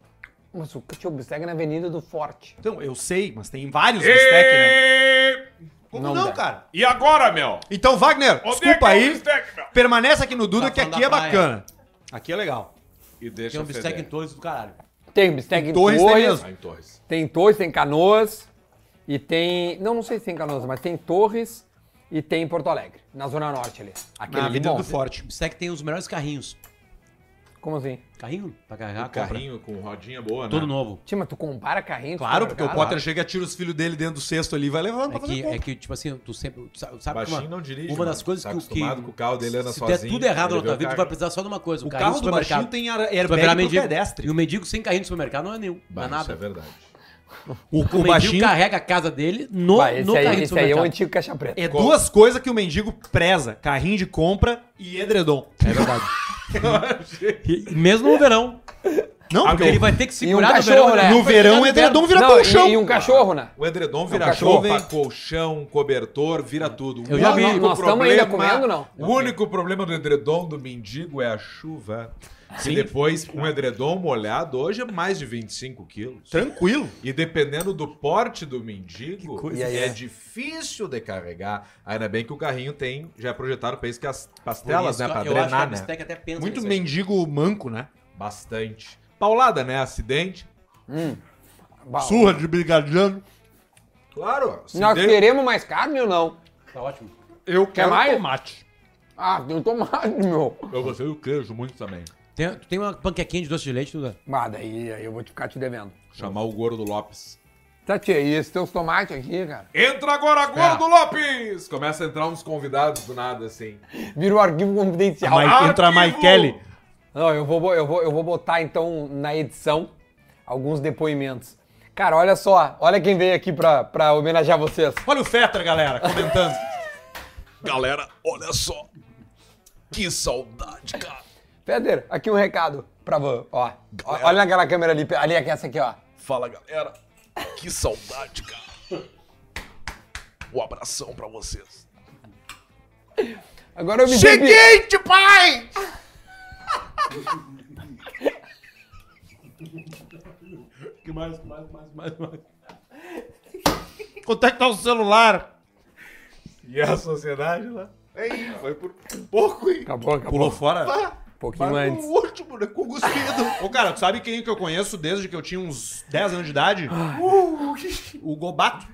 Speaker 2: Mas o tio bistec é na Avenida do Forte.
Speaker 6: Então, eu sei, mas tem vários bistec, né? Como
Speaker 2: Não
Speaker 6: não,
Speaker 2: dá.
Speaker 6: cara?
Speaker 5: E agora, meu?
Speaker 3: Então, Wagner,
Speaker 5: Onde é que
Speaker 3: desculpa
Speaker 5: é o
Speaker 3: aí.
Speaker 5: bistec, meu?
Speaker 3: Permanece aqui no Duda,
Speaker 4: Tá
Speaker 3: que
Speaker 4: falando
Speaker 3: aqui
Speaker 4: da
Speaker 3: é
Speaker 4: praia.
Speaker 3: bacana. Aqui é legal.
Speaker 5: E deixa
Speaker 4: Tem um bistec em
Speaker 5: feder.
Speaker 4: todos do caralho.
Speaker 2: Tem bistec em Torres,
Speaker 3: Torres tem mesmo.
Speaker 5: Ah, em Torres.
Speaker 2: tem Torres, tem Canoas e tem... Não, não sei se tem Canoas, mas tem Torres e tem Porto Alegre, na Zona Norte ali. Aquele
Speaker 4: é
Speaker 6: Na
Speaker 2: ali
Speaker 6: Avenida
Speaker 2: bom.
Speaker 6: do Forte.
Speaker 4: O bistec tem os melhores carrinhos.
Speaker 2: Como assim?
Speaker 4: Carrinho? Pra carregar a
Speaker 5: Um
Speaker 4: Ah, compra.
Speaker 5: carrinho com rodinha boa, né?
Speaker 4: Todo novo.
Speaker 2: Tia, mas tu tá compara carrinho... de
Speaker 3: Claro, porque o
Speaker 2: supermercado?
Speaker 3: Potter chega, tira os filhos dele dentro do cesto ali e vai um levando
Speaker 4: É
Speaker 3: pra fazer
Speaker 4: que, é
Speaker 3: compra.
Speaker 4: que, tipo assim, tu sempre. Tu sa- sabe que
Speaker 5: Baixinho
Speaker 4: uma,
Speaker 5: não dirige,
Speaker 4: uma
Speaker 5: mano.
Speaker 4: das coisas
Speaker 5: Tá
Speaker 4: que o que.
Speaker 5: acostumado com o carro dele, anda
Speaker 4: se der
Speaker 5: sozinho,
Speaker 4: tudo errado na
Speaker 5: ele vê
Speaker 4: tua
Speaker 5: o
Speaker 4: vida, tu
Speaker 5: carro.
Speaker 4: vai precisar só de uma coisa.
Speaker 6: O carro do baixinho
Speaker 4: supermercado.
Speaker 6: tem ar-
Speaker 4: Tu vai virar
Speaker 6: airbag pro
Speaker 4: mendigo.
Speaker 6: pedestre.
Speaker 4: E o mendigo sem carrinho de supermercado não é nenhum. Não
Speaker 5: Bah,
Speaker 4: é
Speaker 5: isso é
Speaker 4: nada.
Speaker 5: verdade.
Speaker 3: O,
Speaker 4: O
Speaker 3: o
Speaker 4: mendigo
Speaker 3: baixinho
Speaker 4: carrega a casa dele no,
Speaker 2: Bah, esse
Speaker 4: no
Speaker 2: aí,
Speaker 4: carrinho
Speaker 2: esse aí
Speaker 4: de
Speaker 2: é o
Speaker 4: supermercado.
Speaker 2: antigo caixa preta.
Speaker 3: é duas coisas que o mendigo preza: carrinho de compra e edredom.
Speaker 4: É verdade. E- e mesmo no verão.
Speaker 5: Ah,
Speaker 3: Não,
Speaker 4: Porque ele vai ter que segurar no
Speaker 2: cachorro,
Speaker 4: verão.
Speaker 2: né?
Speaker 4: ele
Speaker 3: no
Speaker 4: vai chegar
Speaker 3: verão o edredom vira
Speaker 2: Não,
Speaker 3: colchão.
Speaker 2: E, e um cachorro, né?
Speaker 5: O edredom vira
Speaker 2: cachorro,
Speaker 5: roupa,
Speaker 3: hein?
Speaker 5: colchão, cobertor, vira tudo.
Speaker 4: Eu já vi.
Speaker 2: Nós estamos ainda comendo, não?
Speaker 5: O único problema do edredom do mendigo é a chuva. E depois, um edredom molhado hoje é mais de 25 quilos.
Speaker 3: Tranquilo.
Speaker 5: E dependendo do porte do mendigo,
Speaker 2: coisa.
Speaker 5: é,
Speaker 2: E aí, é?
Speaker 5: difícil de carregar. Ainda bem que o carrinho tem, já é projetado pra isso que as
Speaker 4: Por
Speaker 5: pastelas,
Speaker 4: isso
Speaker 5: né?
Speaker 4: que
Speaker 5: Pra
Speaker 4: eu acho que a
Speaker 5: drenar, né?
Speaker 4: bistec até pensa
Speaker 3: Muito
Speaker 4: nisso aí.
Speaker 3: mendigo manco, né?
Speaker 5: Bastante. Paulada, né? Acidente.
Speaker 2: Bah,
Speaker 3: Surra de brigadiano.
Speaker 5: Claro. se
Speaker 2: Nós
Speaker 5: deu-
Speaker 2: queremos mais carne ou não?
Speaker 4: Tá ótimo.
Speaker 3: Eu
Speaker 2: Quer mais?
Speaker 3: tomate.
Speaker 2: Ah, tem um tomate, meu.
Speaker 5: Eu gostei do queijo muito também.
Speaker 4: Tem, tu tem uma panquequinha de doce de leite, Duda?
Speaker 2: Bah, daí aí eu vou te ficar te devendo.
Speaker 5: Chamar o Gordo Lopes.
Speaker 2: Tá, tia, e esses teus tomates aqui, cara?
Speaker 5: Entra agora,
Speaker 4: Espera.
Speaker 5: Gordo Lopes! É. Começa a entrar uns convidados do nada, assim.
Speaker 2: Vira o arquivo confidencial.
Speaker 3: Mas-
Speaker 5: Arquivo!
Speaker 3: entra a Maikele.
Speaker 2: Não, eu vou, bo- eu, vou, eu vou botar, então, na edição, alguns depoimentos. Cara, olha só. Olha quem veio aqui pra, pra homenagear vocês.
Speaker 3: Olha o Fetra, galera, comentando.
Speaker 5: Galera, olha só. Que saudade, cara.
Speaker 2: Feder, aqui um recado pra... vo- Ó, ó, olha naquela câmera ali. pe- Ali, é essa aqui, ó.
Speaker 5: Fala, galera. Que saudade, cara. Um abração pra vocês.
Speaker 2: Agora eu me debi-
Speaker 5: Seguinte, pai!
Speaker 4: Que mais, mais, mais, mais, mais.
Speaker 3: Quanto é que tá o celular?
Speaker 5: E a sociedade lá? Ei, foi por pouco, hein?
Speaker 2: Acabou, acabou.
Speaker 3: Pulou fora?
Speaker 2: Um pouquinho
Speaker 3: é
Speaker 2: antes.
Speaker 5: último, né? Com o Guspido.
Speaker 3: Ô, cara, tu sabe quem que eu conheço desde que eu tinha uns 10 anos de idade? Uh, o Gobato.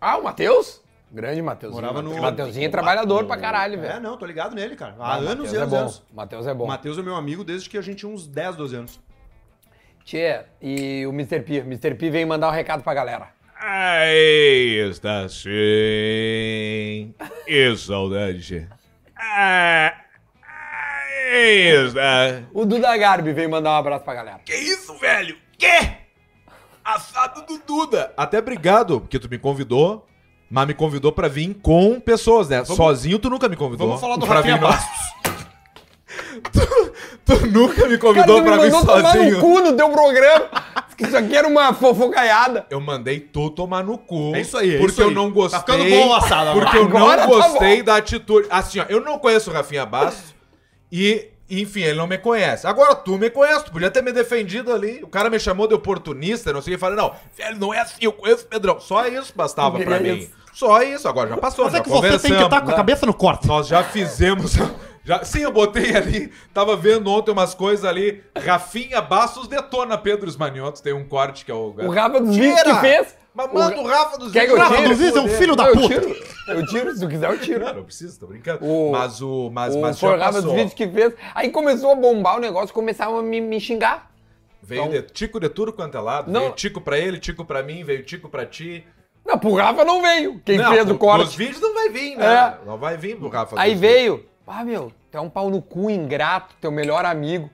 Speaker 2: Ah, o Matheus? Grande Matheus.
Speaker 3: Morava no-
Speaker 2: Mateuzinho é trabalhador pra caralho, velho.
Speaker 3: É, não, tô ligado nele, cara. Há
Speaker 2: Ah,
Speaker 3: anos
Speaker 2: Matheus
Speaker 3: e anos e
Speaker 2: é bom.
Speaker 3: anos.
Speaker 2: Matheus é
Speaker 3: O
Speaker 2: bom.
Speaker 3: Matheus é meu amigo desde que a gente tinha uns 10, 12 anos.
Speaker 2: Tchê, e o Mr. P. Mr. P vem mandar um recado pra galera.
Speaker 5: Aí está É sim. E saudade. Ah, Aí está.
Speaker 2: O Duda Garbi vem mandar um abraço pra galera.
Speaker 5: Que isso, velho? Que? Assado do Duda. Até obrigado, porque tu me convidou. Mas me convidou pra vir com pessoas, né? Sozinho tu nunca me convidou.
Speaker 3: Vamos falar do
Speaker 5: Pra
Speaker 3: Rafinha
Speaker 5: vir nós. tu, tu nunca me
Speaker 2: Cara,
Speaker 5: convidou
Speaker 2: tu me
Speaker 5: pra vir
Speaker 2: mandou tomar no
Speaker 5: sozinho.
Speaker 2: cu no teu programa. Diz que Isso aqui era uma fofocaiada.
Speaker 5: Eu mandei tu tomar no cu.
Speaker 3: É isso aí, é
Speaker 5: Porque
Speaker 3: isso aí.
Speaker 5: eu não gostei.
Speaker 3: Tá ficando bom o assado agora.
Speaker 5: Porque eu
Speaker 2: Agora
Speaker 5: não
Speaker 2: tá
Speaker 5: gostei
Speaker 2: bom.
Speaker 5: da atitude. Assim, ó, eu não conheço o Rafinha Bastos e, enfim, ele não me conhece. Agora tu me conhece, tu podia ter me defendido ali. O cara me chamou de oportunista, não sei o que. Falei, não, velho, não é assim, eu conheço o Pedrão. Só isso bastava
Speaker 2: Eu
Speaker 5: pra
Speaker 2: queria
Speaker 5: mim.
Speaker 2: isso.
Speaker 5: Só isso, agora já passou,
Speaker 3: é
Speaker 5: já conversamos.
Speaker 3: tá com a cabeça no corte.
Speaker 5: Nós já fizemos. Já, sim, eu botei ali. Tava vendo ontem umas coisas ali. Rafinha Bastos detona Pedro Esmaniotos. Tem um corte que é o.
Speaker 2: O Rafa dos Vídeos que fez.
Speaker 5: Mas
Speaker 2: o
Speaker 5: manda
Speaker 2: Ra-
Speaker 5: o Rafa dos
Speaker 2: Quer que eu
Speaker 5: Vídeos.
Speaker 2: tire?
Speaker 3: Rafa dos Vídeos é um filho da
Speaker 2: Não,
Speaker 3: puta.
Speaker 2: Eu tiro. Eu tiro, se tu quiser, eu tiro.
Speaker 5: Não, não precisa, tô brincando.
Speaker 2: O-
Speaker 5: mas o. Mas,
Speaker 2: o
Speaker 5: mas
Speaker 2: foi
Speaker 5: já
Speaker 2: o Rafa dos
Speaker 5: passou.
Speaker 2: Vídeos que fez. Aí começou a bombar o negócio, começaram a me, me xingar.
Speaker 5: Veio de, Tico de tudo quanto é lado.
Speaker 2: Não.
Speaker 5: Veio Tico pra ele, Tico pra mim, veio Tico pra ti.
Speaker 2: Não, pro Rafa não veio. Quem
Speaker 5: Não,
Speaker 2: fez o corte.
Speaker 5: Os vídeos não vai vir, né?
Speaker 2: É.
Speaker 5: Não vai vir pro Rafa.
Speaker 2: Aí
Speaker 5: dos
Speaker 2: veio. Ah, meu, tu é um pau no cu ingrato, teu melhor amigo.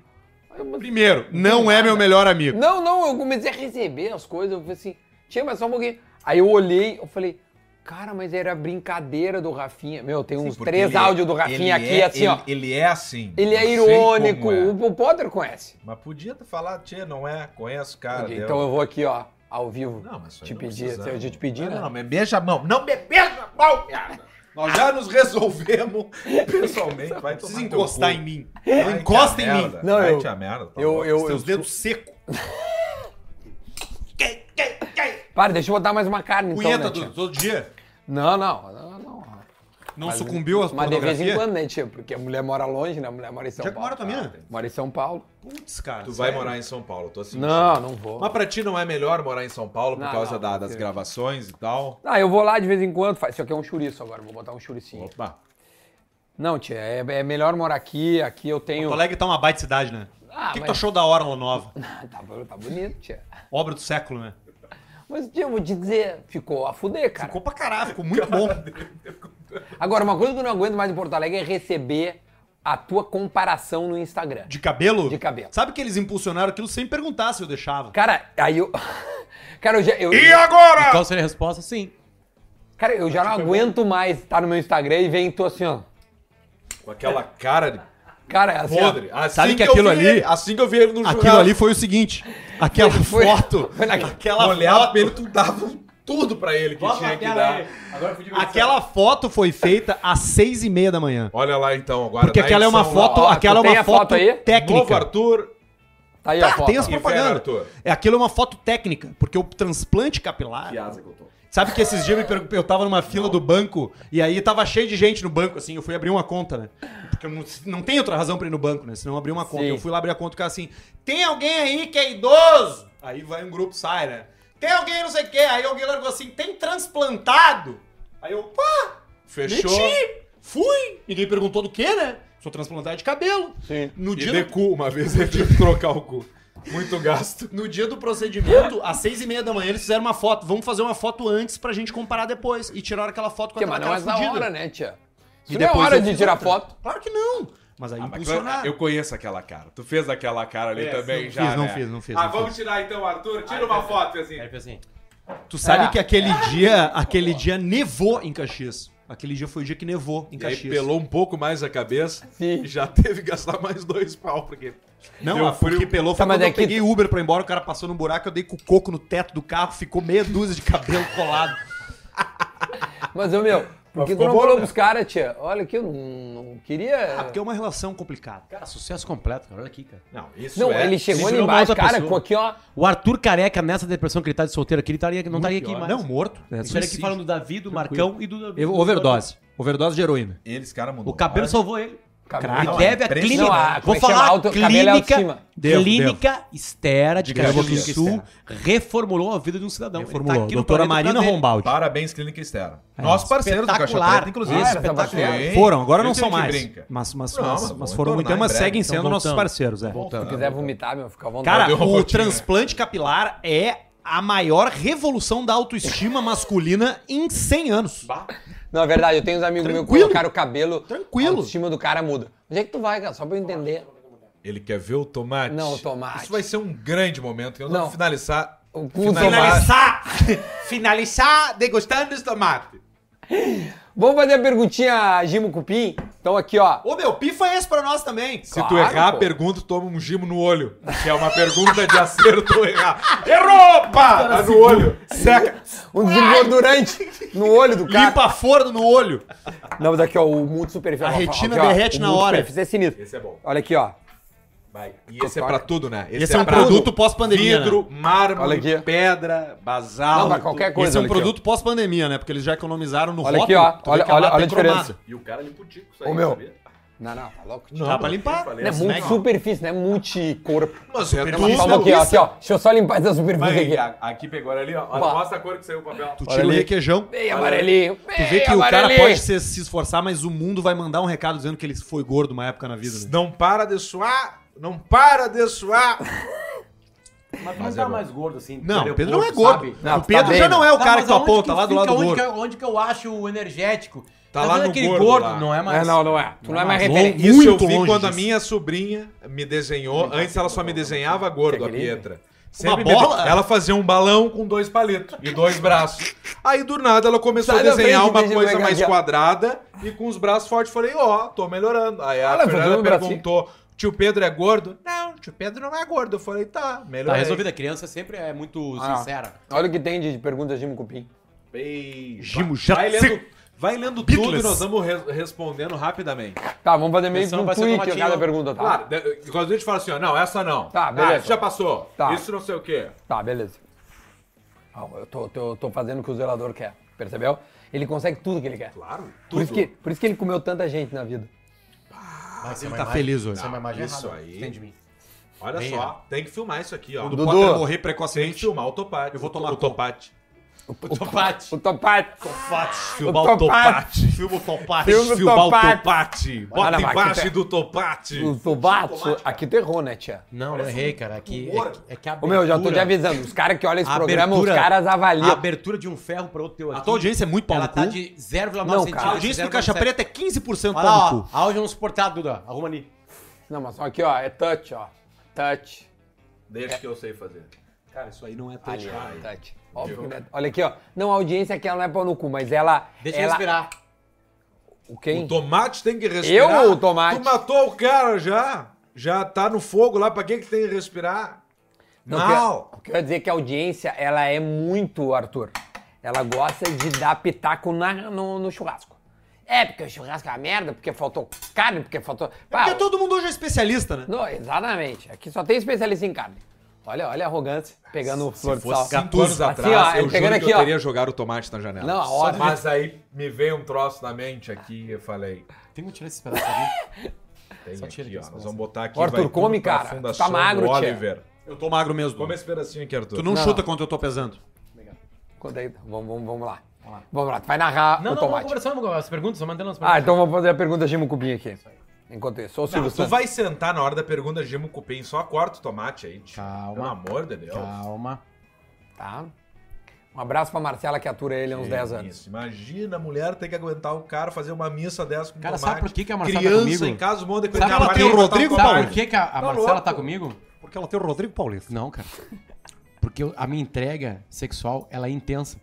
Speaker 2: Aí eu, mas-
Speaker 3: Primeiro, não é meu melhor amigo.
Speaker 2: Não, não, eu comecei a receber as coisas, eu falei assim, tinha mas só um pouquinho. Aí eu olhei, eu falei, cara, mas era brincadeira do Rafinha. Meu, tem uns
Speaker 5: Porque
Speaker 2: três
Speaker 5: ele é-
Speaker 2: áudios do Rafinha
Speaker 5: ele
Speaker 2: aqui,
Speaker 5: é-
Speaker 2: assim,
Speaker 5: ele,
Speaker 2: ó.
Speaker 5: Ele é assim.
Speaker 2: Ele é
Speaker 5: Eu sei como
Speaker 2: irônico,
Speaker 5: é.
Speaker 2: o, o Potter conhece.
Speaker 5: Mas podia ter falado, tchê, não é? Conheço o cara. deu.
Speaker 2: então eu vou aqui, ó, ao vivo.
Speaker 5: Não, mas isso aí
Speaker 2: te
Speaker 5: não
Speaker 2: pedir,
Speaker 5: precisava.
Speaker 2: eu já te pedi,
Speaker 5: Não,
Speaker 2: né?
Speaker 5: não, me beija a mão. Não me beija a mão, cara. Nós já nos resolvemos pessoalmente. Vai
Speaker 6: Precisa encostar em
Speaker 5: mim.
Speaker 6: mim.
Speaker 5: Não
Speaker 6: encosta em mim.
Speaker 2: Não, eu-
Speaker 5: a merda. tá
Speaker 2: eu,
Speaker 5: louco.
Speaker 2: eu, eu,
Speaker 6: Teus dedos secos.
Speaker 2: Para, deixa eu botar mais uma carne,
Speaker 6: Punheta
Speaker 2: então, né, tia?
Speaker 6: todo, todo dia.
Speaker 2: Não, não, não, não.
Speaker 6: Não sucumbiu às
Speaker 2: Mas de vez em
Speaker 6: pornografia?
Speaker 2: quando, né, tia? Porque a mulher mora longe, né? A mulher mora em São
Speaker 6: Já que
Speaker 2: Paulo.
Speaker 6: mora tua
Speaker 5: né?
Speaker 6: mina?
Speaker 2: Mora em São Paulo.
Speaker 6: Putz, cara.
Speaker 5: Tu vai
Speaker 3: é
Speaker 6: sério?
Speaker 5: morar em São Paulo, tô assim.
Speaker 2: Não, não vou.
Speaker 5: Mas pra ti não é melhor morar em São Paulo por
Speaker 2: Não,
Speaker 5: causa
Speaker 2: não,
Speaker 5: da-
Speaker 2: não,
Speaker 5: das
Speaker 2: sim.
Speaker 5: gravações e tal?
Speaker 2: Ah, eu vou lá de vez em quando. Faz... Isso aqui é um chouriço agora, vou botar um chouricinho.
Speaker 5: Opa.
Speaker 2: Não, tia, é, é melhor morar aqui. Aqui eu tenho.
Speaker 6: Porto Alegre tá uma baita cidade, né?
Speaker 2: Ah,
Speaker 6: o que, que tu
Speaker 2: mas-
Speaker 6: achou da Orla Nova?
Speaker 2: tá, bo- tá bonito, tia.
Speaker 6: Obra do século, né?
Speaker 2: Mas, tia, eu vou te dizer, ficou a fuder, cara.
Speaker 6: Ficou pra caralho, ficou muito bom.
Speaker 2: Agora, uma coisa que eu não aguento mais em Porto Alegre é receber a tua comparação no Instagram.
Speaker 6: De cabelo?
Speaker 2: De cabelo.
Speaker 6: Sabe que eles impulsionaram aquilo sem perguntar se eu deixava.
Speaker 2: Cara, aí eu. Cara, eu já. eu-
Speaker 5: agora?
Speaker 4: Qual seria a resposta? Sim.
Speaker 2: Cara, eu já não aguento mais estar no meu Instagram e vem tu assim, ó.
Speaker 5: Com aquela cara de
Speaker 2: Cara, assim. ó.
Speaker 5: podre. Assim
Speaker 4: Sabe que aquilo
Speaker 5: eu vi
Speaker 4: ali-
Speaker 5: ele- assim que eu vi ele no churrasco.
Speaker 6: Aquilo ali foi o seguinte: aquela
Speaker 2: Foi-
Speaker 6: foto.
Speaker 2: foi naquele-
Speaker 6: aquela
Speaker 5: olhava
Speaker 6: foto.
Speaker 5: pra ele, tu dava um tudo pra ele que tinha que dar.
Speaker 6: Aquela foto foi feita às seis e meia da manhã.
Speaker 5: Olha lá então agora.
Speaker 6: Porque
Speaker 5: na
Speaker 6: aquela é uma
Speaker 5: edição lá,
Speaker 6: foto,
Speaker 2: ó,
Speaker 6: aquela é
Speaker 2: tu tem
Speaker 6: uma
Speaker 2: a foto
Speaker 6: foto
Speaker 2: aí?
Speaker 5: Novo
Speaker 6: técnica.
Speaker 5: Arthur
Speaker 2: Tá aí a
Speaker 6: Tá,
Speaker 2: foto.
Speaker 6: tem as
Speaker 5: E
Speaker 6: propagandas.
Speaker 5: Vera Arthur.
Speaker 6: É, aquilo é uma foto técnica, porque o transplante capilar.
Speaker 5: Que asa que eu tô.
Speaker 6: Sabe que esses dias eu, me pergun- eu tava numa fila do banco e aí tava cheio de gente no banco, assim, eu fui abrir uma conta, né? Porque eu não, não tem outra razão pra ir no banco, né? Senão abrir uma conta.
Speaker 2: Sim.
Speaker 6: Eu fui lá abrir a conta e o cara assim, tem alguém aí que é idoso? Aí vai um grupo, sai, né? Tem alguém não sei o quê? Aí alguém largou assim, tem transplantado? Aí eu, pá,
Speaker 5: Fechou.
Speaker 6: meti, fui. Ninguém perguntou do quê, né? Sou transplantado de cabelo.
Speaker 2: Sim.
Speaker 6: No
Speaker 5: E
Speaker 6: dia
Speaker 5: de
Speaker 6: do
Speaker 5: cu, uma vez ele tive que trocar o cu. Muito gasto.
Speaker 6: No dia do procedimento, às seis e meia da manhã, eles fizeram uma foto. Vamos fazer uma foto antes pra gente comparar depois. E tiraram aquela foto com
Speaker 2: Tia, mas não
Speaker 6: aquela
Speaker 2: é
Speaker 6: cara
Speaker 2: da
Speaker 6: fudida.
Speaker 2: hora, né, tia?
Speaker 6: Tá E
Speaker 2: Isso não é
Speaker 6: depois
Speaker 2: hora
Speaker 6: eu
Speaker 2: de
Speaker 6: fiz
Speaker 2: tirar
Speaker 6: outra.
Speaker 2: foto.
Speaker 6: Claro que não. Ah, Mas aí impulsionaram.
Speaker 5: Eu conheço aquela cara. Tu fez aquela cara ali
Speaker 6: É,
Speaker 5: também
Speaker 6: não
Speaker 5: já.
Speaker 6: fiz, não
Speaker 5: né?
Speaker 6: fiz, não fiz,
Speaker 5: Ah,
Speaker 6: não
Speaker 5: vamos tirar então, Arthur. Tira uma foto,
Speaker 4: Aí
Speaker 5: Fezinho.
Speaker 4: foi assim.
Speaker 6: Tu sabe
Speaker 2: É.
Speaker 6: que aquele dia, aquele dia nevou em Caxias. Aquele dia foi o dia que nevou em
Speaker 5: E aí
Speaker 6: Caxias.
Speaker 5: pelou um pouco mais a cabeça
Speaker 2: Sim.
Speaker 5: e já teve que gastar mais dois pau, porque.
Speaker 6: Não,
Speaker 5: Deu
Speaker 6: a frio. que pelou foi
Speaker 2: Tá, mas
Speaker 6: quando eu
Speaker 2: é que-
Speaker 6: peguei Uber pra ir embora, o cara passou no buraco, eu dei com o coco no teto do carro, ficou meia dúzia de cabelo colado.
Speaker 2: Mas, ô, meu, por que tu
Speaker 5: ficou
Speaker 2: não
Speaker 5: bom,
Speaker 2: falou
Speaker 5: né?
Speaker 2: pros caras, tia? Olha aqui, eu não, não queria...
Speaker 6: Ah, porque é uma relação complicada.
Speaker 4: Cara, sucesso completo, cara. Olha aqui, cara.
Speaker 5: Não, isso
Speaker 2: Não,
Speaker 5: é.
Speaker 2: ele chegou
Speaker 4: se
Speaker 2: ali
Speaker 4: virou uma
Speaker 2: embaixo,
Speaker 4: outra
Speaker 2: cara,
Speaker 4: pessoa.
Speaker 2: com aqui, ó.
Speaker 4: O Arthur Careca, nessa depressão que ele tá de solteiro aqui, ele estaria, não estaria aqui mais.
Speaker 6: Não, morto.
Speaker 4: Isso era aqui falando do Davi, do Marcão e do...
Speaker 6: Eu- Overdose. Overdose de heroína.
Speaker 5: Eles, cara, mudou.
Speaker 4: O cabelo
Speaker 5: Olha,
Speaker 4: salvou ele.
Speaker 2: Cabelo.
Speaker 4: Ele
Speaker 5: Não, é
Speaker 4: deve a
Speaker 5: impressionante.
Speaker 4: clínica.
Speaker 2: Não, a- como
Speaker 4: vou
Speaker 2: é que chama?
Speaker 4: falar
Speaker 2: Auto- cabelo é
Speaker 4: clínica,
Speaker 2: autoestima.
Speaker 6: Devo,
Speaker 4: clínica Estera de
Speaker 5: Devo,
Speaker 4: Caxias
Speaker 5: Clínica
Speaker 4: do Sul reformulou a vida de um cidadão. Ele tá
Speaker 6: Formulou.
Speaker 4: aqui no
Speaker 6: Doutora
Speaker 4: planeta
Speaker 6: Marina
Speaker 4: pra ver.
Speaker 6: Rombaldi.
Speaker 5: Parabéns, Clínica Estera.
Speaker 6: É.
Speaker 5: Nosso parceiro do Caixa
Speaker 4: espetacular.
Speaker 5: Preta, inclusive.
Speaker 4: Ah,
Speaker 2: espetacular.
Speaker 5: Sim.
Speaker 6: Foram, agora
Speaker 5: Eu
Speaker 6: não
Speaker 5: tenho
Speaker 6: são
Speaker 5: que
Speaker 6: mais.
Speaker 5: brinca.
Speaker 6: Mas, mas,
Speaker 5: Não,
Speaker 6: mas,
Speaker 5: mas
Speaker 6: mas
Speaker 5: vamos
Speaker 6: foram muito,
Speaker 5: retornar
Speaker 6: mas
Speaker 5: em breve,
Speaker 6: seguem
Speaker 4: então
Speaker 6: sendo nossos
Speaker 4: voltamos.
Speaker 6: parceiros, é.
Speaker 2: Se quiser vomitar, meu, fica à vontade.
Speaker 6: Cara,
Speaker 5: Deu uma
Speaker 6: o
Speaker 5: voltinha.
Speaker 6: transplante capilar é a maior revolução da autoestima masculina em 100 anos.
Speaker 2: Não, é verdade, eu tenho uns amigos meus que
Speaker 6: Tranquilo.
Speaker 2: colocaram o cabelo.
Speaker 6: Tranquilo.
Speaker 2: A autoestima do cara muda. Onde é que tu vai, cara? Só pra eu entender.
Speaker 5: Ele quer ver o tomate.
Speaker 2: Não, o tomate.
Speaker 5: Isso vai ser um grande momento. que Nós
Speaker 2: Não.
Speaker 5: vamos finalizar.
Speaker 2: O cu do tomate.
Speaker 5: Finalizar! finalizar degustando esse tomate.
Speaker 2: Vamos fazer a perguntinha, Gimo Cupim? Então aqui, ó.
Speaker 6: Ô meu, pifa é esse pra nós também.
Speaker 5: Se tu
Speaker 2: Claro,
Speaker 5: errar
Speaker 2: pô.
Speaker 5: a pergunta, toma um gimo no olho. Que é uma pergunta de acerto ou errar. Errou! Pá! Tá no olho. Seca.
Speaker 2: Um desengordurante no olho do cara.
Speaker 6: Limpa a forno no olho.
Speaker 2: Não, mas aqui, ó, o mundo superficial.
Speaker 6: A
Speaker 2: Ó,
Speaker 6: retina
Speaker 2: aqui, ó,
Speaker 6: derrete
Speaker 2: o
Speaker 6: na
Speaker 2: mundo
Speaker 6: hora.
Speaker 2: superficial é sinistro.
Speaker 5: Esse é bom.
Speaker 2: Olha aqui, ó.
Speaker 5: Vai. E esse é pra tudo, né?
Speaker 6: Esse é um
Speaker 5: pra
Speaker 6: produto
Speaker 5: tudo.
Speaker 6: pós-pandemia, né?
Speaker 5: Vidro,
Speaker 2: Olha
Speaker 5: mármore,
Speaker 2: aqui.
Speaker 5: pedra,
Speaker 2: Não,
Speaker 5: basal.
Speaker 2: pra qualquer coisa.
Speaker 6: Esse é um
Speaker 2: olha aqui,
Speaker 6: produto pós-pandemia, né? Porque eles já economizaram no
Speaker 2: Olha aqui,
Speaker 6: rótulo.
Speaker 2: ó.
Speaker 6: Tu vê
Speaker 2: Olha-
Speaker 6: que a
Speaker 2: olha-
Speaker 6: lata
Speaker 2: olha
Speaker 6: é
Speaker 2: a diferença.
Speaker 6: cromada.
Speaker 5: E o cara limpa o tico, isso
Speaker 2: Ô, meu. ó. Não, não, tá louco. tio.
Speaker 6: Dá pra limpar.
Speaker 2: Não é muito superfície, não é multicorpo.
Speaker 5: Mas é
Speaker 2: Não, mas
Speaker 5: tudo.
Speaker 2: calma aqui, ó, aqui, ó. Deixa eu só limpar essa superfície
Speaker 5: Aí,
Speaker 2: aqui.
Speaker 5: a- aqui pegou olha ali, ó. Olha,
Speaker 2: Pá.
Speaker 5: Mostra a cor que saiu o papel.
Speaker 6: Tu tira o requeijão.
Speaker 2: Bem amarelinho.
Speaker 6: Tu vê que o cara pode se, se esforçar, mas o mundo vai mandar um recado dizendo que ele foi gordo uma época na vida, né?
Speaker 5: Não para de suar, não para de suar.
Speaker 8: Mas tu
Speaker 5: Mas
Speaker 8: não
Speaker 5: é
Speaker 8: tá
Speaker 5: bom.
Speaker 8: mais gordo assim.
Speaker 6: Não,
Speaker 8: entendeu?
Speaker 6: o Pedro não é
Speaker 8: Sabe?
Speaker 6: gordo.
Speaker 2: Não,
Speaker 6: o
Speaker 2: tá
Speaker 6: Pedro
Speaker 2: bem,
Speaker 6: já não é o
Speaker 4: Tá,
Speaker 6: cara
Speaker 4: mas
Speaker 6: que tu
Speaker 4: aonde
Speaker 6: aponta lá do
Speaker 4: fica?
Speaker 6: lado do
Speaker 4: onde
Speaker 6: gordo.
Speaker 4: que, onde que eu acho o energético?
Speaker 5: Tá lá no
Speaker 4: aquele
Speaker 5: gordo
Speaker 4: gordo,
Speaker 5: lá.
Speaker 4: não é
Speaker 2: É,
Speaker 4: mais.
Speaker 2: não, não é. Tu não é mais
Speaker 4: Mas
Speaker 2: referência.
Speaker 5: Isso eu vi
Speaker 4: longe
Speaker 5: quando a
Speaker 4: disso.
Speaker 5: minha sobrinha me desenhou. Antes ela só me desenhava gordo, a Pietra. Sempre me-
Speaker 4: bola?
Speaker 5: Ela fazia um balão com dois palitos e dois braços. Aí do nada ela começou
Speaker 2: Sai
Speaker 5: a
Speaker 2: da
Speaker 5: desenhar
Speaker 2: frente,
Speaker 5: uma
Speaker 2: deixa eu
Speaker 5: coisa
Speaker 2: pegar
Speaker 5: mais
Speaker 2: aqui, ó.
Speaker 5: quadrada e com os braços fortes. Falei, ó, tô melhorando. Aí a
Speaker 2: Olha,
Speaker 5: Fernanda
Speaker 2: fazendo um bracinho.
Speaker 5: perguntou: tio Pedro é gordo? Não, tio Pedro não é gordo. Eu falei, tá, melhor.
Speaker 4: Tá
Speaker 6: é.
Speaker 4: resolvido, a criança sempre é muito
Speaker 2: Ah.
Speaker 4: sincera.
Speaker 2: Olha o que tem de perguntas de Jim Cupim.
Speaker 5: Gimo,
Speaker 3: Gimo,
Speaker 5: vai
Speaker 3: já-
Speaker 5: lendo, vai lendo tudo e
Speaker 3: Beatles.
Speaker 5: nós vamos re- respondendo rapidamente.
Speaker 2: Tá, vamos fazer meio que
Speaker 4: Pensando
Speaker 2: um
Speaker 4: vai ser
Speaker 2: tweet
Speaker 4: tomatinho.
Speaker 2: cada pergunta, tá?
Speaker 5: Claro, de- quando a gente fala assim, ó, não, essa não.
Speaker 2: Tá,
Speaker 5: Ah,
Speaker 2: beleza.
Speaker 5: isso já passou.
Speaker 2: Tá.
Speaker 5: Isso não sei o quê.
Speaker 2: Tá, beleza. Ah, eu tô, tô, tô fazendo o que o zelador quer, percebeu? Ele consegue tudo que ele quer.
Speaker 5: Claro,
Speaker 2: Por isso, que, por isso que ele comeu tanta gente na vida.
Speaker 4: Mas
Speaker 6: Ele tá feliz hoje.
Speaker 4: Isso é uma imagem
Speaker 5: Isso
Speaker 4: errada.
Speaker 5: aí.
Speaker 4: Tem de mim.
Speaker 5: Olha
Speaker 4: Bem,
Speaker 5: só, tem que filmar isso aqui, ó.
Speaker 6: Quando
Speaker 5: Tem
Speaker 6: o Potter morrer
Speaker 5: que
Speaker 6: precocemente,
Speaker 5: filmar o topate. Eu vou tomar o topate.
Speaker 4: Topate.
Speaker 2: O Topate.
Speaker 6: Topate,
Speaker 2: filmar o Topate.
Speaker 6: Filma o Topate.
Speaker 2: Filma o
Speaker 5: Filmar o
Speaker 2: Topate.
Speaker 5: topate. Bota
Speaker 2: Olha, Marquinhos,
Speaker 5: embaixo
Speaker 2: é.
Speaker 5: do topate.
Speaker 2: O Topate. Aqui tu errou, né, tia?
Speaker 4: Não, eu
Speaker 6: um
Speaker 4: errei, cara. É que, é, é que a
Speaker 2: Ô, meu, já tô te
Speaker 4: abertura-
Speaker 2: avisando. Os caras que olham esse
Speaker 4: a
Speaker 2: programa,
Speaker 4: abertura-
Speaker 2: os caras
Speaker 4: A
Speaker 2: avaliam.
Speaker 4: abertura de um ferro pra outro teu
Speaker 6: A
Speaker 4: aqui,
Speaker 6: tua audiência é muito pau
Speaker 4: Ela
Speaker 6: no
Speaker 4: tá
Speaker 6: cu.
Speaker 4: de 0,9
Speaker 2: Não, cara.
Speaker 4: centímetros.
Speaker 2: A
Speaker 6: A audiência do Caixa Preta é 15%
Speaker 4: Olha lá,
Speaker 6: pau no
Speaker 4: ó.
Speaker 6: cu.
Speaker 4: A áudio não suportado, Duda. Arruma ali.
Speaker 2: Não, mas só aqui, ó. É touch, ó. Touch.
Speaker 5: Deixa que eu sei fazer. Cara, isso aí não é
Speaker 2: Ali,
Speaker 5: tatuagem.
Speaker 2: ó. Touch. Óbvio que não é- Olha aqui, ó. Não, a audiência aqui, ela não é pau no cu, mas ela...
Speaker 4: Deixa eu
Speaker 2: ela...
Speaker 4: respirar.
Speaker 2: O quem?
Speaker 5: O tomate tem que respirar.
Speaker 2: Eu ou o tomate?
Speaker 5: Tu matou o cara já. Já tá no fogo lá. Pra que que tem que respirar?
Speaker 2: Não,
Speaker 5: Não.
Speaker 2: O que eu ia dizer é que a audiência, ela é muito, Arthur. Ela gosta de dar pitaco na- no, no churrasco. É, porque o churrasco é uma merda, porque faltou carne, porque faltou... Pá,
Speaker 6: Porque todo mundo hoje é especialista, né?
Speaker 2: não, exatamente. Aqui só tem especialista em carne. Olha, olha a arrogância, pegando o flor de sal.
Speaker 5: Cinco anos
Speaker 2: Assim,
Speaker 5: atrás,
Speaker 2: ó, ele
Speaker 5: eu juro
Speaker 2: pegando
Speaker 5: que
Speaker 2: aqui,
Speaker 5: eu
Speaker 2: ó.
Speaker 5: teria jogado o tomate na janela.
Speaker 2: Não, a
Speaker 5: Só-
Speaker 2: ordem-
Speaker 5: Mas aí me veio um troço na mente aqui e eu falei,
Speaker 4: Tem que tirar esse pedaço ali.
Speaker 5: tem
Speaker 4: Só tira
Speaker 5: aqui, ó,
Speaker 4: aqui,
Speaker 5: nós
Speaker 4: só-
Speaker 5: vamos botar aqui.
Speaker 2: Ô, Arthur,
Speaker 5: vai
Speaker 2: come,
Speaker 5: tudo pra
Speaker 2: cara. Tu tá
Speaker 5: Fundação do
Speaker 2: magro, tia.
Speaker 5: Oliver.
Speaker 6: Eu tô magro mesmo.
Speaker 5: Come esse pedacinho aqui, Arthur.
Speaker 6: Tu não,
Speaker 2: Não.
Speaker 6: chuta quanto eu tô pesando.
Speaker 2: Quando aí- Vamos, vamos, vamos lá. Vamos lá, tu vai narrar
Speaker 4: Não,
Speaker 2: o
Speaker 4: não, vamos
Speaker 2: tomate.
Speaker 4: conversando com as perguntas, só mandando as
Speaker 2: ah,
Speaker 4: perguntas.
Speaker 2: então vamos fazer a pergunta Gimo Cubinho aqui. Enquanto isso, sou o Silvio
Speaker 5: Tu
Speaker 2: Santos.
Speaker 5: vai sentar na hora da pergunta de Gimo Cupim, só corta o tomate aí, tio.
Speaker 4: Calma.
Speaker 5: Pelo amor de Deus.
Speaker 4: Calma.
Speaker 2: Tá? Um abraço pra Marcela que atura ele há uns 10 anos.
Speaker 5: Isso, Imagina a mulher ter que aguentar o cara fazer uma missa dessa com
Speaker 4: Cara,
Speaker 5: tomate.
Speaker 4: sabe por que que a Marcela tá
Speaker 5: Criança
Speaker 4: comigo?
Speaker 5: em casa, um monte de coisa.
Speaker 4: Sabe
Speaker 5: Ah,
Speaker 4: ela
Speaker 5: vai
Speaker 4: tem o
Speaker 5: botar
Speaker 6: Rodrigo,
Speaker 5: tomate.
Speaker 4: Sabe
Speaker 6: Paulo?
Speaker 4: por que, que a, a
Speaker 5: Tá
Speaker 4: Marcela
Speaker 5: louco.
Speaker 4: tá comigo?
Speaker 6: Porque ela tem o Rodrigo Paulista.
Speaker 4: Não, cara. Porque eu- a minha entrega sexual, ela é intensa.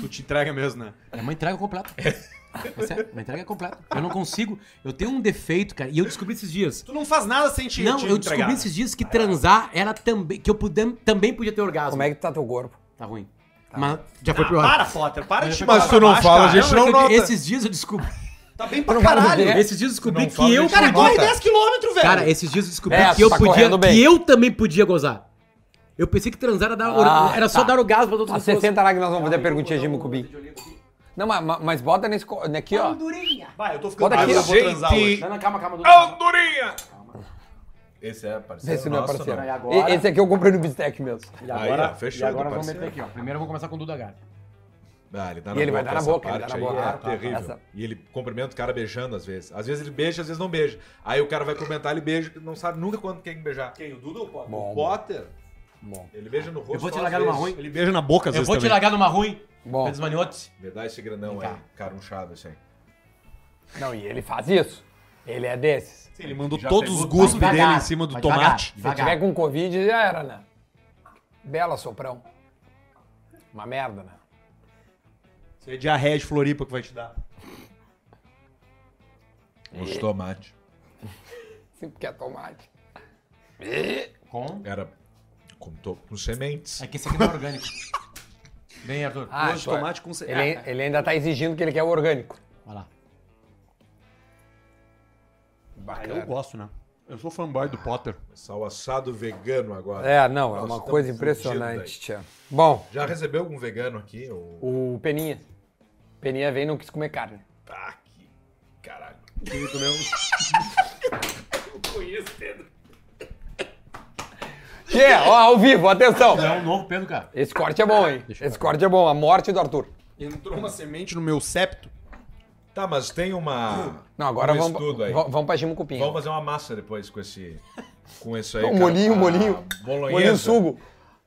Speaker 6: Tu te entrega mesmo, né?
Speaker 4: É uma entrega completa. É sério, uma entrega completa. Eu não consigo. Eu tenho um defeito, cara. E eu descobri esses dias.
Speaker 6: Tu não faz nada sem te,
Speaker 4: Não,
Speaker 6: te
Speaker 4: eu
Speaker 6: entregar.
Speaker 4: descobri esses dias que transar era também. Que eu pudem- também podia ter orgasmo.
Speaker 2: Como é que tá teu corpo?
Speaker 4: Tá ruim. Mas já foi pior.
Speaker 6: Para, Potter, para de te
Speaker 5: Mas
Speaker 6: botar
Speaker 5: tu
Speaker 6: pra
Speaker 5: não
Speaker 6: baixo,
Speaker 5: fala,
Speaker 6: cara.
Speaker 5: a gente
Speaker 4: Não,
Speaker 5: não
Speaker 4: é que
Speaker 5: nota.
Speaker 4: Esses dias eu descobri.
Speaker 6: Tá bem pra
Speaker 2: não vai
Speaker 6: caralho.
Speaker 2: fazer.
Speaker 4: Esses dias eu descobri
Speaker 5: Não fala
Speaker 4: que eu.
Speaker 5: disso.
Speaker 6: Cara, corre
Speaker 5: Nota.
Speaker 6: 10km, velho.
Speaker 4: Cara, esses dias eu descobri
Speaker 2: É,
Speaker 4: que eu
Speaker 2: tá
Speaker 4: podia.
Speaker 2: correndo bem.
Speaker 4: Que eu também podia gozar. Eu pensei que transar era, dar,
Speaker 2: Ah,
Speaker 4: era só
Speaker 2: tá.
Speaker 4: dar orgasmo pra todas
Speaker 2: A
Speaker 4: as pessoas.
Speaker 2: 60 lá que nós vamos fazer a perguntinha Gimo Cubinho. Não, mas, mas- mas bota nesse. co- Aqui, ó.
Speaker 6: Vai, eu tô ficando
Speaker 2: Bota aqui,
Speaker 6: bravo, eu
Speaker 2: ó.
Speaker 6: vou transar hoje. né?
Speaker 5: Gente,
Speaker 4: Não, não, calma, calma.
Speaker 6: é
Speaker 4: Dudu.
Speaker 5: Andorinha! Esse é parceiro.
Speaker 2: Esse não é parceiro.
Speaker 5: né?
Speaker 4: E agora?
Speaker 2: E- Esse aqui eu comprei no Bistec mesmo.
Speaker 4: E
Speaker 5: Aí, ó, fechou, tá
Speaker 4: vamos
Speaker 5: parceiro.
Speaker 4: aqui, ó. Primeiro vamos começar com o Duda Gard.
Speaker 5: Ah, ele dá
Speaker 2: E ele vai dar na
Speaker 5: essa
Speaker 2: boca, ele dá
Speaker 5: parte
Speaker 2: na
Speaker 5: aí
Speaker 2: boca.
Speaker 5: É
Speaker 2: Ah, tá.
Speaker 5: terrível.
Speaker 2: Essa-
Speaker 5: E ele cumprimenta o cara beijando às vezes. Às vezes ele beija, às vezes não beija. Aí o cara vai comentar, ele beija, não sabe nunca quando quem beijar. Quem? O Duda ou o Potter?
Speaker 2: Bom.
Speaker 5: o Potter.
Speaker 2: Bom.
Speaker 5: Ele beija no rosto.
Speaker 4: vou te
Speaker 5: só às
Speaker 4: largar numa
Speaker 5: vezes.
Speaker 4: ruim.
Speaker 6: Ele beija na boca às
Speaker 4: Eu
Speaker 6: vezes
Speaker 4: vou te
Speaker 6: também.
Speaker 4: largar numa ruim.
Speaker 2: Bom.
Speaker 4: Pedro Maniotti.
Speaker 5: Me dá esse grandão aí, carunchado assim.
Speaker 2: Não, e ele faz isso. Ele é desses.
Speaker 6: Ele mandou
Speaker 5: Já
Speaker 6: todos
Speaker 5: pegou-
Speaker 6: os gustos
Speaker 4: Vai
Speaker 6: dele
Speaker 4: devagar,
Speaker 6: em cima do
Speaker 4: vai
Speaker 6: tomate.
Speaker 2: Se tiver com Covid, já era, né? Bela soprão. Uma merda, né?
Speaker 6: Isso é diarreia de Floripa que vai te dar.
Speaker 2: É.
Speaker 5: Os tomates.
Speaker 2: Sim, porque é tomate.
Speaker 4: Com?
Speaker 5: Era com, to- com sementes.
Speaker 4: É que esse aqui não é orgânico. Vem, Arthur.
Speaker 2: Ah,
Speaker 6: Doce de
Speaker 2: pô,
Speaker 6: tomate com Ah, ce-
Speaker 2: ele,
Speaker 4: é-
Speaker 2: ele ainda tá exigindo que ele quer o orgânico.
Speaker 4: Vai lá.
Speaker 6: Eu gosto, né? Eu sou fanboy do Potter.
Speaker 5: Sal assado vegano agora.
Speaker 2: É, não, é
Speaker 5: Nós
Speaker 2: uma
Speaker 5: estamos
Speaker 2: coisa
Speaker 5: fudidos
Speaker 2: impressionante,
Speaker 5: aí.
Speaker 2: tia. Bom,
Speaker 5: Já recebeu algum vegano aqui? Ou...
Speaker 2: o Peninha. Peninha veio e não quis comer carne.
Speaker 5: Ah, que caralho.
Speaker 2: Tia, é? ó, ao vivo, atenção.
Speaker 4: É um novo Pedro, cara.
Speaker 2: Esse corte é bom, hein? Esse corte é bom. A morte do Arthur.
Speaker 6: Entrou uma semente no meu septo.
Speaker 5: Tá, mas tem uma.
Speaker 2: Não, agora
Speaker 5: um
Speaker 2: vamos,
Speaker 5: estudo aí.
Speaker 2: va- vamos pra Gimo Cupim.
Speaker 5: Vamos fazer uma massa depois com esse. Com isso aí.
Speaker 2: Um
Speaker 5: cara.
Speaker 2: molinho,
Speaker 5: Ah,
Speaker 2: molinho.
Speaker 5: Bolonhesa.
Speaker 2: Molhinho sugo.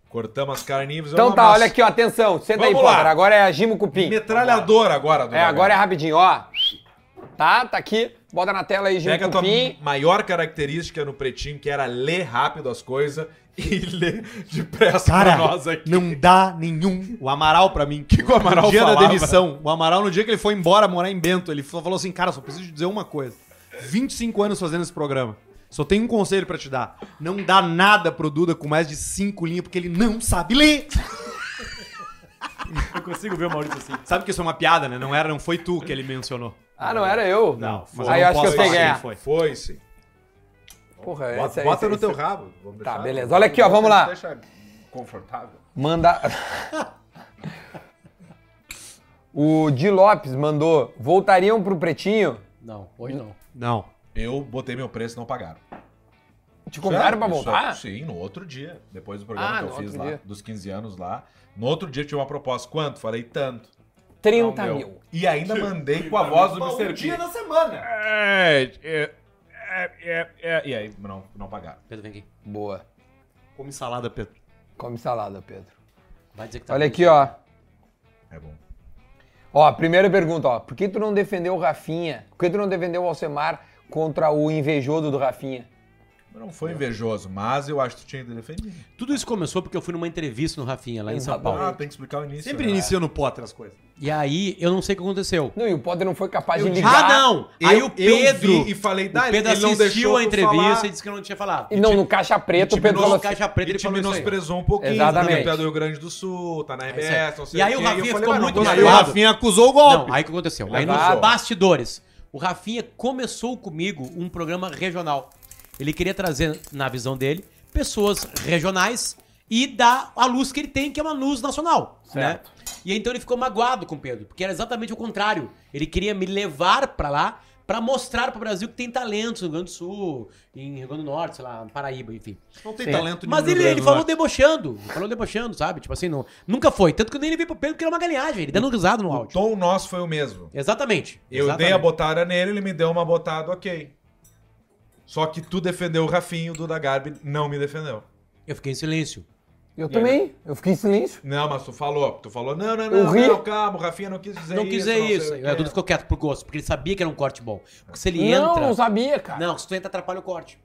Speaker 5: Cortamos as carnívoras.
Speaker 2: Então
Speaker 5: vamos
Speaker 2: tá,
Speaker 5: amass-
Speaker 2: olha aqui, ó, atenção. Senta aí,
Speaker 5: Vamos lá.
Speaker 2: Potter. Agora é a Gimo Cupim.
Speaker 5: Metralhadora agora,
Speaker 2: É, agora é rapidinho, ó. Tá, tá aqui. Bota na tela aí, Gimo
Speaker 5: Pega a tua
Speaker 2: Cupim.
Speaker 5: maior característica no pretinho, que era ler rápido as coisas e ler depressa
Speaker 3: Cara,
Speaker 5: pra nós aqui.
Speaker 3: não dá nenhum. O Amaral pra mim. Que
Speaker 5: o Amaral
Speaker 3: no dia da
Speaker 5: falava?
Speaker 3: demissão. O Amaral, no dia que ele foi embora morar em Bento, ele só falou assim, cara, só preciso te dizer uma coisa. 25 anos fazendo esse programa. Só tenho um conselho pra te dar. Não dá nada pro Duda com mais de cinco linhas, porque ele não sabe ler.
Speaker 9: Eu consigo ver o Maurício assim.
Speaker 3: Sabe que isso é uma piada, né? Não, era, não foi tu que ele mencionou.
Speaker 2: Ah, não era eu.
Speaker 3: Não, mas
Speaker 2: Aí
Speaker 3: eu
Speaker 2: eu
Speaker 3: não
Speaker 2: acho que
Speaker 3: posso
Speaker 2: eu sei
Speaker 3: falar
Speaker 2: ganhar.
Speaker 3: quem foi.
Speaker 5: Foi sim.
Speaker 2: Porra,
Speaker 5: Bota,
Speaker 2: essa aí,
Speaker 5: bota
Speaker 2: essa
Speaker 5: no
Speaker 2: aí,
Speaker 5: teu
Speaker 2: essa-
Speaker 5: rabo. Vamos
Speaker 2: Tá,
Speaker 5: deixar-
Speaker 2: beleza. Olha aqui, ó, vamos lá.
Speaker 5: Deixa confortável.
Speaker 2: Manda. o Di Lopes mandou. Voltariam pro Pretinho?
Speaker 4: Não, hoje não.
Speaker 3: Não.
Speaker 5: Eu botei meu preço e não pagaram.
Speaker 2: Te convidaram
Speaker 5: Sério,
Speaker 2: pra
Speaker 5: isso- é
Speaker 2: voltar?
Speaker 5: Sim, no outro dia. Depois do programa
Speaker 2: Ah,
Speaker 5: que
Speaker 2: no
Speaker 5: eu fiz
Speaker 2: outro
Speaker 5: lá,
Speaker 2: dia.
Speaker 5: dos 15 anos lá. No outro dia eu tive uma proposta. Quanto? Falei tanto.
Speaker 2: 30
Speaker 5: Não, meu.
Speaker 2: mil.
Speaker 5: E ainda mandei
Speaker 3: tá
Speaker 5: com a voz do Mr. P.
Speaker 6: da semana.
Speaker 5: É, é, é, é,
Speaker 3: né?
Speaker 5: é. E aí, não, não pagaram.
Speaker 4: Pedro, vem aqui.
Speaker 2: Boa.
Speaker 3: Come salada, Pedro.
Speaker 2: Come salada, Pedro.
Speaker 4: Vai dizer que tá
Speaker 2: Olha
Speaker 4: ruim.
Speaker 2: aqui, ó.
Speaker 5: É bom.
Speaker 2: Ó, primeira pergunta, ó. Por que tu não defendeu o Rafinha? Por que tu não defendeu o Alcemar contra o invejoso do Rafinha?
Speaker 5: Não foi invejoso, mas eu acho que tu tinha que defender.
Speaker 4: Tudo isso começou porque eu fui numa entrevista no Rafinha, lá em São
Speaker 2: Exato.
Speaker 4: Paulo.
Speaker 5: Ah, tem que explicar o início.
Speaker 3: Sempre
Speaker 5: né?
Speaker 3: inicia no Potter as coisas.
Speaker 4: E aí, eu não sei o que aconteceu.
Speaker 2: Não, e o Potter não foi capaz de ligar.
Speaker 4: Ah, não!
Speaker 5: Eu-
Speaker 4: aí o
Speaker 5: eu
Speaker 4: Pedro.
Speaker 5: vi e falei,
Speaker 4: o
Speaker 5: "Dá, ele-
Speaker 4: Pedro
Speaker 5: ele não
Speaker 4: assistiu
Speaker 5: deixou
Speaker 4: a
Speaker 5: tu
Speaker 4: entrevista
Speaker 5: falar."
Speaker 4: e tipo, disse que eu não tinha falado.
Speaker 2: E não, no Caixa Preta, o Pedro
Speaker 4: Nossa,
Speaker 2: falou assim,
Speaker 4: caixa preta
Speaker 5: E
Speaker 4: ele
Speaker 5: te
Speaker 4: falou isso aí.
Speaker 5: menosprezou um pouquinho,
Speaker 2: Exatamente.
Speaker 5: também tu é do Rio Grande do Sul, tá na
Speaker 4: É isso aí.
Speaker 5: RBS, não sei
Speaker 4: E aí
Speaker 5: quê.
Speaker 4: o Rafinha
Speaker 5: eu falei,
Speaker 4: ficou
Speaker 5: "Mas não
Speaker 4: muito
Speaker 5: gostei."
Speaker 4: Aí o
Speaker 5: Aí eu-
Speaker 4: Rafinha
Speaker 3: acusou o
Speaker 4: Não, aí o que aconteceu? Aí nos
Speaker 2: Levado.
Speaker 4: bastidores, o Rafinha começou comigo um programa regional. Ele queria trazer, na visão dele, pessoas regionais e dar a luz que ele tem, que é uma luz nacional.
Speaker 2: Certo.
Speaker 4: Né? E então ele ficou magoado com o Pedro, porque era exatamente o contrário. Ele queria me levar pra lá pra mostrar pro Brasil que tem talentos no Rio Grande do Sul, em Rio Grande do Norte, sei lá, Paraíba, enfim.
Speaker 3: Não tem
Speaker 4: É.
Speaker 3: talento
Speaker 4: Mas
Speaker 3: nenhum no
Speaker 4: ele, ele
Speaker 3: Brasil,
Speaker 4: falou
Speaker 3: né?
Speaker 4: debochando. Falou debochando, sabe? Tipo assim, não, nunca foi. Tanto que eu nem levei pro Pedro porque era uma galinhagem. Ele dando risada no
Speaker 5: O
Speaker 4: áudio.
Speaker 5: tom nosso foi o mesmo.
Speaker 4: Exatamente.
Speaker 5: Eu
Speaker 4: Exatamente.
Speaker 5: dei a botada nele, ele me deu uma botada, ok. Só que tu defendeu o Rafinho, o Duda Garbi não me defendeu.
Speaker 4: Eu fiquei em silêncio.
Speaker 2: eu também, eu fiquei em silêncio.
Speaker 5: Não, mas tu falou. Tu falou, não, não,
Speaker 2: Eu
Speaker 5: não,
Speaker 2: ri.
Speaker 5: não, calma, o Rafinha não quis dizer
Speaker 4: não
Speaker 5: É isso.
Speaker 4: quis dizer
Speaker 5: sei
Speaker 4: isso. É
Speaker 5: o
Speaker 4: O
Speaker 5: quê.
Speaker 4: Dudu ficou quieto por gosto, porque ele sabia que era um corte bom. Porque se ele
Speaker 2: não,
Speaker 4: entra.
Speaker 2: não sabia, cara.
Speaker 4: Não, se tu entra, atrapalha o corte.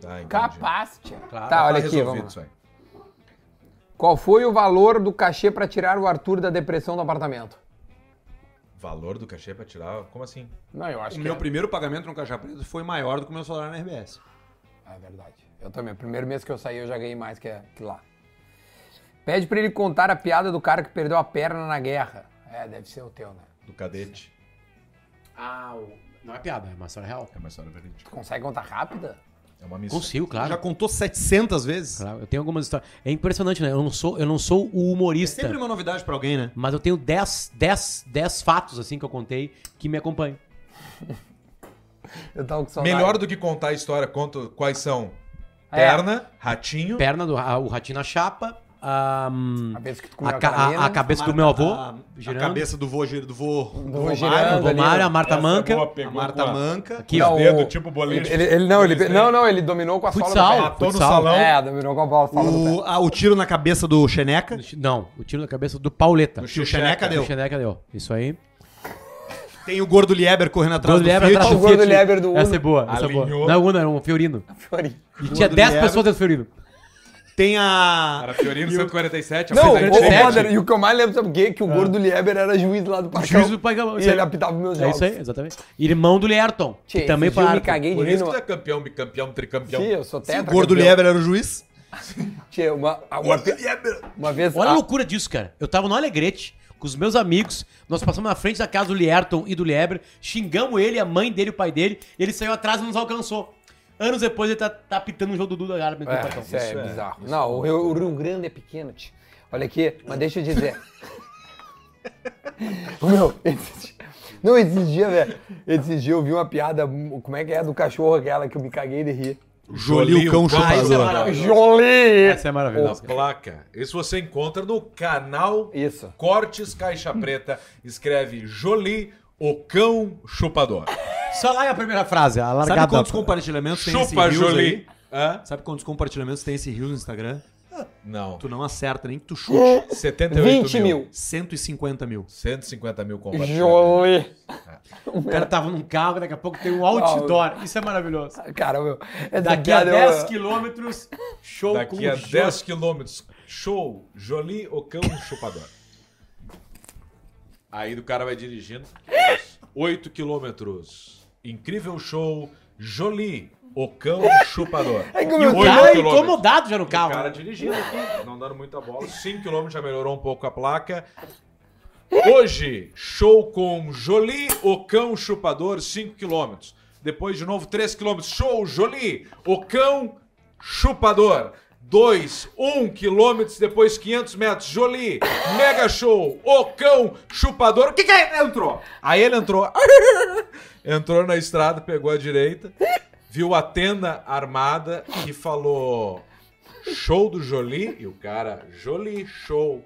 Speaker 5: Tá, entendi.
Speaker 2: Capaz, tia.
Speaker 4: Claro,
Speaker 2: tá,
Speaker 4: tá
Speaker 2: olha aqui,
Speaker 5: resolvido
Speaker 2: vamos
Speaker 5: isso
Speaker 2: lá.
Speaker 5: aí.
Speaker 2: Qual foi o valor do cachê pra tirar o Arthur da depressão do apartamento?
Speaker 5: Valor do cachê pra tirar? Como assim?
Speaker 2: Não, eu acho
Speaker 3: O
Speaker 2: que
Speaker 3: meu
Speaker 2: é.
Speaker 3: primeiro pagamento no Caixa Preto foi maior do que o meu salário na RBS.
Speaker 2: É verdade. Eu também. O primeiro mês que eu saí, eu já ganhei mais que, que lá. Pede pra ele contar a piada do cara que perdeu a perna na guerra. É, deve ser o teu, né?
Speaker 5: Do cadete.
Speaker 4: Ah, não é piada, é uma história real.
Speaker 5: É uma história verídica.
Speaker 2: Tu consegue contar rápida?
Speaker 5: É uma missão.
Speaker 4: Consigo, claro.
Speaker 3: Já contou 700 vezes.
Speaker 4: Claro, Eu tenho algumas histórias. É impressionante, né? Eu não sou, eu não sou o
Speaker 6: É
Speaker 4: humorista.
Speaker 3: É Sempre uma novidade pra alguém, né?
Speaker 4: Mas eu tenho 10, 10, 10 fatos, assim, que eu contei, que me acompanham.
Speaker 2: Eu tava com saudade.
Speaker 5: Melhor do que contar a história, conto quais são.
Speaker 2: É.
Speaker 5: Perna, ratinho.
Speaker 4: Perna do ra- o ratinho na chapa. A, hum,
Speaker 2: A vez que tu comeu
Speaker 4: a,
Speaker 2: a,
Speaker 4: ca- a- a cabeça do meu avô.
Speaker 3: A,
Speaker 6: tá
Speaker 3: a
Speaker 4: girando.
Speaker 3: cabeça do vô, gir- do vô, do vô
Speaker 2: Vou
Speaker 3: Mário,
Speaker 2: girando
Speaker 4: O Romário, a Marta Manca.
Speaker 3: a Marta Manca.
Speaker 4: Aqui,
Speaker 2: Não,
Speaker 4: ó.
Speaker 2: o-
Speaker 5: Dedo, tipo bolinho.
Speaker 2: Ele, ele- ele- não, ele, não, não, ele dominou com a sola
Speaker 4: Futsal.
Speaker 2: do pé.
Speaker 5: Matou no
Speaker 4: futsal.
Speaker 5: salão.
Speaker 2: É, dominou com a bola- sola do pé.
Speaker 3: O, ah, o tiro na cabeça do Xeneca.
Speaker 4: Não, o tiro na cabeça do Pauleta.
Speaker 3: Que o Xeneca
Speaker 4: O
Speaker 3: deu.
Speaker 4: Xeneca deu. Isso aí.
Speaker 3: Tem o gordo Lieber correndo atrás
Speaker 4: Gordo Leber
Speaker 3: Fiat.
Speaker 4: atrás
Speaker 2: O gordo
Speaker 4: Fiat.
Speaker 2: Leber do Uno.
Speaker 4: Essa é boa, essa é boa.
Speaker 5: Alinhou.
Speaker 4: Não, Uno era um Fiorino.
Speaker 2: Fiorino.
Speaker 4: E tinha
Speaker 3: Gordo
Speaker 4: 10
Speaker 3: Leber.
Speaker 4: pessoas dentro do Fiorino.
Speaker 3: Tem a.
Speaker 5: Era Fiorino 147,
Speaker 2: Não, o,
Speaker 5: apresentei
Speaker 2: o
Speaker 5: sete.
Speaker 2: Roder, e o que eu mais lembro, sabe o quê? Que o gordo Lieber era juiz lá do Pacão.
Speaker 4: Juiz do Pacão,
Speaker 2: E
Speaker 4: isso aí.
Speaker 2: ele apitava meus
Speaker 4: É
Speaker 2: jogos.
Speaker 4: isso aí, exatamente. Irmão do Lerton.
Speaker 2: Tchê,
Speaker 4: que também
Speaker 2: esse dia
Speaker 4: foi
Speaker 2: eu me
Speaker 4: Arthur.
Speaker 2: caguei de
Speaker 5: Por
Speaker 2: rir
Speaker 5: isso que é
Speaker 2: numa...
Speaker 5: tu é campeão, bicampeão, tricampeão.
Speaker 2: Sim, eu sou tetra.
Speaker 3: O gordo
Speaker 2: campeão.
Speaker 3: Lieber era o juiz.
Speaker 2: Tchê, uma, uma, uma vez...
Speaker 4: Olha
Speaker 2: ah,
Speaker 4: a loucura disso, cara. Eu tava no Alegrete com os meus amigos, nós passamos na frente da casa do Lierton e do Lieber, xingamos ele, a mãe dele, o pai dele, ele saiu atrás e nos alcançou. Anos depois ele tá, tá pitando um jogo do Duda Garbi.
Speaker 2: É, isso é, bizarro. Não, o Rio, o Rio Grande é pequeno, tio. Olha aqui, mas deixa eu dizer. Ô, Meu, esse dia- não, esse dia, velho, esse dia eu vi uma piada, como é que é, do cachorro aquela que eu me caguei de rir.
Speaker 3: Jolie, o cão chupador.
Speaker 2: Jolie!
Speaker 4: é Essa é maravilhosa.
Speaker 5: Placa. Isso você encontra no canal
Speaker 2: Isso.
Speaker 5: Cortes Caixa Preta. Escreve Jolie, o cão chupador.
Speaker 4: Só lá é a primeira frase, a largada.
Speaker 3: Sabe quantos compartilhamentos tem esse
Speaker 5: Chupa,
Speaker 3: Reels
Speaker 5: Jolie.
Speaker 3: aí?
Speaker 5: Hã?
Speaker 3: Sabe quantos compartilhamentos tem esse Reels no Instagram?
Speaker 5: Não.
Speaker 6: Tu não acerta nem que tu chute.
Speaker 5: É. 78
Speaker 2: 20 mil.
Speaker 6: 150 mil.
Speaker 5: 150 mil combates.
Speaker 2: Jolê.
Speaker 4: O cara tava num carro, daqui a pouco tem um outdoor. Isso é maravilhoso.
Speaker 2: Cara, meu. Essa
Speaker 4: Daqui a
Speaker 2: piada eu-
Speaker 4: 10 quilômetros, show
Speaker 5: Daqui
Speaker 4: com
Speaker 5: a
Speaker 4: show.
Speaker 5: 10 quilômetros, show, Jolie, Ocão, Chupador. Aí o cara vai dirigindo. 8 quilômetros, incrível show, Jolie, Ocão, Chupador.
Speaker 2: Ai, como
Speaker 4: E
Speaker 2: eu-
Speaker 4: o
Speaker 5: Oito
Speaker 4: cara
Speaker 5: quilômetros.
Speaker 4: incomodado já no
Speaker 5: O
Speaker 4: carro.
Speaker 5: cara dirigindo aqui, não dando muita bola. 5 km já melhorou um pouco a placa. Hoje, show com Jolie, Ocão, Chupador, 5 km. Depois, de novo, 3 km. Show, Jolie, Ocão, Chupador. 2, 1 km, depois 500 metros. Jolie, mega show, Ocão, Chupador. O que que é? Entrou. Aí ele entrou. Entrou na estrada, pegou a direita, viu a tenda armada e falou: Show do Jolie? E o cara, Jolie, show.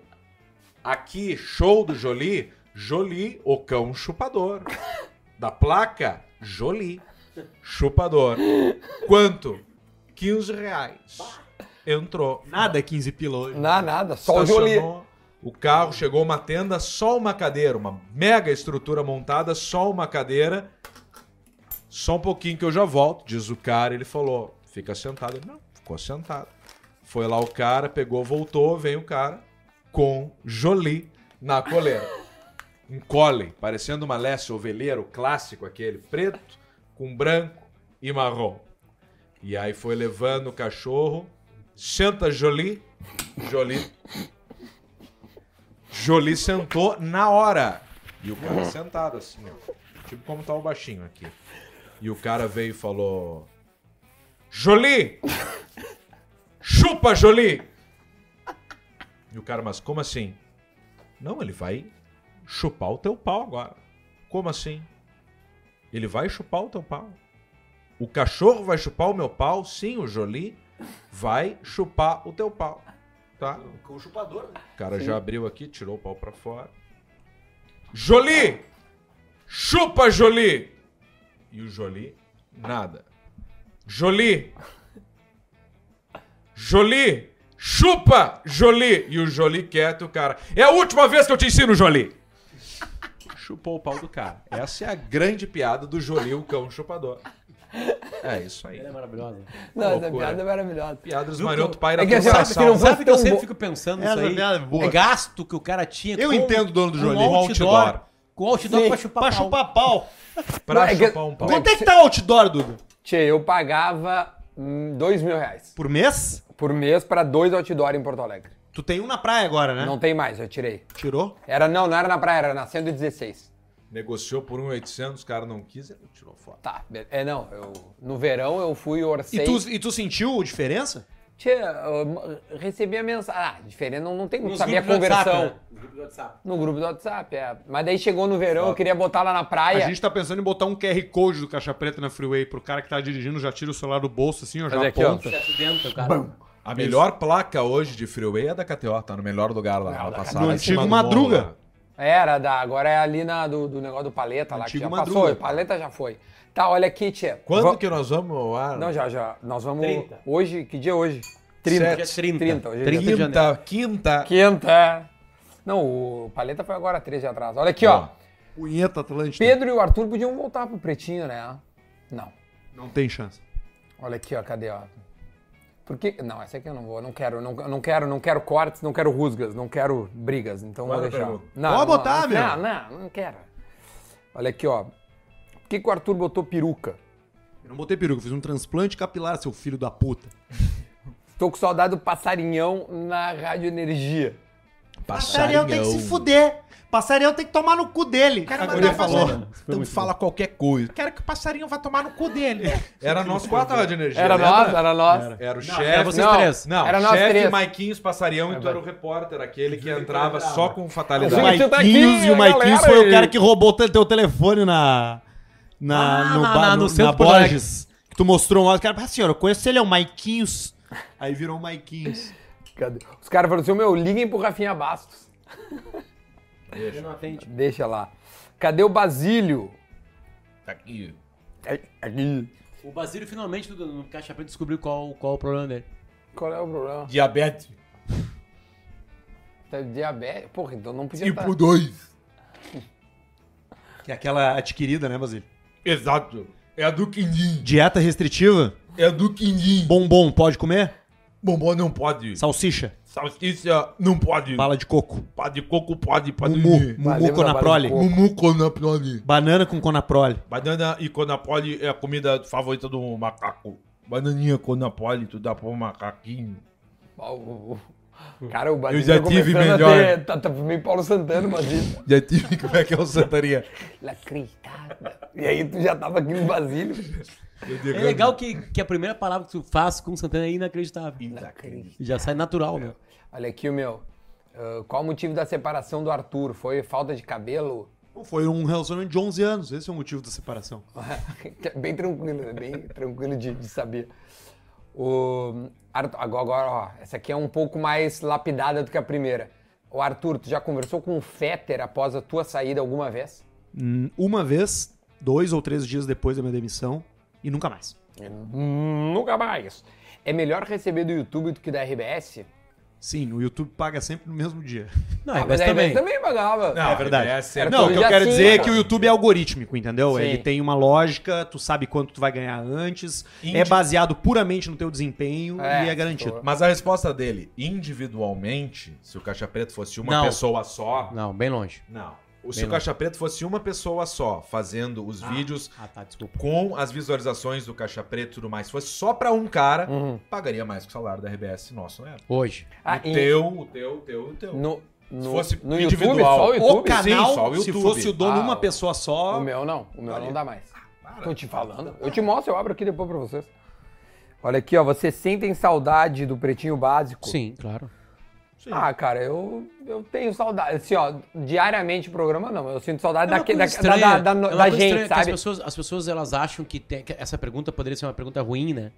Speaker 5: Aqui, show do Jolie? Jolie, o cão chupador. Da placa, Jolie, chupador. Quanto? 15 reais. Entrou.
Speaker 6: Nada é 15 pila hoje.
Speaker 2: Não, nada. Só o Jolie.
Speaker 5: Estacionou O carro chegou uma tenda, só uma cadeira, uma mega estrutura montada, só uma cadeira. Só um pouquinho que eu já volto, diz o cara. Ele falou: fica sentado. Ele, não, ficou sentado. Foi lá o cara, pegou, voltou, vem o cara com Jolie na coleira. Um cole, parecendo uma leste ovelheiro clássico aquele, preto com branco e marrom. E aí foi levando o cachorro, senta Jolie, Jolie Jolie sentou na hora. E o cara sentado assim, ó. Tipo como tá o baixinho aqui. E o cara veio e falou: Jolie! Chupa, Jolie! E o cara, mas como assim? Não, ele vai chupar o teu pau agora. Como assim? Ele vai chupar o teu pau. O cachorro vai chupar o meu pau? Sim, o Jolie vai chupar o teu pau. Tá?
Speaker 6: O chupador, né?
Speaker 5: O cara já abriu aqui, tirou o pau pra fora. Jolie! Chupa, Jolie! E o Jolie, nada. Jolie! Jolie! Chupa, Jolie! E o Jolie quieto, o cara. É a última vez que eu te ensino, Jolie! Chupou o pau do cara. Essa é a grande piada do Jolie, o cão chupador. É isso aí.
Speaker 4: É maravilhosa.
Speaker 2: Não, essa
Speaker 5: Loucura.
Speaker 2: piada é maravilhosa.
Speaker 5: Piadas maroto paira
Speaker 2: É que assim, eu acho que
Speaker 3: um
Speaker 2: não foi
Speaker 4: Sabe que eu
Speaker 2: tão
Speaker 4: sempre
Speaker 2: bom.
Speaker 4: fico pensando
Speaker 6: Essa
Speaker 4: nisso aí?
Speaker 6: piada é boa.
Speaker 4: É gasto que o cara tinha
Speaker 3: Eu entendo o dono do
Speaker 4: com
Speaker 3: Jolie.
Speaker 4: outdoor.
Speaker 5: Outdoor.
Speaker 4: Com outdoor pra chupar
Speaker 6: Pra
Speaker 4: pau.
Speaker 6: chupar pau.
Speaker 2: Não,
Speaker 5: pra
Speaker 2: é que-
Speaker 5: chupar um pau.
Speaker 6: Quanto é que tá o outdoor, Duda?
Speaker 2: Tchê, eu pagava hum, dois mil reais
Speaker 6: Por mês?
Speaker 2: por mês pra dois outdoor em Porto Alegre.
Speaker 6: Tu tem um na praia agora, né?
Speaker 2: Não tem mais, eu tirei.
Speaker 6: Tirou?
Speaker 2: Era, não, não era na praia, era na 116.
Speaker 5: Negociou por 1,800, o cara não quis, ele tirou fora.
Speaker 2: Tá, be- é não, eu, no verão eu fui orcei.
Speaker 6: E tu, e tu sentiu a diferença?
Speaker 2: Tchê, eu m- recebi a mensagem. Ah, diferente, não, não tem como
Speaker 4: Nos
Speaker 2: saber a
Speaker 4: grupos do WhatsApp,
Speaker 2: conversão.
Speaker 4: né? Nos grupos do WhatsApp.
Speaker 2: No grupo do WhatsApp, é. Mas daí chegou no verão, eu queria botar lá na
Speaker 6: A
Speaker 2: praia.
Speaker 6: gente tá pensando em botar um QR Code do Caixa Preta na Freeway pro cara que tá dirigindo, já tira o celular do bolso assim, ó, já
Speaker 2: Fazer aqui, ó.
Speaker 6: aponta.
Speaker 4: Se acidenta, o cara.
Speaker 5: A melhor placa hoje de freeway é a da KTO, tá no melhor lugar lá. Ela passava
Speaker 6: No
Speaker 5: em cima
Speaker 6: antigo
Speaker 5: do morro né?
Speaker 6: Madruga.
Speaker 5: lá.
Speaker 2: Era, da, agora é ali na, do, do negócio do paleta lá, que
Speaker 6: Antigo
Speaker 2: já
Speaker 6: Madruga.
Speaker 2: passou. Paleta já foi. Tá, olha aqui, Tchê.
Speaker 5: Quando
Speaker 2: Va-
Speaker 5: que nós vamos ao ar?
Speaker 2: Não, já, já. Nós vamos.
Speaker 4: 30.
Speaker 2: Hoje, que dia é hoje?
Speaker 4: 30.
Speaker 2: Dia
Speaker 4: 30.
Speaker 2: 30, hoje é
Speaker 4: 30.
Speaker 2: dia
Speaker 4: de
Speaker 5: Quinta, quinta.
Speaker 2: Quinta. Não, o Paleta foi agora três dias atrás. Olha aqui, ó.
Speaker 6: Punheta Atlântica.
Speaker 2: Pedro e o Arthur podiam voltar pro pretinho, né? Não.
Speaker 6: Não tem chance.
Speaker 2: Olha aqui, ó. Cadê, ó? Porque. Não, essa aqui eu não vou. Não quero, não, não quero, não quero cortes, não quero rusgas, não quero brigas. Então vou
Speaker 5: Manda a
Speaker 2: deixar. Não,
Speaker 5: pergunta.
Speaker 2: não,
Speaker 6: botar,
Speaker 2: não,
Speaker 6: meu.
Speaker 2: Não, não, não quero. Olha aqui, ó. Por que, que o Arthur botou peruca?
Speaker 6: Eu não botei peruca, eu fiz um transplante capilar, seu filho da puta.
Speaker 2: Tô com saudade do passarinhão na Rádio Energia.
Speaker 6: Passarião tem que se
Speaker 5: é
Speaker 6: fuder. tá Passarião tem que tomar no cu dele.
Speaker 5: Agora Então fala qualquer coisa. Quero que o passarinho vá tomar no cu dele. Era nós quatro horas de energia.
Speaker 2: Era
Speaker 5: lembra?
Speaker 2: nós, era nós.
Speaker 5: Era o
Speaker 4: era
Speaker 5: chefe.
Speaker 4: vocês
Speaker 2: Não.
Speaker 4: três.
Speaker 5: Não,
Speaker 2: Era nós
Speaker 5: chefe,
Speaker 2: três.
Speaker 5: Maiquinhos, passarinho e tu era o repórter, aquele que entrava só com
Speaker 6: O
Speaker 2: Gente,
Speaker 5: fatalidade.
Speaker 2: Sim. tu tá aqui,
Speaker 6: Maiquinhos e
Speaker 2: a
Speaker 6: o Maiquinhos
Speaker 2: galera
Speaker 6: foi o
Speaker 2: aí.
Speaker 6: cara que roubou te- teu telefone na. Na,
Speaker 4: Ah,
Speaker 6: no,
Speaker 4: na-
Speaker 6: ba-
Speaker 4: na- no
Speaker 6: no-
Speaker 4: centro
Speaker 6: na
Speaker 4: de Porto Alegre.
Speaker 6: Borges. Que tu mostrou um áudio. O cara, ah, senhora, eu conheço ele, é o Maiquinhos. Aí virou o Maiquinhos.
Speaker 2: Cadê? Os caras falaram assim: meu, liguem pro Rafinha Bastos.
Speaker 4: Ele não atende.
Speaker 2: Deixa lá. Cadê o Basílio?
Speaker 5: Tá aqui.
Speaker 2: É- é aqui.
Speaker 4: O Basílio finalmente no, no Caixa Preta descobriu qual, qual o problema dele.
Speaker 2: Qual é o problema?
Speaker 5: Diabetes.
Speaker 2: Tá diabetes? Porra, então não podia estar...
Speaker 5: Tipo 2.
Speaker 3: Que é aquela adquirida, né, Basílio?
Speaker 5: Exato. É a do quindim.
Speaker 3: Dieta restritiva,
Speaker 5: É a do quindim.
Speaker 3: bombom pode comer,
Speaker 5: Bombom não pode.
Speaker 3: salsicha,
Speaker 5: Salsicha não pode.
Speaker 3: bala de coco,
Speaker 5: Pá de coco pode. Pá de...
Speaker 3: mumu,
Speaker 2: Valeu,
Speaker 3: mumu conaprole,
Speaker 2: bala de coco.
Speaker 5: Mumu conaprole.
Speaker 3: banana com conaprole.
Speaker 5: Banana e conapole é a comida favorita do macaco. Bananinha conapole, tu dá pro macaquinho.
Speaker 2: Ah, o- o- Cara, o Basílio
Speaker 5: já
Speaker 2: tá
Speaker 5: tive
Speaker 2: começando a
Speaker 5: melhor.
Speaker 2: ter- tá, tá meio Paulo Santana, o Basílio.
Speaker 5: Já tive como é que é o Santaria.
Speaker 2: Lacritada. E aí tu já tava aqui no Basílio.
Speaker 4: É legal que, que a primeira palavra que tu faz com o Santana é inacreditável.
Speaker 2: tá
Speaker 4: Já sai natural, né?
Speaker 2: Olha aqui o meu. Ah, qual o motivo da separação do Arthur? Foi falta de cabelo?
Speaker 3: Foi um relacionamento de 11 anos, esse é o motivo da separação.
Speaker 2: bem tranquilo, né? bem tranquilo de, de saber. O Arthur, agora, ó, essa aqui é um pouco mais lapidada do que a primeira. O Arthur, tu já conversou com o Fetter após a tua saída alguma vez?
Speaker 3: Hum, Uma vez, dois ou três dias depois da minha demissão, e nunca mais.
Speaker 2: Nunca mais. É melhor receber do YouTube do que da
Speaker 5: É,
Speaker 2: RBS?
Speaker 3: Sim, o YouTube paga sempre no mesmo dia.
Speaker 4: Não,
Speaker 2: Ah,
Speaker 4: é,
Speaker 2: mas
Speaker 4: mas
Speaker 2: a RBS
Speaker 4: também.
Speaker 2: também pagava.
Speaker 5: Não, é verdade.
Speaker 2: Era
Speaker 3: Não, o que eu
Speaker 2: Já
Speaker 3: quero
Speaker 2: sim,
Speaker 3: dizer é
Speaker 2: cara.
Speaker 3: que o YouTube é algorítmico, entendeu?
Speaker 2: assim, né? Sim.
Speaker 3: Ele tem uma lógica, tu sabe quanto tu vai ganhar antes, é baseado puramente no teu desempenho
Speaker 2: É,
Speaker 3: e é garantido.
Speaker 5: Mas a resposta dele, individualmente, se o Caixa Preto fosse uma
Speaker 4: Não.
Speaker 5: pessoa só.
Speaker 4: Não, bem longe.
Speaker 5: Não. Se
Speaker 4: Bem
Speaker 5: o Caixa Preto fosse uma pessoa só, fazendo os vídeos
Speaker 4: Ah, tá, desculpa.
Speaker 5: com as visualizações do Caixa Preto e tudo mais, se fosse só pra um cara,
Speaker 2: Uhum.
Speaker 5: pagaria mais que o salário da RBS nosso, né?
Speaker 4: Hoje.
Speaker 2: Ah,
Speaker 5: o
Speaker 2: e
Speaker 5: teu, o teu, o teu, o teu.
Speaker 2: no,
Speaker 5: se
Speaker 2: no,
Speaker 5: fosse
Speaker 2: no
Speaker 5: individual,
Speaker 2: YouTube, só o
Speaker 5: o
Speaker 2: YouTube?
Speaker 5: cara- Sim, só o
Speaker 3: se
Speaker 5: YouTube.
Speaker 3: fosse o dono
Speaker 2: Ah,
Speaker 3: uma
Speaker 2: o-
Speaker 3: pessoa só,
Speaker 2: O meu não, o meu não dá mais. Tô te falando. Eu te mostro, eu abro aqui depois pra vocês. Olha aqui, ó. Vocês sentem saudade do pretinho básico?
Speaker 4: Sim, claro.
Speaker 2: Ah, cara, eu, eu tenho saudade. Assim, ó, diariamente programa não, mas eu sinto saudade
Speaker 4: É uma
Speaker 2: daque-
Speaker 4: coisa
Speaker 2: da, da,
Speaker 4: estranha,
Speaker 2: da- da-
Speaker 4: é uma
Speaker 2: da
Speaker 4: coisa
Speaker 2: gente,
Speaker 4: estranha que As
Speaker 2: sabe?
Speaker 4: pessoas, as pessoas, elas acham que, tem- que essa pergunta poderia ser uma pergunta ruim, né?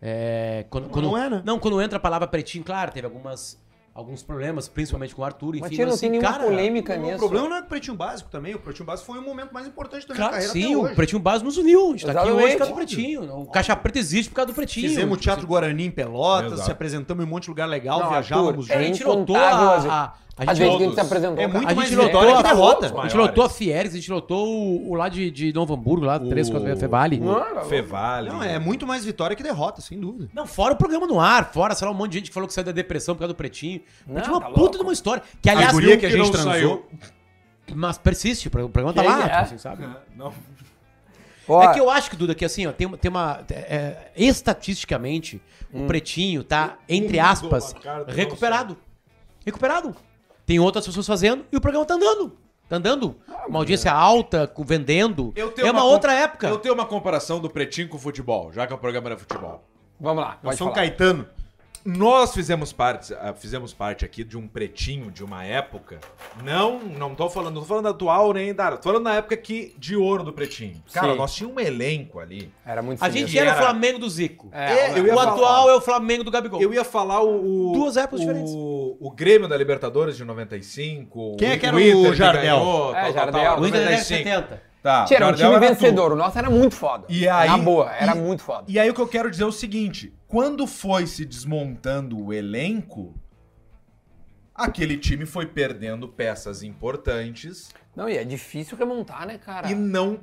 Speaker 4: É, quando, quando,
Speaker 3: não é, né?
Speaker 4: Não, quando entra a palavra pretinho, claro, teve algumas, alguns problemas, principalmente com o Arthur, enfim.
Speaker 2: Mas tia, não tem nenhuma
Speaker 4: assim, cara, um
Speaker 2: polêmica
Speaker 3: o
Speaker 2: nisso.
Speaker 3: problema não é o Pretinho Básico também. O Pretinho Básico foi o momento mais importante da minha
Speaker 4: Claro, que
Speaker 3: Tá carreira
Speaker 4: sim,
Speaker 3: até
Speaker 4: o
Speaker 3: hoje.
Speaker 4: Pretinho Básico nos uniu. A gente tá aqui
Speaker 2: Exatamente.
Speaker 4: hoje por causa do Pretinho. O Caixa Preta existe por causa do Pretinho.
Speaker 3: Fizemos o Teatro Guarani em Pelotas,
Speaker 5: Exato.
Speaker 3: se apresentamos em um monte de lugar legal,
Speaker 2: Não,
Speaker 3: viajávamos
Speaker 2: Arthur,
Speaker 4: A
Speaker 2: é
Speaker 3: juntos.
Speaker 4: gente lotou a,
Speaker 2: incontável, assim.
Speaker 4: a, a
Speaker 2: Às vezes
Speaker 4: gente lotou-
Speaker 2: que a gente se apresentou.
Speaker 3: É
Speaker 2: cara.
Speaker 3: muito
Speaker 4: a
Speaker 3: mais
Speaker 4: gente lotou
Speaker 3: vitória
Speaker 4: a
Speaker 3: que derrota.
Speaker 4: A gente
Speaker 5: maiores.
Speaker 4: lotou a Fieres, a gente lotou o, o lá de, de Novo Hamburgo, lá, 3, 4 vezes Vale.
Speaker 2: Mano,
Speaker 5: Fevale.
Speaker 3: Não, é muito mais vitória que derrota, sem dúvida.
Speaker 4: Não, fora o programa no ar, fora, sei lá, um monte de gente que falou que saiu da depressão por causa do pretinho. Não,
Speaker 2: Não,
Speaker 4: uma
Speaker 2: tá
Speaker 4: puta
Speaker 2: louco.
Speaker 4: de uma história. Que, aliás,
Speaker 3: A guria que a
Speaker 4: não-
Speaker 3: gente
Speaker 4: não
Speaker 3: transou.
Speaker 4: saiu. Mas persiste, o programa tá
Speaker 2: Que
Speaker 4: lá,
Speaker 2: é?
Speaker 4: tipo assim, sabe?
Speaker 5: Não.
Speaker 2: ó,
Speaker 4: É que eu acho que, Duda, que assim, ó, tem, uma- tem uma. é, é, estatisticamente, o pretinho tá, entre aspas, recuperado. Recuperado. Tem outras pessoas fazendo e o programa tá andando. Tá andando. Uma audiência alta, com- vendendo.
Speaker 5: Eu tenho
Speaker 4: É uma
Speaker 5: uma
Speaker 4: outra
Speaker 5: comp-
Speaker 4: época.
Speaker 5: Eu tenho uma comparação do pretinho com o futebol, já que é o programa era futebol. um
Speaker 2: Vamos lá, pode
Speaker 4: um
Speaker 3: Eu sou
Speaker 2: falar.
Speaker 3: o Caetano.
Speaker 5: Nós fizemos parte, ah, fizemos parte aqui de um pretinho de uma época. Não, não tô falando, não tô falando atual nem da, tô falando na época que de ouro do pretinho. Cara,
Speaker 2: Sim.
Speaker 5: nós tínhamos um elenco ali.
Speaker 2: Era muito
Speaker 4: A
Speaker 2: sinistro.
Speaker 4: gente era o
Speaker 5: era-
Speaker 4: Flamengo do Zico.
Speaker 2: É,
Speaker 5: eu ia
Speaker 4: o
Speaker 5: falar-
Speaker 4: atual é o Flamengo do Gabigol.
Speaker 5: Eu ia falar o. o-
Speaker 4: Duas épocas
Speaker 5: o-
Speaker 4: diferentes.
Speaker 5: O Grêmio da Libertadores de 95.
Speaker 3: Quem é
Speaker 5: o-
Speaker 3: que era
Speaker 5: Inter
Speaker 3: o Jardel?
Speaker 5: ganhou,
Speaker 2: É,
Speaker 5: tal, tal,
Speaker 2: Jardel.
Speaker 5: tal,
Speaker 4: o Inter era
Speaker 5: 95.
Speaker 4: 70.
Speaker 5: Tá,
Speaker 2: Tinha, era um
Speaker 5: Jardel
Speaker 2: time
Speaker 5: era tu.
Speaker 2: vencedor. O nosso era muito foda.
Speaker 5: E aí-
Speaker 2: Na boa, era
Speaker 5: e-
Speaker 2: muito foda.
Speaker 5: E aí o que eu quero dizer é o seguinte: quando foi se desmontando o elenco, aquele time foi perdendo peças importantes
Speaker 2: Não, e é difícil remontar, né, cara?
Speaker 5: e não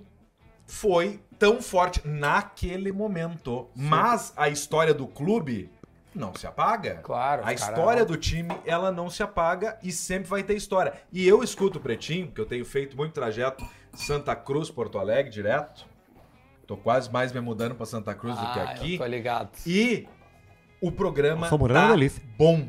Speaker 5: foi tão forte naquele momento. Mas a história do clube não se apaga.
Speaker 2: Claro. é
Speaker 5: A história do time, ela não se apaga e sempre vai ter história. E eu escuto o Pretinho, que eu tenho feito muito trajeto Santa Cruz, Porto Alegre, direto. Tô quase mais me mudando pra Santa Cruz do que
Speaker 2: Ah, eu
Speaker 5: aqui.
Speaker 2: tô ligado.
Speaker 5: E o programa
Speaker 3: Nossa, morando é
Speaker 5: tá
Speaker 3: delícia.
Speaker 5: bom.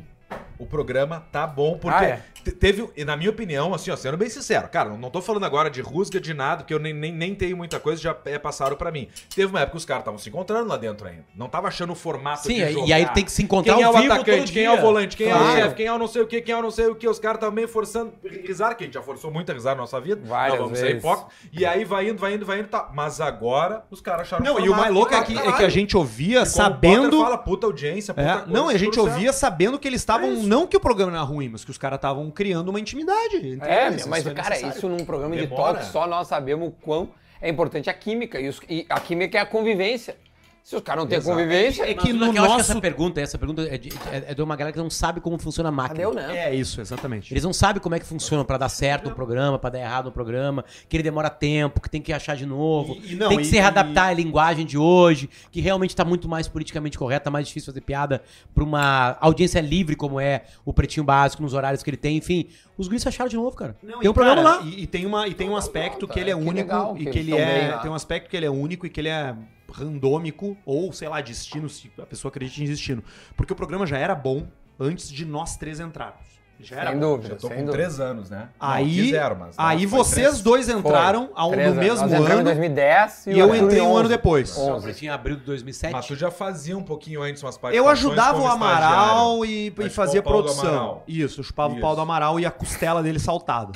Speaker 5: O programa tá bom,
Speaker 2: Ah,
Speaker 5: porque
Speaker 2: é?
Speaker 5: te- teve, e na minha opinião, assim, ó, sendo bem sincero, cara, não- não tô falando agora de rusga de nada, que eu nem, nem, nem tenho muita coisa, já é, passaram pra mim. Teve uma época que os caras estavam se encontrando lá dentro ainda. Não tava achando o formato
Speaker 4: Sim,
Speaker 5: de jogar.
Speaker 4: e aí tem que se encontrar
Speaker 5: Quem é
Speaker 4: ao
Speaker 5: o
Speaker 4: vivo
Speaker 5: atacante,
Speaker 4: todo
Speaker 5: quem é
Speaker 4: dia.
Speaker 5: o volante, quem é o
Speaker 4: Claro.
Speaker 5: chefe, quem é o não sei o que, quem é o não sei o que, os caras também forçando risar, que a gente já forçou muito a risar na nossa vida.
Speaker 2: Várias
Speaker 5: não, vamos ser
Speaker 2: vezes.
Speaker 5: hipócritas. E aí vai indo, vai indo, vai indo, tá. Mas agora os caras acharam
Speaker 3: Não, e o mais
Speaker 5: formato,
Speaker 3: louco é
Speaker 5: tá,
Speaker 3: que, é
Speaker 5: caralho.
Speaker 3: que a gente ouvia
Speaker 5: Como o Potter
Speaker 3: sabendo.
Speaker 5: fala puta audiência, puta
Speaker 3: É,
Speaker 5: coisa,
Speaker 3: não, a gente
Speaker 5: tudo certo.
Speaker 3: ouvia sabendo que eles
Speaker 2: É
Speaker 3: estavam. não que o programa era ruim, mas que os caras estavam criando uma intimidade. entre
Speaker 2: É,
Speaker 3: eles,
Speaker 2: meu, mas,
Speaker 3: é
Speaker 2: cara,
Speaker 3: necessário.
Speaker 2: isso num programa de
Speaker 5: Demora.
Speaker 2: toque só nós sabemos o quão é importante a química. E, os- e a química é a convivência. Se os caras não têm convivência,
Speaker 4: É que, eu acho que essa pergunta, essa pergunta é de, é- é de uma galera que não sabe como funciona a
Speaker 2: ah,
Speaker 4: máquina.
Speaker 8: Cadê né?
Speaker 6: É isso, exatamente.
Speaker 4: Eles não sabem como é que funciona pra dar certo um programa, pra dar errado um programa, que ele demora tempo, que tem que achar de novo,
Speaker 6: E- e não,
Speaker 4: tem que
Speaker 6: e-
Speaker 4: se readaptar à linguagem de hoje, que realmente tá muito mais politicamente correta, tá mais difícil fazer piada pra uma audiência livre como é o Pretinho Básico, nos horários que ele tem, enfim. Os guris se acharam de novo, cara.
Speaker 6: Não,
Speaker 4: tem
Speaker 6: e,
Speaker 4: um programa
Speaker 6: cara,
Speaker 4: lá.
Speaker 6: E, e tem uma, e tem um aspecto
Speaker 2: cara,
Speaker 6: que ele é
Speaker 2: que
Speaker 6: único
Speaker 2: legal
Speaker 6: e
Speaker 2: que
Speaker 6: que
Speaker 2: eles
Speaker 6: ele
Speaker 2: tão bem
Speaker 6: é.
Speaker 2: lá.
Speaker 6: Tem um aspecto que ele é único e que ele é randômico, ou, sei lá, destino, se a pessoa acredita em destino. Porque o programa já era bom antes de nós três entrarmos. Já era
Speaker 2: Sem
Speaker 6: bom.
Speaker 2: dúvida,
Speaker 5: Eu tô
Speaker 2: sem
Speaker 5: com
Speaker 2: dúvida.
Speaker 5: três anos, né?
Speaker 6: Aí,
Speaker 5: Não, quiseram, mas, né,
Speaker 6: aí
Speaker 5: foi
Speaker 6: vocês
Speaker 5: três.
Speaker 6: dois
Speaker 2: Foi.
Speaker 6: entraram ao,
Speaker 2: Três
Speaker 6: no
Speaker 2: anos.
Speaker 6: mesmo
Speaker 2: Nós entramos em
Speaker 6: ano
Speaker 2: 2010
Speaker 6: e eu
Speaker 2: Arthur
Speaker 6: entrei um ano
Speaker 2: 11.
Speaker 6: depois.
Speaker 2: Onze.
Speaker 4: O Pretinho abriu de 2007.
Speaker 5: Mas tu já fazia um pouquinho antes umas partes.
Speaker 6: Eu ajudava o Amaral
Speaker 5: e
Speaker 6: e, e
Speaker 5: Mas
Speaker 6: fazia
Speaker 5: chupava o pau do
Speaker 6: produção.
Speaker 5: Amaral.
Speaker 6: Isso, eu chupava o
Speaker 5: Isso.
Speaker 6: pau do Amaral e a costela dele saltada.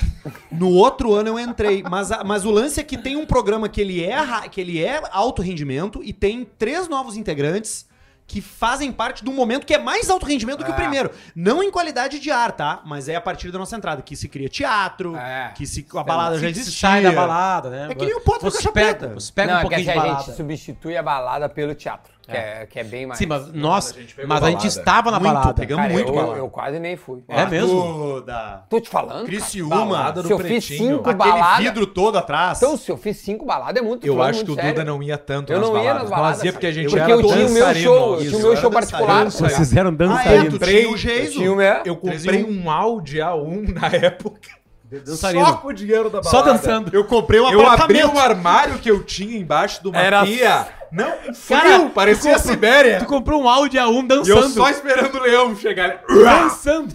Speaker 6: No outro ano eu entrei. Mas, a- mas o lance é que tem um programa que ele, é, ra- que ele é alto rendimento e tem três novos integrantes que fazem parte de um momento que é mais alto rendimento do que o primeiro. Não em qualidade de ar, tá? Mas é a partir da nossa entrada, que se cria teatro,
Speaker 2: É.
Speaker 6: que se, a balada já existia.
Speaker 4: Sai da balada, né?
Speaker 6: É que nem o Potter com
Speaker 4: Você
Speaker 6: a
Speaker 4: pega,
Speaker 6: chapeta.
Speaker 4: você pega
Speaker 2: não,
Speaker 4: um
Speaker 2: é que
Speaker 4: pouquinho
Speaker 2: assim,
Speaker 4: de
Speaker 2: a
Speaker 4: balada.
Speaker 2: gente substitui a balada pelo teatro, que, é, que é bem mais.
Speaker 4: Sim, mas nós,
Speaker 5: a gente pegou
Speaker 4: mas a gente
Speaker 5: balada.
Speaker 4: estava na
Speaker 6: Muito,
Speaker 4: balada.
Speaker 6: pegamos
Speaker 2: Cara,
Speaker 6: muito
Speaker 2: eu,
Speaker 6: balada.
Speaker 2: eu quase nem fui.
Speaker 4: É mesmo?
Speaker 6: Toda.
Speaker 2: Tô te falando.
Speaker 6: Criciúma.
Speaker 5: Balada
Speaker 2: cara,
Speaker 5: do
Speaker 2: se eu fiz
Speaker 5: Pretinho.
Speaker 2: cinco
Speaker 6: Aquele
Speaker 2: baladas.
Speaker 6: vidro todo atrás.
Speaker 2: Então, se eu fiz cinco baladas, é muito
Speaker 5: Eu
Speaker 2: tô falando
Speaker 5: acho que o
Speaker 2: muito
Speaker 5: Duda
Speaker 2: sério.
Speaker 5: não ia tanto
Speaker 2: Eu
Speaker 5: nas
Speaker 2: não ia
Speaker 5: baladas.
Speaker 2: nas baladas.
Speaker 5: Fazia porque a gente
Speaker 2: porque
Speaker 5: era
Speaker 2: eu tinha o meu
Speaker 5: dançarino.
Speaker 2: show, eu tinha o meu
Speaker 5: Isso,
Speaker 2: show
Speaker 5: era dançarino.
Speaker 2: particular.
Speaker 5: Isso aí.
Speaker 4: fizeram
Speaker 6: Ah, é, tu
Speaker 5: Comprei-
Speaker 6: tinha o Geiso.
Speaker 2: Tinha o meu-
Speaker 5: Eu comprei
Speaker 6: Três em
Speaker 5: um Audi A1 na época.
Speaker 4: dançarino.
Speaker 5: Só com o dinheiro da balada.
Speaker 4: Só dançando.
Speaker 6: Eu comprei um
Speaker 5: Eu abri
Speaker 6: apartamento.
Speaker 5: um armário que eu tinha embaixo de uma
Speaker 2: Era-
Speaker 5: pia. Não, um frio,
Speaker 4: Cara,
Speaker 5: parecia a Sibéria.
Speaker 4: Tu comprou um Audi A1
Speaker 5: E eu
Speaker 4: dançando.
Speaker 5: só esperando o leão chegar.
Speaker 4: Dançando.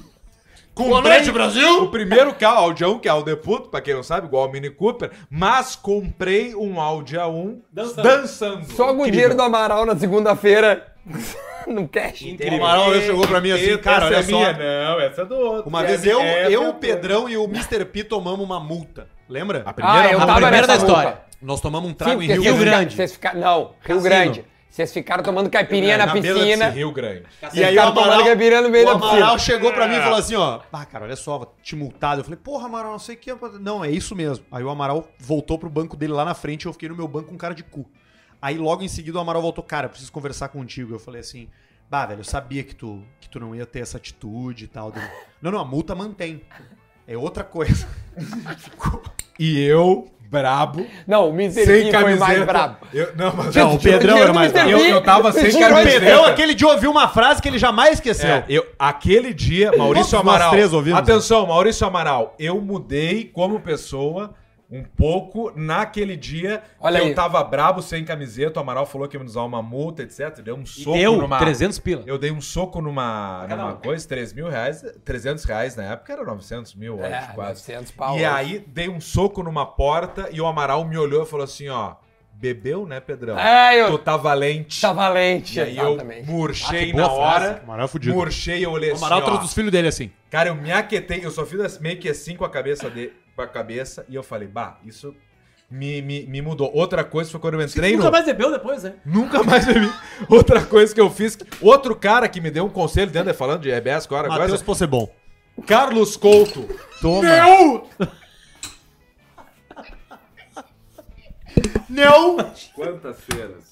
Speaker 5: Comprei Brasil! O primeiro carro, Audi A1, que é o Deputo, pra quem não sabe, igual ao Mini Cooper, mas comprei um Audi A1 dançando.
Speaker 2: Só com o dinheiro do Amaral na segunda-feira. no cash.
Speaker 6: O Amaral chegou pra mim assim, cara, olha só.
Speaker 5: Não, essa é do outro.
Speaker 6: Uma vez eu, eu o Pedrão e o Mr. P tomamos uma multa. Lembra?
Speaker 2: Ah, eu
Speaker 4: a
Speaker 2: tava
Speaker 4: primeira da
Speaker 2: nessa
Speaker 4: história.
Speaker 2: roupa.
Speaker 6: Nós tomamos um
Speaker 2: Sim,
Speaker 6: trago
Speaker 2: porque
Speaker 6: em Rio
Speaker 2: vocês fica-
Speaker 4: Grande.
Speaker 6: Grande.
Speaker 2: Vocês fica- Não, Rio Grande. Vocês ficaram tomando caipirinha na,
Speaker 6: beira da
Speaker 2: piscina.
Speaker 5: Rio Grande.
Speaker 6: E aí o
Speaker 2: ficaram tomando gabirinha no meio
Speaker 6: o
Speaker 2: da
Speaker 6: Amaral
Speaker 2: piscina.
Speaker 6: chegou pra mim e falou assim, ó. Ah, cara, olha só, vou te multado. Eu falei, porra, Amaral, não sei o que. é pra-" Não, é isso mesmo. Aí o Amaral voltou pro banco dele lá na frente e eu fiquei no meu banco com cara de cu. Aí logo em seguida o Amaral voltou, cara, eu preciso conversar contigo. Eu falei assim, bah, velho, eu sabia que tu, que tu não ia ter essa atitude e tal. Dele, não, não, a multa mantém. É outra coisa.
Speaker 5: E eu, brabo,
Speaker 2: Não, o Mr.
Speaker 5: sem
Speaker 2: P foi
Speaker 5: camiseta.
Speaker 2: mais brabo.
Speaker 5: Eu, não, mas
Speaker 6: Não, o Pedrão era mais
Speaker 5: eu, eu tava sem
Speaker 2: Mentira,
Speaker 5: camiseta.
Speaker 6: Pedrão, aquele dia ouviu uma frase que ele jamais esqueceu.
Speaker 5: É, eu, aquele dia, Maurício
Speaker 6: Todos nós
Speaker 5: Amaral.
Speaker 6: três ouvimos.
Speaker 5: atenção, Maurício Amaral, eu mudei como pessoa um pouco naquele dia
Speaker 2: Olha
Speaker 5: que
Speaker 2: aí.
Speaker 5: eu tava brabo sem camiseta. O Amaral falou que ia me usar uma multa, etc. Deu um
Speaker 4: E
Speaker 5: soco
Speaker 4: deu
Speaker 5: numa.
Speaker 4: 300 pila.
Speaker 5: Eu dei um soco numa,
Speaker 4: cada
Speaker 5: numa
Speaker 4: um.
Speaker 5: coisa, 3 mil reais, 300 reais na época, era 900 mil, eu acho,
Speaker 2: É,
Speaker 5: quase.
Speaker 2: 900 pau.
Speaker 5: E aí, dei um soco numa porta e o Amaral me olhou e falou assim, ó, bebeu, né, Pedrão?
Speaker 2: É, eu-
Speaker 5: Tu tá valente.
Speaker 2: Tá valente.
Speaker 5: E aí eu
Speaker 2: Exatamente. Ah,
Speaker 5: murchei na hora,
Speaker 6: Amaral fudido.
Speaker 5: murchei, eu olhei
Speaker 6: O Amaral
Speaker 5: assim,
Speaker 6: trouxe
Speaker 5: ó,
Speaker 6: dos filhos dele assim.
Speaker 5: Cara, eu me aquetei, eu só fiz assim- meio que assim com a cabeça de, com a cabeça e eu falei, bah, isso me, me, me mudou. Outra coisa foi quando eu entrei no.
Speaker 4: Nunca mais bebeu depois, né?
Speaker 5: Nunca mais bebi. Outra coisa que eu fiz. que- Outro cara que me deu um conselho dentro, falando de RBS agora, agora.
Speaker 6: Matheus Possebon.
Speaker 5: Carlos Couto.
Speaker 6: Toma.
Speaker 5: Meu!
Speaker 6: Não!
Speaker 5: Quantas cenas.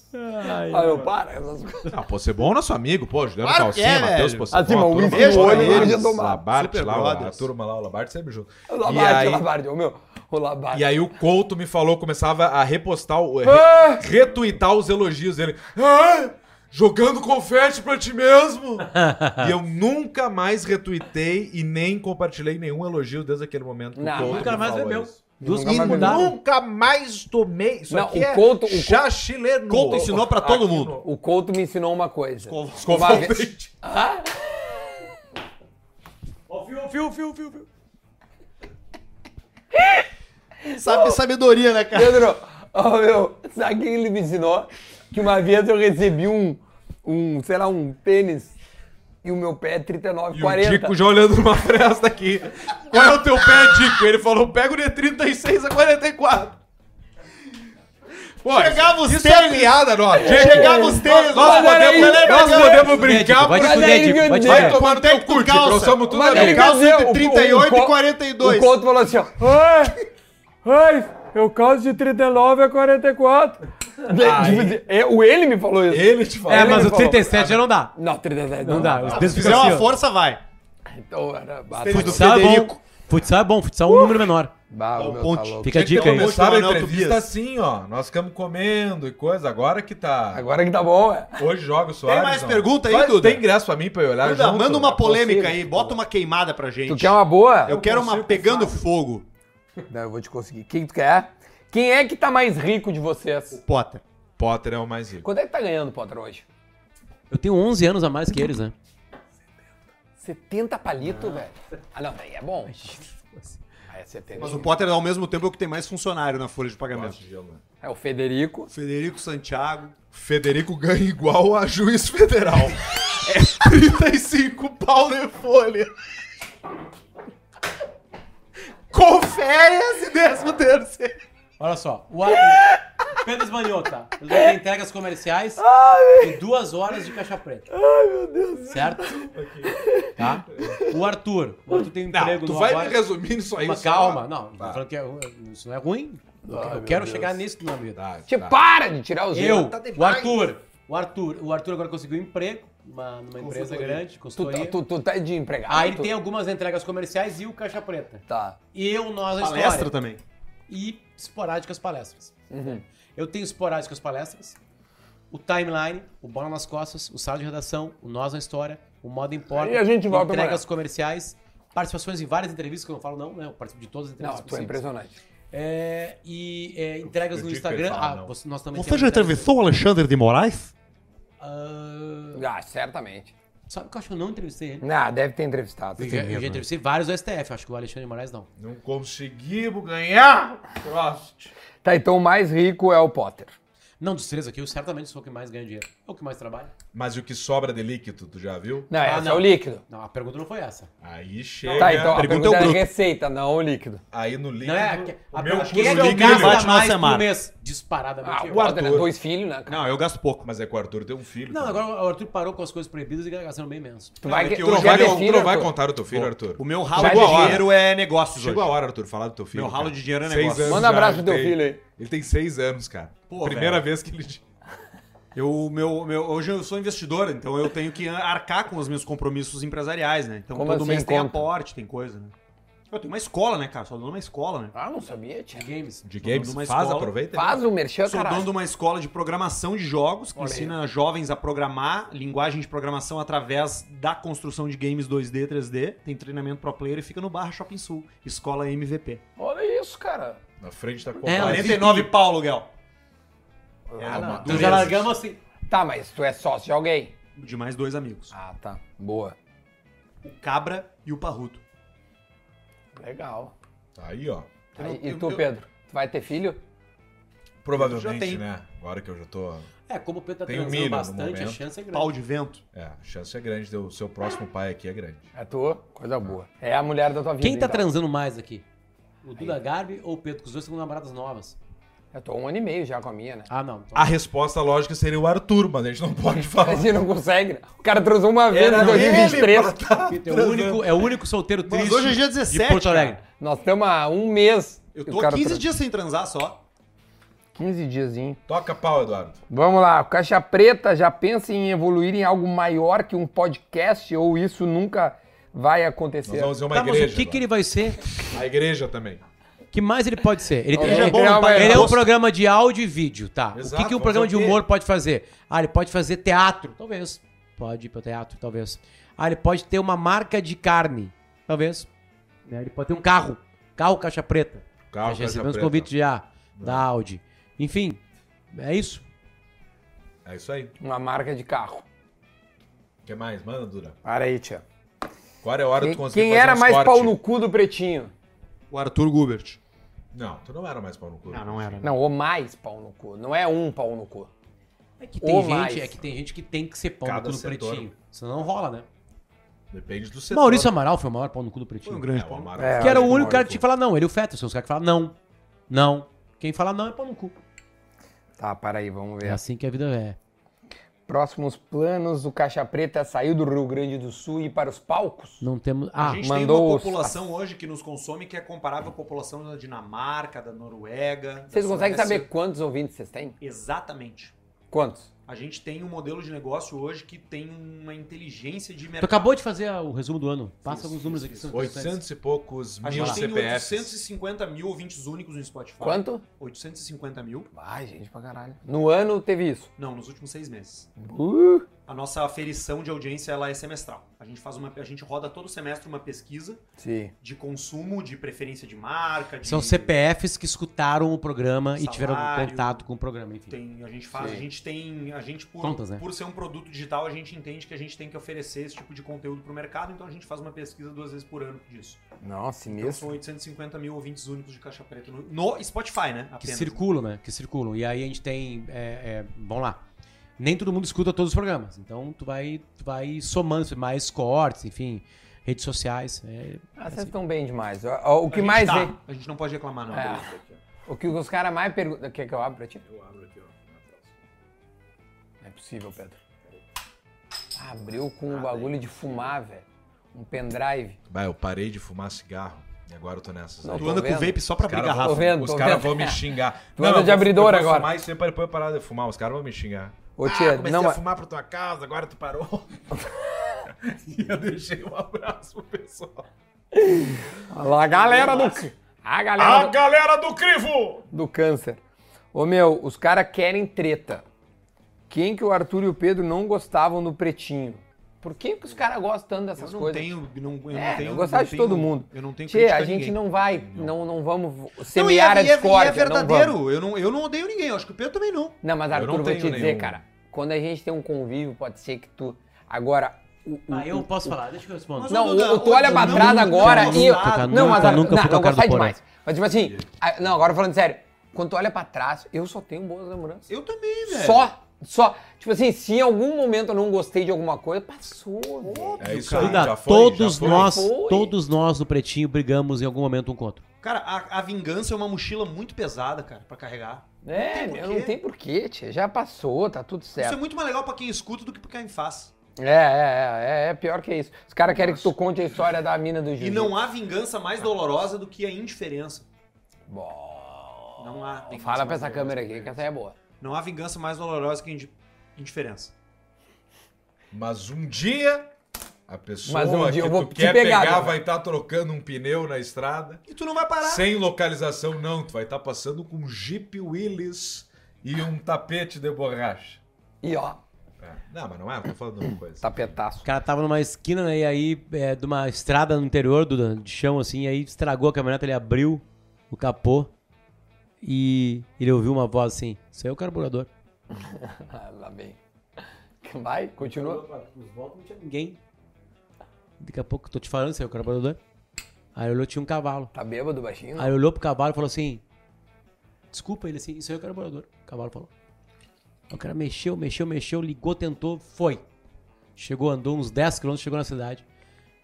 Speaker 2: Ah, eu para essas coisas.
Speaker 5: Ah, pô, você é bom nosso amigo, pô, ajudando
Speaker 6: Claro
Speaker 5: calcinha,
Speaker 6: que é,
Speaker 5: Matheus,
Speaker 6: velho.
Speaker 5: pô, você é
Speaker 2: Assim,
Speaker 5: bom,
Speaker 2: mas
Speaker 5: a
Speaker 2: o
Speaker 5: turma
Speaker 2: Wilson
Speaker 5: boa,
Speaker 2: Olho, ele
Speaker 5: eles,
Speaker 2: já tomava.
Speaker 5: Labarte
Speaker 6: Super
Speaker 5: lá, o- a
Speaker 6: brothers.
Speaker 5: turma lá, o Labarte sempre junto.
Speaker 2: O
Speaker 5: E
Speaker 2: Labarte,
Speaker 5: aí,
Speaker 2: o Labarte, ô meu. O Labarte.
Speaker 5: E aí o Couto me falou, começava a repostar, o- re-
Speaker 4: Ah!
Speaker 5: retweetar os elogios dele. Ah, jogando confete pra ti mesmo! e eu nunca mais retuitei e nem compartilhei nenhum elogio desde aquele momento. que o
Speaker 2: Não,
Speaker 5: Couto
Speaker 4: nunca
Speaker 5: me
Speaker 4: mais é
Speaker 5: falou
Speaker 4: bebeu.
Speaker 5: isso. Tá?
Speaker 4: Dos
Speaker 2: Nunca
Speaker 4: que
Speaker 2: mais
Speaker 4: mudaram.
Speaker 5: Nunca mais tomei. Isso
Speaker 2: Não,
Speaker 5: aqui
Speaker 2: o
Speaker 5: é
Speaker 2: Couto- o Couto-
Speaker 5: já chileno.
Speaker 6: Couto ensinou pra todo mundo.
Speaker 2: O Couto me ensinou uma coisa.
Speaker 5: Escovar
Speaker 2: Uma
Speaker 5: o
Speaker 2: vez-
Speaker 5: dente.
Speaker 2: Ah!
Speaker 4: Ó, Fio, fio, fio, fio, fio.
Speaker 6: Sabe, sabedoria, né, cara?
Speaker 2: Pedro, ó, meu, sabe o que ele me ensinou? Que uma vez eu recebi um, um sei lá, um tênis e o meu pé é
Speaker 5: E o
Speaker 2: 39,40.
Speaker 5: Dico já olhando numa fresta aqui. Qual é o teu pé, Dico? Ele falou, pega o de 36 a 44. Pô,
Speaker 6: Chegava os
Speaker 5: isso é
Speaker 6: tênis.
Speaker 5: piada, nossa.
Speaker 6: Chegava os tênis.
Speaker 5: Nós
Speaker 2: Mas era
Speaker 5: podemos,
Speaker 2: isso,
Speaker 5: nós
Speaker 2: cara.
Speaker 5: podemos
Speaker 4: Dico,
Speaker 5: brincar por
Speaker 4: Vai te
Speaker 2: Mas
Speaker 4: fuder,
Speaker 2: aí
Speaker 4: Dico. Vai te
Speaker 2: ninguém-
Speaker 4: fuder.
Speaker 5: tomar no teu cu, Dico. Trouxemos tudo
Speaker 2: Mas
Speaker 5: a
Speaker 2: ele
Speaker 5: ver.
Speaker 6: calço
Speaker 2: dizia,
Speaker 6: entre
Speaker 2: o- o-
Speaker 6: 38 e
Speaker 2: o-
Speaker 6: 42.
Speaker 2: O Couto falou assim, ó. Ai, ai, eu calço de 39 a 44. É, o ele me falou isso.
Speaker 5: Ele te falou.
Speaker 4: É, mas
Speaker 2: ele
Speaker 4: o
Speaker 2: falou.
Speaker 4: 37 já não dá.
Speaker 2: Não, 37
Speaker 4: Não dá. Os
Speaker 6: Se fizer uma
Speaker 4: desgraciam.
Speaker 6: força, vai.
Speaker 2: Então era. bah,
Speaker 4: Futsal é bom. Futsal é bom, futsal é um número menor.
Speaker 2: bah, o meu
Speaker 6: ponte.
Speaker 2: tá louco.
Speaker 4: Fica a
Speaker 6: Tinha
Speaker 4: dica
Speaker 6: que ter um
Speaker 4: aí.
Speaker 6: almoço.
Speaker 5: Começaram a
Speaker 6: Manoel
Speaker 5: entrevista
Speaker 6: Tobias.
Speaker 5: assim, ó. Nós ficamos comendo e coisa. Agora que tá.
Speaker 2: Agora que tá bom, é.
Speaker 5: Hoje joga o Soares.
Speaker 6: mais
Speaker 5: ó.
Speaker 6: pergunta aí,
Speaker 5: Vai-
Speaker 6: Duda?
Speaker 5: Tem ingresso pra mim pra eu olhar
Speaker 6: Duda,
Speaker 5: junto?
Speaker 6: manda uma tá polêmica
Speaker 2: consigo.
Speaker 6: aí, bota uma queimada pra gente.
Speaker 2: Tu quer uma boa?
Speaker 6: Eu quero uma pegando fogo.
Speaker 2: Não, eu vou te conseguir. Quem tu quer? Quem é que tá mais rico de vocês?
Speaker 6: Potter.
Speaker 5: Potter é o mais rico.
Speaker 2: Quanto é que tá ganhando, Potter, hoje?
Speaker 4: Eu tenho 11 anos a mais que eles, né?
Speaker 2: 70 palito, velho. Ah, não, daí é bom. Aí é 70.
Speaker 6: Mas o Potter, ao mesmo tempo, é o que tem mais funcionário na folha de pagamento.
Speaker 2: É o Federico.
Speaker 6: Federico Santiago.
Speaker 5: Federico ganha igual a juiz federal. É 35 pau de folha. Com férias e décimo terceiro.
Speaker 4: Olha só, o Ar- o Pedro esbanhou, tá? Ele vai ter entregas comerciais e duas horas de caixa preta. Ai, meu Deus. Certo? Tá? O Arthur. O Arthur tem um emprego
Speaker 5: tu
Speaker 4: no
Speaker 5: vai
Speaker 4: agora.
Speaker 5: me resumir isso né? aí.
Speaker 4: Mas
Speaker 5: só?
Speaker 4: calma, não. Tô falando que é- isso não é ruim. Eu que- eu quero chegar nisso na vida.
Speaker 5: Tá,
Speaker 2: Te
Speaker 5: tá.
Speaker 2: Tipo, para de tirar os
Speaker 4: Eu,
Speaker 2: olhos. Tá de-
Speaker 4: o Arthur. O Arthur. O Arthur agora conseguiu um emprego numa, numa empresa
Speaker 2: Tu,
Speaker 4: grande,
Speaker 2: tá-
Speaker 4: consultoria.
Speaker 2: tu, tu tá de empregado.
Speaker 4: Aí
Speaker 2: tu...
Speaker 4: tem algumas entregas comerciais e o caixa preta.
Speaker 2: Tá.
Speaker 4: Eu, nós, a
Speaker 6: Palestra
Speaker 4: história.
Speaker 6: também.
Speaker 4: e esporádicas palestras. Eu tenho esporádicas palestras, o timeline, o bola nas costas, o sala de redação, o nós na história, o moda importa,
Speaker 2: Aí a gente volta
Speaker 4: entregas
Speaker 2: amanhã.
Speaker 4: comerciais, participações em várias entrevistas que eu não falo não, né? Eu participo de todas as
Speaker 2: Não, tu
Speaker 4: entrevistas
Speaker 2: é
Speaker 4: possíveis.
Speaker 2: impressionante.
Speaker 4: É, e é, entregas
Speaker 5: Eu
Speaker 4: no
Speaker 5: tinha que
Speaker 4: Instagram.
Speaker 5: falar,
Speaker 4: ah,
Speaker 5: não.
Speaker 4: você- nós também
Speaker 6: Você
Speaker 4: temos
Speaker 6: já
Speaker 4: entregas.
Speaker 6: entrevistou o Alexandre de Moraes?
Speaker 4: Ah,
Speaker 2: Ah, certamente.
Speaker 4: sabe que eu acho que eu não entrevistei ele?
Speaker 2: Ah, deve ter entrevistado.
Speaker 4: Eu já, eu já entrevistei vários do STF, acho que o Alexandre de Moraes não.
Speaker 5: Não conseguimos ganhar. Prost.
Speaker 2: Tá, então o mais rico é o Potter.
Speaker 4: Não, dos três aqui, eu certamente sou o que mais ganha dinheiro. É o que mais trabalha.
Speaker 5: Mas o que sobra de líquido, tu já viu?
Speaker 2: Não, esse
Speaker 4: não.
Speaker 2: é o líquido.
Speaker 4: Não, a pergunta não foi essa.
Speaker 5: Aí chega.
Speaker 2: Tá, então a
Speaker 6: pergunta
Speaker 2: pergunta
Speaker 6: é o
Speaker 2: era
Speaker 6: bruto.
Speaker 2: receita, não o líquido.
Speaker 5: Aí no líquido.
Speaker 4: Não é a, a,
Speaker 5: o meu
Speaker 4: a,
Speaker 5: custo
Speaker 4: quem é que
Speaker 5: líquido-
Speaker 6: Liga,
Speaker 4: gasta
Speaker 6: bate na
Speaker 4: mais
Speaker 6: semana.
Speaker 4: por mês? Disparadamente.
Speaker 2: Ah,
Speaker 4: eu.
Speaker 2: o Potter é
Speaker 5: Arthur.
Speaker 2: dois filhos, né? cara?
Speaker 6: Não, eu gasto pouco.
Speaker 5: Mas é que o Arthur tem um filho.
Speaker 4: Não,
Speaker 5: também.
Speaker 4: agora o Arthur parou com as coisas proibidas e gastando bem menos.
Speaker 2: Tu Então vai,
Speaker 6: é que
Speaker 2: tu
Speaker 5: Tu não
Speaker 2: não
Speaker 6: hoje
Speaker 5: vai,
Speaker 2: vai
Speaker 6: ele é
Speaker 2: ter
Speaker 5: con- tu
Speaker 2: filho,
Speaker 5: não vai
Speaker 2: Arthur?
Speaker 5: contar o teu filho, Arthur.
Speaker 6: O meu ralo
Speaker 2: Vai
Speaker 6: de
Speaker 2: de hora.
Speaker 6: dinheiro é negócios
Speaker 5: Chegou a
Speaker 6: hoje.
Speaker 5: hora, Arthur, falar do teu filho.
Speaker 6: Meu ralo
Speaker 5: cara.
Speaker 6: de dinheiro é
Speaker 5: Seis
Speaker 6: negócio.
Speaker 5: anos
Speaker 2: Manda
Speaker 5: já,
Speaker 2: abraço
Speaker 5: ele
Speaker 2: pro teu
Speaker 5: tem-
Speaker 2: filho aí.
Speaker 5: Ele tem seis anos, cara.
Speaker 6: Pô,
Speaker 5: Primeira
Speaker 6: velho.
Speaker 5: vez que ele.
Speaker 6: Eu, meu, meu, hoje eu sou investidor, então eu tenho que arcar com os meus compromissos empresariais, né? Então
Speaker 2: Como
Speaker 6: todo
Speaker 2: assim,
Speaker 6: mês tem
Speaker 2: conta?
Speaker 6: aporte, tem coisa, né? Eu tenho uma escola, né, cara? Sou dono de uma escola, né?
Speaker 2: Ah, não sabia, tia.
Speaker 4: Games.
Speaker 5: De
Speaker 6: games,
Speaker 5: games,
Speaker 6: numa
Speaker 5: faz,
Speaker 6: escola.
Speaker 5: aproveita.
Speaker 2: Faz o merchan,
Speaker 6: Sou dono de
Speaker 2: caralho.
Speaker 6: uma escola de programação de jogos que ensina jovens a programar linguagem de programação através da construção de games 2D, 3D. Tem treinamento pro player e fica no Barra Shopping Sul, escola MVP.
Speaker 2: Olha isso, cara.
Speaker 5: Na frente da
Speaker 4: É,
Speaker 5: Copa.
Speaker 4: mas-
Speaker 6: 49 pau, É, aluguel.
Speaker 2: Ah, não.
Speaker 4: Então já largamos assim.
Speaker 2: Tá, mas tu é sócio de alguém.
Speaker 6: De mais dois amigos.
Speaker 2: Ah, tá. Boa.
Speaker 6: O Cabra e o Parruto.
Speaker 2: Legal.
Speaker 5: Aí, ó.
Speaker 2: Aí, e tu, Pedro? Tu vai ter filho?
Speaker 6: Eu já
Speaker 5: Provavelmente,
Speaker 6: tenho.
Speaker 5: né? Agora que eu já tô.
Speaker 4: É, como o Pedro tá
Speaker 5: Tem o
Speaker 4: transando
Speaker 5: milho no
Speaker 4: bastante, a
Speaker 5: momento.
Speaker 4: chance é grande.
Speaker 6: Pau de vento.
Speaker 5: É, a chance é grande. de O seu próximo pai aqui é grande.
Speaker 2: É tu? Coisa boa. É a mulher da tua vida.
Speaker 4: Quem tá
Speaker 2: então.
Speaker 4: transando mais aqui? O Duda Garbi ou o Pedro? Que os dois estão com namoradas novas.
Speaker 2: Eu tô um ano e meio já com a minha, né?
Speaker 4: Ah, não. Então-
Speaker 5: A resposta lógica seria o Arthur, mas a gente não pode falar.
Speaker 2: Mas você não consegue, né? O cara transou uma vez
Speaker 5: Era
Speaker 2: em 2023.
Speaker 5: ele, tá?
Speaker 4: é, o único, é o único solteiro triste
Speaker 6: hoje é dia
Speaker 4: de
Speaker 6: 17,
Speaker 4: Porto Alegre.
Speaker 2: Nós estamos há um mês.
Speaker 6: Eu
Speaker 2: e o
Speaker 6: tô
Speaker 2: cara
Speaker 6: 15
Speaker 2: trans-
Speaker 6: dias sem transar só.
Speaker 2: 15 dias, hein?
Speaker 5: Toca pau, Eduardo.
Speaker 2: Vamos lá, o Caixa Preta já pensa em evoluir em algo maior que um podcast ou isso nunca vai
Speaker 5: Nós
Speaker 2: acontecer?
Speaker 5: vamos ver uma
Speaker 4: Tá, mas
Speaker 5: igreja.
Speaker 4: o que, que ele
Speaker 5: Eduardo.
Speaker 4: vai ser?
Speaker 5: A igreja também.
Speaker 4: que mais ele pode ser? Ele, tem-
Speaker 2: Ele é
Speaker 4: ele-
Speaker 2: bom, não paga
Speaker 4: ele é um
Speaker 2: imposto.
Speaker 4: programa de áudio e vídeo, tá. o
Speaker 5: Exato,
Speaker 4: que, que um
Speaker 5: vamos
Speaker 4: programa
Speaker 5: ver
Speaker 4: de
Speaker 5: o quê?
Speaker 4: humor pode fazer? Ah, ele pode fazer teatro, talvez. Pode ir para teatro, talvez. Ah, ele pode ter uma marca de carne, talvez. Né, Ele pode ter um carro, carro caixa preta.
Speaker 5: Carro,
Speaker 4: já recebemos
Speaker 5: preta.
Speaker 4: convites já da Audi. Enfim, é isso.
Speaker 5: É isso aí.
Speaker 2: Uma marca de carro.
Speaker 5: O que mais? Manda, Dura.
Speaker 2: Para aí, tia.
Speaker 5: Agora é hora de
Speaker 2: Quem,
Speaker 5: tu conseguir
Speaker 2: quem
Speaker 5: fazer
Speaker 2: era
Speaker 5: uns
Speaker 2: mais
Speaker 5: corte.
Speaker 2: pau no cu do Pretinho?
Speaker 6: O Arthur Gubert.
Speaker 5: Não, tu não era mais pau no cu.
Speaker 6: Não, não era.
Speaker 2: Não, o mais pau no cu. Não é um pau no cu.
Speaker 4: É que
Speaker 2: Ou
Speaker 4: tem
Speaker 2: mais.
Speaker 4: gente, é que tem gente que tem que ser pão
Speaker 5: Cada
Speaker 4: no cu do
Speaker 5: setor.
Speaker 4: pretinho. Senão não rola, né?
Speaker 5: Depende do setor.
Speaker 4: Maurício Amaral foi o maior pão no cu do
Speaker 6: Foi
Speaker 4: pretinho.
Speaker 6: um grande
Speaker 5: É, o
Speaker 6: pau.
Speaker 5: Amaral.
Speaker 2: É,
Speaker 4: Que era o
Speaker 2: acho que
Speaker 4: único
Speaker 2: não,
Speaker 4: cara
Speaker 2: eu
Speaker 4: que tinha que falar não. Ele e o Fetter são os caras que falam não, não. Quem fala não é pau no cu.
Speaker 2: Tá, para aí, vamos
Speaker 4: É
Speaker 2: ver.
Speaker 4: assim que a vida é.
Speaker 2: Próximos planos, o Caixa Preta saiu do Rio Grande do Sul e ir para os palcos?
Speaker 4: Não temos.
Speaker 6: A
Speaker 4: Ah,
Speaker 6: gente
Speaker 2: mandou
Speaker 6: tem uma
Speaker 2: os-
Speaker 6: população hoje que nos consome que é comparável à população da Dinamarca, da Noruega. da
Speaker 2: Vocês conseguem
Speaker 6: Suécia.
Speaker 2: saber quantos ouvintes vocês têm?
Speaker 6: Exatamente.
Speaker 2: Quantos?
Speaker 6: A gente tem um modelo de negócio hoje que tem uma inteligência de
Speaker 4: Tu
Speaker 6: mercado.
Speaker 4: acabou de fazer ah, o resumo do ano. Passa alguns números aqui. que
Speaker 2: É.
Speaker 4: são interessantes.
Speaker 5: 800 e poucos
Speaker 6: A
Speaker 5: mil
Speaker 6: gente tem
Speaker 5: CPFs.
Speaker 6: 850 mil ouvintes únicos no Spotify.
Speaker 2: Quanto?
Speaker 6: 850 mil.
Speaker 2: Vai, gente, pra caralho. No ano teve isso.
Speaker 6: Não, nos últimos seis meses.
Speaker 2: Uh,
Speaker 6: A nossa aferição de audiência ela é semestral. A gente faz uma, a gente roda todo semestre uma pesquisa
Speaker 2: sim.
Speaker 6: de consumo, de preferência de marca. De,
Speaker 4: São CPFs que escutaram o programa e
Speaker 6: Salário.
Speaker 4: tiveram contato com o programa, enfim.
Speaker 6: Tem, a gente faz,
Speaker 2: Sim.
Speaker 6: a gente tem, a gente por,
Speaker 4: Contas, né?
Speaker 6: por ser um produto digital, a gente entende que a gente tem que oferecer esse tipo de conteúdo para o mercado, então a gente faz uma pesquisa duas vezes por ano disso.
Speaker 2: Nossa,
Speaker 6: Então
Speaker 2: mesmo.
Speaker 6: são 850 mil ouvintes únicos de Caixa Preta no, no Spotify, né?
Speaker 4: Que
Speaker 6: Apenas.
Speaker 4: circulam, né? Que circulam. E aí a gente tem. É, é, vamos lá. Nem todo mundo escuta todos os programas. Então tu vai, tu vai somando mais cortes, enfim, redes sociais. é-
Speaker 2: Ah, vocês estão bem demais. Ó, ó, O que
Speaker 6: A gente
Speaker 2: mais
Speaker 6: tá.
Speaker 2: vem-
Speaker 6: A gente não pode reclamar, não.
Speaker 2: É. O que os caras mais perguntam. Quer que eu abra pra ti? Eu abro aqui, ó. Não é possível, Pedro. Abriu com
Speaker 6: Ah,
Speaker 2: um bagulho
Speaker 6: é
Speaker 2: de fumar, velho. Um pendrive.
Speaker 5: Bah, eu parei de fumar cigarro e agora eu tô nessas.
Speaker 2: Não,
Speaker 5: aí.
Speaker 2: Tu anda com vape
Speaker 6: só pra
Speaker 5: Os caras
Speaker 2: Tô
Speaker 5: vão-
Speaker 2: vendo,
Speaker 5: os
Speaker 2: tô
Speaker 5: caras
Speaker 2: vendo.
Speaker 5: vão me xingar.
Speaker 2: Tu anda
Speaker 5: eu
Speaker 2: de
Speaker 5: vou-
Speaker 2: abridor
Speaker 5: eu vou
Speaker 2: agora.
Speaker 5: Fumar e sempre depois eu parar de fumar. Os caras vão me xingar.
Speaker 2: Ô, tia,
Speaker 5: ah, comecei
Speaker 2: não, é-
Speaker 5: a
Speaker 2: mas-
Speaker 5: fumar pra tua casa, agora tu parou. e eu deixei um abraço pro pessoal.
Speaker 2: Olha lá, a galera do. A galera
Speaker 6: Ah,
Speaker 5: A
Speaker 2: do,
Speaker 5: galera do Crivo!
Speaker 2: do câncer. Ô meu, os caras querem treta. Quem que o Arthur e o Pedro não gostavam do pretinho? Por que, que os caras gostam tanto dessas
Speaker 6: Eu não
Speaker 2: coisas?
Speaker 6: tenho. Não, eu
Speaker 2: É,
Speaker 6: não tenho.
Speaker 2: eu gostava
Speaker 6: não
Speaker 2: de
Speaker 6: tenho- um-
Speaker 2: todo mundo.
Speaker 6: Eu não tenho
Speaker 2: Tchê,
Speaker 6: crítica
Speaker 2: a gente
Speaker 6: ninguém.
Speaker 2: não vai, não, não vamos
Speaker 6: Não, e é,
Speaker 2: semear
Speaker 6: e é- e
Speaker 2: a discórdia.
Speaker 6: é
Speaker 2: Não,
Speaker 6: verdadeiro.
Speaker 2: vamos.
Speaker 6: eu, não, eu não odeio ninguém. Eu acho que o Pedro também não.
Speaker 2: não mas
Speaker 5: Eu
Speaker 2: Arthur,
Speaker 5: não
Speaker 2: vou te
Speaker 5: tenho
Speaker 2: dizer,
Speaker 5: nenhum.
Speaker 2: cara. Quando a gente tem um convívio, pode ser que tu... Agora... o- o-
Speaker 4: Ah, eu
Speaker 2: o-
Speaker 4: posso falar, deixa que eu respondo.
Speaker 6: Mas
Speaker 2: Não,
Speaker 6: Duda,
Speaker 2: o- tu olha a
Speaker 6: não,
Speaker 2: batrada
Speaker 6: nunca,
Speaker 2: agora
Speaker 4: nunca,
Speaker 2: e... eu-
Speaker 4: nunca,
Speaker 2: não, mas...
Speaker 4: nunca,
Speaker 2: a-
Speaker 4: nunca
Speaker 2: não,
Speaker 4: fui
Speaker 2: não,
Speaker 4: tocado
Speaker 2: gostei
Speaker 4: por
Speaker 2: demais. Mas tipo assim... a- Não, agora falando sério. Quando tu olha pra trás, eu só tenho boas lembranças.
Speaker 6: Eu também, velho.
Speaker 2: Só, só. Tipo assim, se em algum momento eu não gostei de alguma coisa, passou. velho.
Speaker 5: É isso aí,
Speaker 4: Duda,
Speaker 5: já foi,
Speaker 4: todos
Speaker 5: já foi.
Speaker 4: nós,
Speaker 2: Foi.
Speaker 4: todos nós do Pretinho brigamos em algum momento um contra.
Speaker 6: Cara, a, a vingança é uma mochila muito pesada, cara, pra carregar.
Speaker 2: É,
Speaker 6: Não tem
Speaker 2: eu
Speaker 6: porquê.
Speaker 2: não tem porquê, tia. Já passou, tá tudo
Speaker 6: Isso é
Speaker 2: certo.
Speaker 6: muito mais legal pra quem escuta do que pra quem faz.
Speaker 2: É, é, é, é, é pior que isso. Os caras querem que tu conte a história da mina do Gil.
Speaker 6: E não há vingança mais dolorosa do que a indiferença. Não há. vingança
Speaker 2: Fala pra
Speaker 6: mais
Speaker 2: essa
Speaker 6: dolorosa.
Speaker 2: câmera aqui que essa aí é boa.
Speaker 6: Não há vingança mais dolorosa que a indi- indiferença.
Speaker 5: Mas um dia, a pessoa
Speaker 2: Mas um dia
Speaker 5: que
Speaker 2: eu vou
Speaker 5: tu
Speaker 2: te
Speaker 5: quer pegar,
Speaker 2: pegar, né?
Speaker 5: vai estar trocando um pneu na estrada.
Speaker 6: E tu não vai parar.
Speaker 5: Sem localização, não. Tu vai estar passando com um Jeep Willys e um tapete de borracha.
Speaker 2: E ó,
Speaker 5: É. Não, mas não é, eu tô falando de uma coisa.
Speaker 4: O
Speaker 2: tapetaço.
Speaker 4: cara tava numa esquina, né, e aí, é, de uma estrada no interior do, de chão, assim, e aí estragou a caminhonete, ele abriu o capô e ele ouviu uma voz assim, isso aí é o carburador.
Speaker 2: Ah, Lá bem. Vai, continua.
Speaker 4: Ninguém. Daqui a pouco, eu tô te falando, isso aí é o carburador. Aí olhou, tinha um cavalo.
Speaker 2: Tá bêbado baixinho?
Speaker 4: Aí olhou pro cavalo e falou assim: Desculpa, ele assim, isso aí é o carburador. O cavalo falou. Aí O cara mexeu, mexeu, mexeu, ligou, tentou, foi. Chegou, andou uns 10 km, chegou na cidade.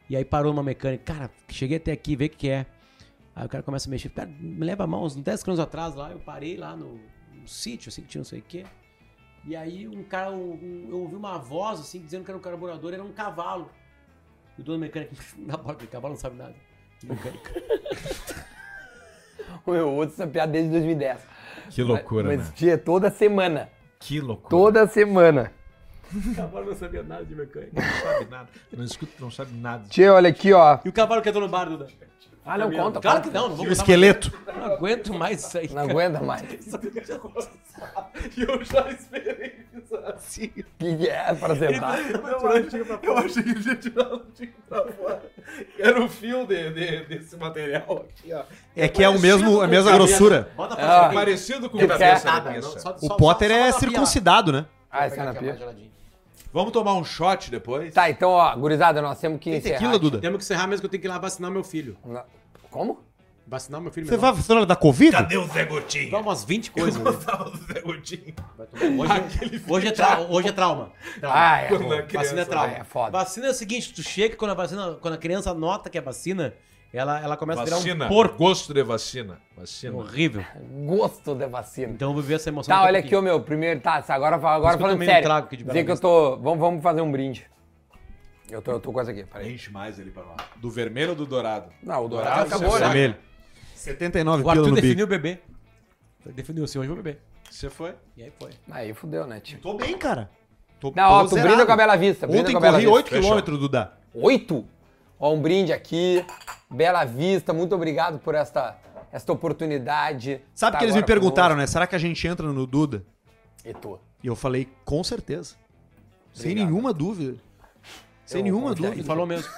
Speaker 4: E aí parou numa mecânica. Cara, cheguei até aqui, vê o que que é. Aí o cara começa a mexer. Cara, me leva a mão, uns 10 km atrás lá, eu parei lá no, no sítio, assim, que tinha não sei o quê. E aí um cara, um- um- eu ouvi uma voz, assim, dizendo que era um carburador, era um cavalo. E o dono mecânico, na porta do cavalo não sabe nada. Mecânico.
Speaker 2: Eu uso essa piada desde 2010.
Speaker 5: Que loucura,
Speaker 2: Mas,
Speaker 5: né?
Speaker 2: tia, toda semana.
Speaker 5: Que loucura.
Speaker 2: Toda semana.
Speaker 5: Não sabe nada. Não escuta, não sabe nada.
Speaker 2: Tia, olha aqui, ó.
Speaker 4: E o cavalo que entrou no bar, Duda?
Speaker 2: Ah, não conta.
Speaker 4: Claro
Speaker 2: conta.
Speaker 4: que não, não vou
Speaker 3: O esqueleto.
Speaker 4: Não aguento mais isso aí.
Speaker 2: Não aguenta mais.
Speaker 4: E eu já esperei isso assim.
Speaker 2: que que é pra
Speaker 3: Ah,
Speaker 2: sentar?
Speaker 5: Eu achei que ele tinha
Speaker 4: um
Speaker 5: tirado o tico pra fora. Era o fio de- de- desse material aqui, ó.
Speaker 3: É que é o mesmo, a mesma grossura.
Speaker 4: Bota
Speaker 2: Ah,
Speaker 5: Parecido com
Speaker 2: Ele
Speaker 5: cabeça
Speaker 2: quer-
Speaker 5: da pizza.
Speaker 3: O Potter é circuncidado, né?
Speaker 2: Ah, esse canapé.
Speaker 5: Vamos tomar um shot depois?
Speaker 2: Tá, então, ó, gurizada, nós temos que encerrar.
Speaker 3: Tequila, Duda.
Speaker 4: Temos que encerrar mesmo que eu tenho que ir lá vacinar meu filho.
Speaker 2: Na- Como?
Speaker 4: Vacinar meu filho
Speaker 3: Você
Speaker 4: menor.
Speaker 3: vai falar da Covid?
Speaker 5: Cadê o Zé Gotinho?
Speaker 4: Dá umas 20 coisas. né?
Speaker 5: Tava o Zé Gotinho.
Speaker 4: Hoje, hoje, é tra- hoje é trauma. Trauma.
Speaker 2: Ah, é.
Speaker 5: Quando a criança-
Speaker 4: vacina é trauma.
Speaker 2: ah, é foda.
Speaker 4: Vacina é o seguinte, tu chega quando a vacina, quando a criança nota que é vacina, ela, ela começa
Speaker 2: tá
Speaker 4: a virar
Speaker 5: Vacina.
Speaker 4: um porco.
Speaker 5: Gosto de vacina. Vacina.
Speaker 4: Horrível.
Speaker 2: Gosto de vacina.
Speaker 4: Então eu vou viver essa emoção.
Speaker 2: Tá,
Speaker 4: daqui a
Speaker 2: olha aqui, ô meu, primeiro, tá, agora, agora falando
Speaker 4: eu também não
Speaker 2: sério.
Speaker 4: trago aqui de
Speaker 2: dizer que eu
Speaker 4: Bela
Speaker 2: tô, vamos, vamos fazer um brinde. Eu tô, eu tô com essa aqui, peraí.
Speaker 5: Enche mais ali pra nós. Do vermelho ou do dourado?
Speaker 2: Não, o dourado
Speaker 5: Dourado,
Speaker 2: acabou,
Speaker 5: você
Speaker 2: né?
Speaker 5: sabe.
Speaker 3: Vermelho. 79
Speaker 4: pouquinho. O
Speaker 3: pila
Speaker 4: Arthur
Speaker 3: no bico.
Speaker 4: definiu o bebê. Definiu assim, hoje eu vou beber.
Speaker 5: Você foi?
Speaker 4: E aí foi.
Speaker 2: Aí fudeu, né, tio?
Speaker 3: Tô bem, cara. Tô,
Speaker 2: Não, ó,
Speaker 3: tô
Speaker 2: tu
Speaker 3: zerado.
Speaker 2: brinda com a Bela Vista. Brinda
Speaker 3: Ontem
Speaker 2: com a Bela
Speaker 3: corri
Speaker 2: Vista.
Speaker 3: 8km, Duda.
Speaker 2: Oito? Ó, um brinde aqui. Bela Vista, muito obrigado por esta, esta oportunidade.
Speaker 3: Sabe
Speaker 2: Tá
Speaker 3: que eles me
Speaker 2: agora
Speaker 3: perguntaram, né? Será que a gente entra no Duda?
Speaker 2: conosco. E tu?
Speaker 3: E eu falei, com certeza. Sem nenhuma dúvida. Sem
Speaker 2: Eu
Speaker 3: nenhuma
Speaker 2: confio.
Speaker 3: dúvida.
Speaker 4: E falou mesmo.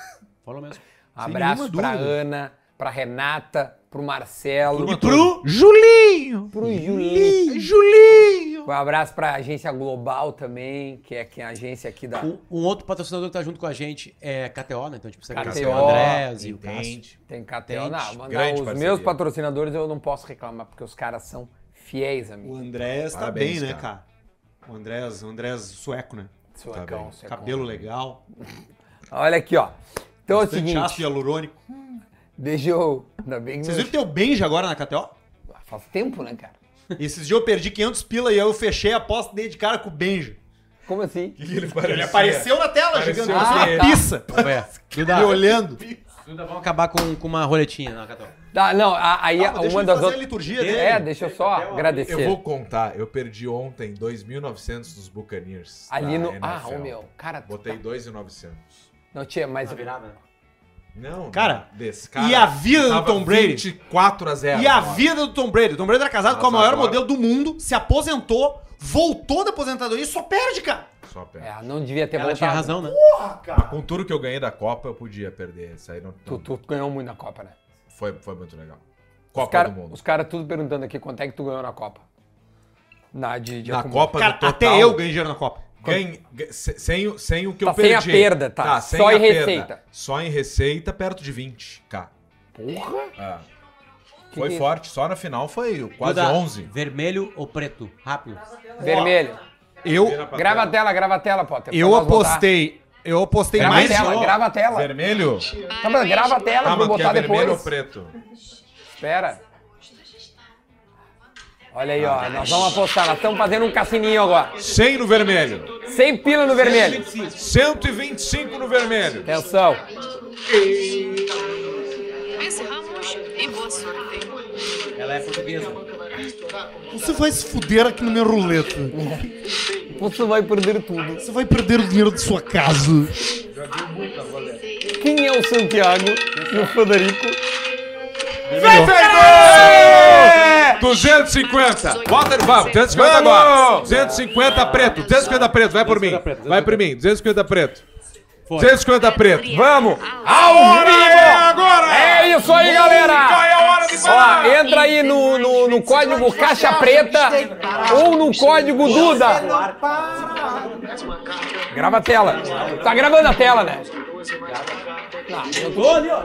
Speaker 4: Falou mesmo.
Speaker 2: Abraço
Speaker 3: nenhuma
Speaker 2: pra
Speaker 3: dúvida.
Speaker 2: Ana, pra Renata, pro Marcelo.
Speaker 4: E pro...
Speaker 3: Julinho!
Speaker 2: pro Julinho.
Speaker 3: Julinho!
Speaker 2: Um abraço pra agência Global também, que é que é a agência aqui da.
Speaker 4: Um, um outro patrocinador que tá junto com a gente é KTO, né? Então a gente precisa agradecer
Speaker 2: KTO,
Speaker 4: o Andrés e o Cássio.
Speaker 5: Entende.
Speaker 2: Tem
Speaker 4: Tem,
Speaker 2: KTO. Não, mandar
Speaker 5: grande
Speaker 2: os
Speaker 5: parceria.
Speaker 2: meus patrocinadores eu não posso reclamar, porque os caras são fiéis,
Speaker 6: O
Speaker 2: amigo.
Speaker 6: Andrés tá
Speaker 5: Parabéns,
Speaker 6: bem, né, cara? O Andrés, o Andrés sueco, né?
Speaker 2: Suecão,
Speaker 5: bem.
Speaker 2: suecão.
Speaker 6: Cabelo legal.
Speaker 2: Olha aqui, ó. Então é o
Speaker 6: Bastante ácido
Speaker 2: seguinte,
Speaker 6: hialurônico.
Speaker 2: deixa eu. Ainda bem que.
Speaker 6: Vocês
Speaker 2: não-
Speaker 6: viram que tem o Benja agora na KTO?
Speaker 2: Faz tempo, né, cara?
Speaker 6: Esses dias eu perdi 500 pila e eu fechei a aposta dele de cara com o Benja.
Speaker 2: Como assim?
Speaker 5: Ele,
Speaker 6: Ele apareceu na tela,
Speaker 5: Apareceu
Speaker 6: jogando
Speaker 2: assim,
Speaker 6: assim,
Speaker 2: ele.
Speaker 6: pizza.
Speaker 4: Vamos ver. Duda,
Speaker 6: Me olhando.
Speaker 4: Duda, vamos acabar com, com uma roletinha né, na KTO.
Speaker 2: Tá, não, a- aí
Speaker 6: Ah, mas deixa
Speaker 2: uma
Speaker 6: ele
Speaker 2: das
Speaker 6: fazer a
Speaker 2: outras.
Speaker 6: liturgia dele.
Speaker 2: É, deixa eu só agradecer.
Speaker 5: Eu vou contar, eu perdi ontem 2.900 dos Buccaneers.
Speaker 2: Ali
Speaker 5: na
Speaker 2: no.
Speaker 5: NFL.
Speaker 2: Ah, ô meu, cara. tu
Speaker 5: né, Botei
Speaker 2: tá-
Speaker 5: 2.900.
Speaker 2: Não tinha mais.
Speaker 5: Não,
Speaker 6: Cara,
Speaker 5: não, desse
Speaker 6: e a vida do
Speaker 5: tava
Speaker 6: Tom Brady?
Speaker 5: 24 a 0.
Speaker 6: E a vida do Tom Brady. O Tom Brady era casado com o
Speaker 5: É, Nossa,
Speaker 6: maior
Speaker 5: agora.
Speaker 6: modelo do mundo, se aposentou, voltou da aposentadoria e só perde, cara.
Speaker 5: Só perde.
Speaker 2: É, não devia ter
Speaker 4: Ela
Speaker 2: voltado.
Speaker 4: tinha razão, né?
Speaker 2: É.
Speaker 5: Mas com tudo que eu ganhei da Copa, eu podia perder. Isso aí não,
Speaker 2: Tu,
Speaker 5: não-
Speaker 2: tu ganhou muito na Copa, né?
Speaker 5: foi, foi muito legal.
Speaker 2: Os
Speaker 5: Copa
Speaker 2: cara-
Speaker 5: do Mundo.
Speaker 2: Os caras tudo perguntando aqui quanto é que tu ganhou na Copa. Na de, de
Speaker 5: Na
Speaker 2: acumulado.
Speaker 5: Copa
Speaker 6: Cara,
Speaker 5: do total,
Speaker 6: até eu ganhei dinheiro na Copa.
Speaker 5: ganhei- ga- se- sem, o- sem o que
Speaker 2: Tá
Speaker 5: eu
Speaker 2: sem a
Speaker 5: perdi.
Speaker 2: perda, tá? Só em
Speaker 5: perda.
Speaker 2: receita.
Speaker 5: Só em receita, perto de 20k.
Speaker 2: Porra!
Speaker 5: Ah,
Speaker 2: Que
Speaker 5: foi
Speaker 2: que-
Speaker 5: forte. Só na final foi quase
Speaker 4: Duda,
Speaker 5: 11.
Speaker 4: Vermelho ou preto? Rápido.
Speaker 2: Vermelho.
Speaker 5: Vira
Speaker 6: Eu,
Speaker 5: pra
Speaker 2: Grava a
Speaker 5: tela.
Speaker 2: tela, grava a tela, Potter. pra
Speaker 6: eu
Speaker 2: nós botar.
Speaker 6: apostei. Eu apostei
Speaker 2: Grava
Speaker 6: mais.
Speaker 2: a tela,
Speaker 5: ó,
Speaker 2: grava a tela.
Speaker 5: um. Vermelho?
Speaker 2: Tá, mas grava a tela
Speaker 5: Ah,
Speaker 2: pra
Speaker 5: mas que
Speaker 2: botar
Speaker 5: é vermelho
Speaker 2: depois.
Speaker 5: ou preto?
Speaker 2: Espera. Olha aí, ó. Nós vamos apostar. Nós estamos fazendo um cassininho agora.
Speaker 5: 100 no vermelho.
Speaker 2: 100 pila no vermelho.
Speaker 5: 125 no vermelho.
Speaker 2: Atenção.
Speaker 9: Encerramos e boa sorte.
Speaker 4: Ela é portuguesa.
Speaker 6: Você vai se fuder aqui no meu roleta.
Speaker 2: Você vai perder tudo.
Speaker 6: Você vai perder o dinheiro de sua casa.
Speaker 2: Quem é o Santiago e o Frederico?
Speaker 5: 250. Walter, vamos. 250 agora. 250 preto. 250 preto. Vai por mim.
Speaker 4: 250 preto,
Speaker 5: Vai
Speaker 4: 250
Speaker 5: por mim. 250 preto.
Speaker 4: Foi.
Speaker 5: 250 preto.
Speaker 2: Vamos!
Speaker 5: A hora é agora.
Speaker 2: É isso aí,
Speaker 5: Música
Speaker 2: galera!
Speaker 5: É a hora de
Speaker 2: Ó,
Speaker 5: falar.
Speaker 2: entra aí no, no, no código Caixa Preta ou no código Duda. Grava a tela. Tá gravando a tela, né?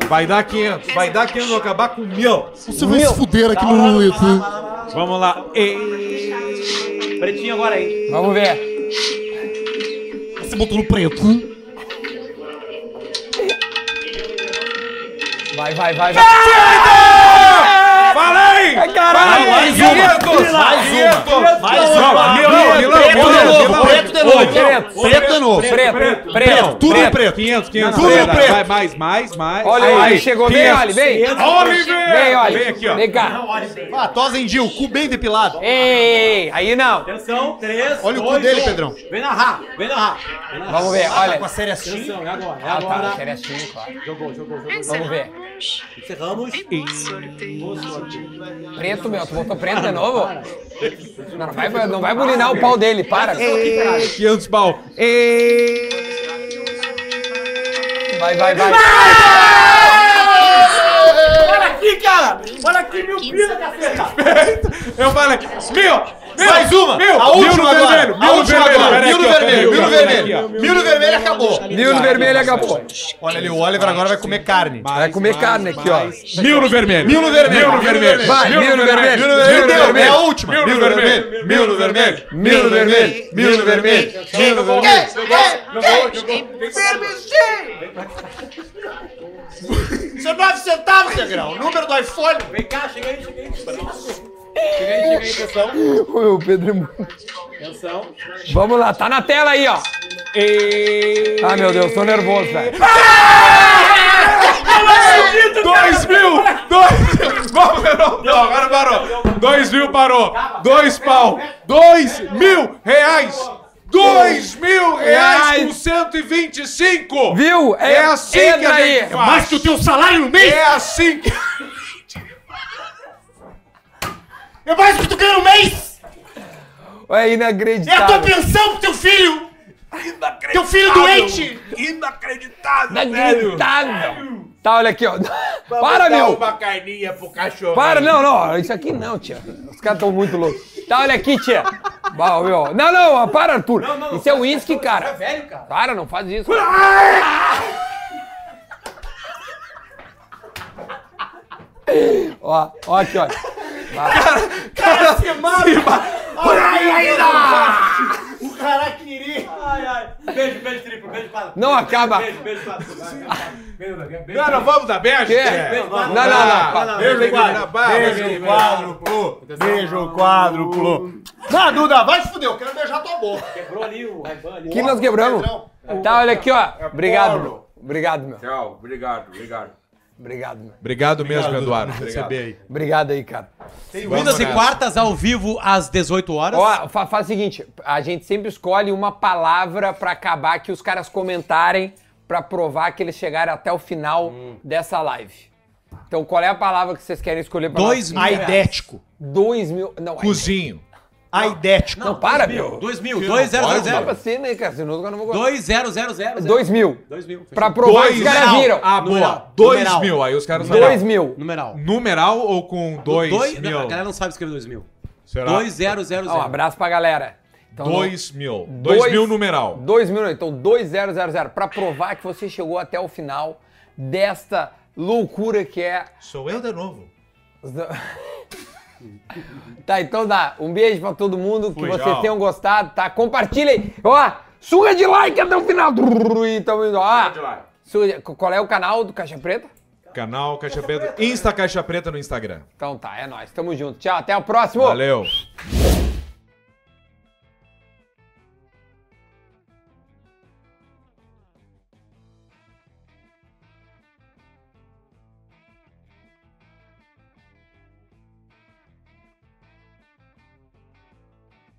Speaker 5: Vai dar 500. Vai dar 500. Vou acabar com mil.
Speaker 6: Você vai se fuder aqui no roleta.
Speaker 5: Vamos lá. E...
Speaker 4: Pretinho agora aí.
Speaker 2: Vamos ver.
Speaker 6: Você botou no preto.
Speaker 2: Vai, vai, vai. vai.
Speaker 5: Fala aí.
Speaker 2: Caralho!
Speaker 6: Mais uma. Mais uma. Mais uma.
Speaker 5: Milão, Milão, Milão, Milão.
Speaker 6: Preto de
Speaker 2: Ô, preto.
Speaker 6: novo. Preto de novo.
Speaker 2: Preto, preto, preto.
Speaker 6: Tudo é
Speaker 2: preto.
Speaker 6: preto.
Speaker 5: 500, 500.
Speaker 6: Tudo
Speaker 5: Vai,
Speaker 6: preto.
Speaker 5: Vai, mais, mais, mais.
Speaker 2: Olha aí, chegou bem,
Speaker 5: 500.
Speaker 2: olha, vem.
Speaker 5: Oliver!
Speaker 2: Vem, olha.
Speaker 5: Vem aqui, ó.
Speaker 2: Vem cá.
Speaker 6: Ah, tosendio, cu bem depilado.
Speaker 2: Ei, ei, ei, aí não.
Speaker 4: Atenção, três.
Speaker 6: Olha o cu
Speaker 4: dois,
Speaker 6: dele,
Speaker 4: um.
Speaker 6: Pedrão.
Speaker 4: Vem narrar, vem narrar. Vem narrar.
Speaker 2: Vamos ver, olha.
Speaker 6: Com a série assim.
Speaker 4: Atenção, é agora, é
Speaker 2: Ah, tá,
Speaker 4: agora.
Speaker 2: a série é cinco, ó.
Speaker 4: Jogou, jogou, jogou.
Speaker 2: Vamos ver.
Speaker 4: Encerramos.
Speaker 9: E boa sorte.
Speaker 2: Preto, meu, tu botou preto de novo? Não vai, não vai bulinar o pau dele, para.
Speaker 5: 500 pau.
Speaker 2: Vai, vai, vai.
Speaker 5: Eu falei, Então mil, mil,
Speaker 6: Mais uma!
Speaker 5: mil,
Speaker 6: a
Speaker 5: mil
Speaker 6: última
Speaker 5: no
Speaker 6: agora!
Speaker 5: vermelho,
Speaker 6: a
Speaker 5: mil no
Speaker 6: última
Speaker 5: vermelho,
Speaker 6: agora!
Speaker 5: pera
Speaker 6: Mil
Speaker 5: aqui,
Speaker 6: no
Speaker 5: ó,
Speaker 6: vermelho,
Speaker 5: pera
Speaker 6: mil
Speaker 5: aqui, ó, pera aqui,
Speaker 6: no vermelho!
Speaker 5: ó.
Speaker 6: Mil no vermelho acabou!
Speaker 2: Nil do vermelho acabou.
Speaker 6: Olha ali, o Oliver agora vai comer carne.
Speaker 2: Vai comer carne aqui, ó.
Speaker 5: Mil no vermelho.
Speaker 6: Mil no vermelho.
Speaker 5: Mil no vermelho.
Speaker 2: Vai, mil no vermelho.
Speaker 5: Mil no
Speaker 6: Mil no vermelho,
Speaker 5: vermelho.
Speaker 6: é a última!
Speaker 5: Mil no vermelho. Mil no vermelho.
Speaker 6: Mil no vermelho! Mil no vermelho! Mil no vermelho!
Speaker 9: Encerramos e boa sorte.
Speaker 6: São 9 centavos, Negrão. Número do iPhone.
Speaker 4: Vem cá, chega aí, chega aí. Chega aí, chega aí, atenção.
Speaker 2: Ô, meu, o Pedro é muito...
Speaker 4: Atenção.
Speaker 2: Vamos lá, tá na tela aí, ó. Ah, meu Deus, tô nervoso, velho.
Speaker 6: tá
Speaker 5: Dois mil! Dois! Vamos, parou. Não, agora parou. Dois mil parou. Dois pau. Dois mil reais. Dois mil reais com 125!
Speaker 2: Viu? É,
Speaker 5: É assim que a
Speaker 2: entra aí.
Speaker 5: gente faz.
Speaker 6: Mas tu tem um salário no mês?
Speaker 5: É assim que...
Speaker 6: É mais que tu ganha no mês!
Speaker 2: É
Speaker 6: É
Speaker 4: Tá.
Speaker 6: a tua
Speaker 2: inacreditável.
Speaker 6: pensão pro teu filho! Teu filho doente!
Speaker 5: Inacreditável, velho.
Speaker 2: Inacreditável. Tá, olha aqui, ó. Para, meu.
Speaker 5: Uma carninha pro cachorro.
Speaker 2: Para, não, não. Isso aqui não, tia. Os caras estão muito loucos. Tá, olha aqui, tia. Bah, meu. Não, não, ó, para, Arthur. isso é uísque, cara.
Speaker 4: Velho, cara.
Speaker 2: Para, não faz isso. ó, ó aqui, ó.
Speaker 6: O Harakiri!
Speaker 4: Ai, ai. Beijo, beijo, triplo. Beijo, para.
Speaker 2: Não acaba.
Speaker 4: Beijo, beijo, para. Beijo, beijo, beijo.
Speaker 5: Não, não vamos dar beijo?
Speaker 2: Que?
Speaker 5: É.
Speaker 2: Não, não, não.
Speaker 6: Beijo
Speaker 5: Beijo,
Speaker 6: quádruplo! Beijo quádruplo! Ah, Duda, vai se fuder, eu quero beijar tua boca!
Speaker 4: Quebrou ali o Raiban ali.
Speaker 2: Que nós quebramos. Tá, olha aqui, ó. Obrigado, meu. Obrigado, meu.
Speaker 5: Tchau, obrigado, obrigado.
Speaker 2: Obrigado, meu.
Speaker 5: Obrigado mesmo, Eduardo. Obrigado.
Speaker 2: Obrigado aí, cara.
Speaker 4: Segundas e quartas ao vivo às 18 horas.
Speaker 2: Ó, fa- faz o seguinte, a gente sempre escolhe uma palavra pra acabar que os caras comentarem pra provar que eles chegaram até o final dessa live. Então, qual é a palavra que vocês querem escolher pra
Speaker 4: Dois
Speaker 2: nós?
Speaker 4: mil reais.
Speaker 6: Aidético!
Speaker 2: Dois mil. Não,
Speaker 5: Cozinho.
Speaker 6: Aidético!
Speaker 2: não, para, meu.
Speaker 4: 2000,
Speaker 2: Não dá pra
Speaker 4: 2000,
Speaker 2: ser, né, cara? Senão eu não vou gostar.
Speaker 4: 2000.
Speaker 2: Dois mil.
Speaker 4: 2000.
Speaker 2: Pra provar que os caras
Speaker 5: Numeral.
Speaker 2: viram.
Speaker 5: Ah,
Speaker 4: Numeral.
Speaker 5: boa. Dois
Speaker 4: Numeral.
Speaker 5: mil. Aí os caras
Speaker 2: Dois mil.
Speaker 4: Numeral.
Speaker 5: Numeral ou com dois,
Speaker 4: Doi-
Speaker 5: mil?
Speaker 4: Não, A galera não sabe escrever 2000.
Speaker 5: Será?
Speaker 4: 2000.
Speaker 2: Ó, um abraço pra galera. Então,
Speaker 5: Dois mil. Dois, mil numeral.
Speaker 2: Dois mil, então 2000, pra provar que você chegou até o final desta loucura que é
Speaker 5: Sou eu de novo.
Speaker 2: Tá, então dá. Um beijo pra todo mundo,
Speaker 5: Fui,
Speaker 2: que vocês
Speaker 5: tchau.
Speaker 2: tenham gostado, tá? Compartilhem. Ó, suga de like até o final. E tamo indo, ó. Suga de- Qual é o canal do Caixa Preta?
Speaker 5: Canal Caixa Preta. Insta Caixa Preta no Instagram.
Speaker 2: Então tá, é nóis. Tamo junto. Tchau, até o próximo.
Speaker 5: Valeu.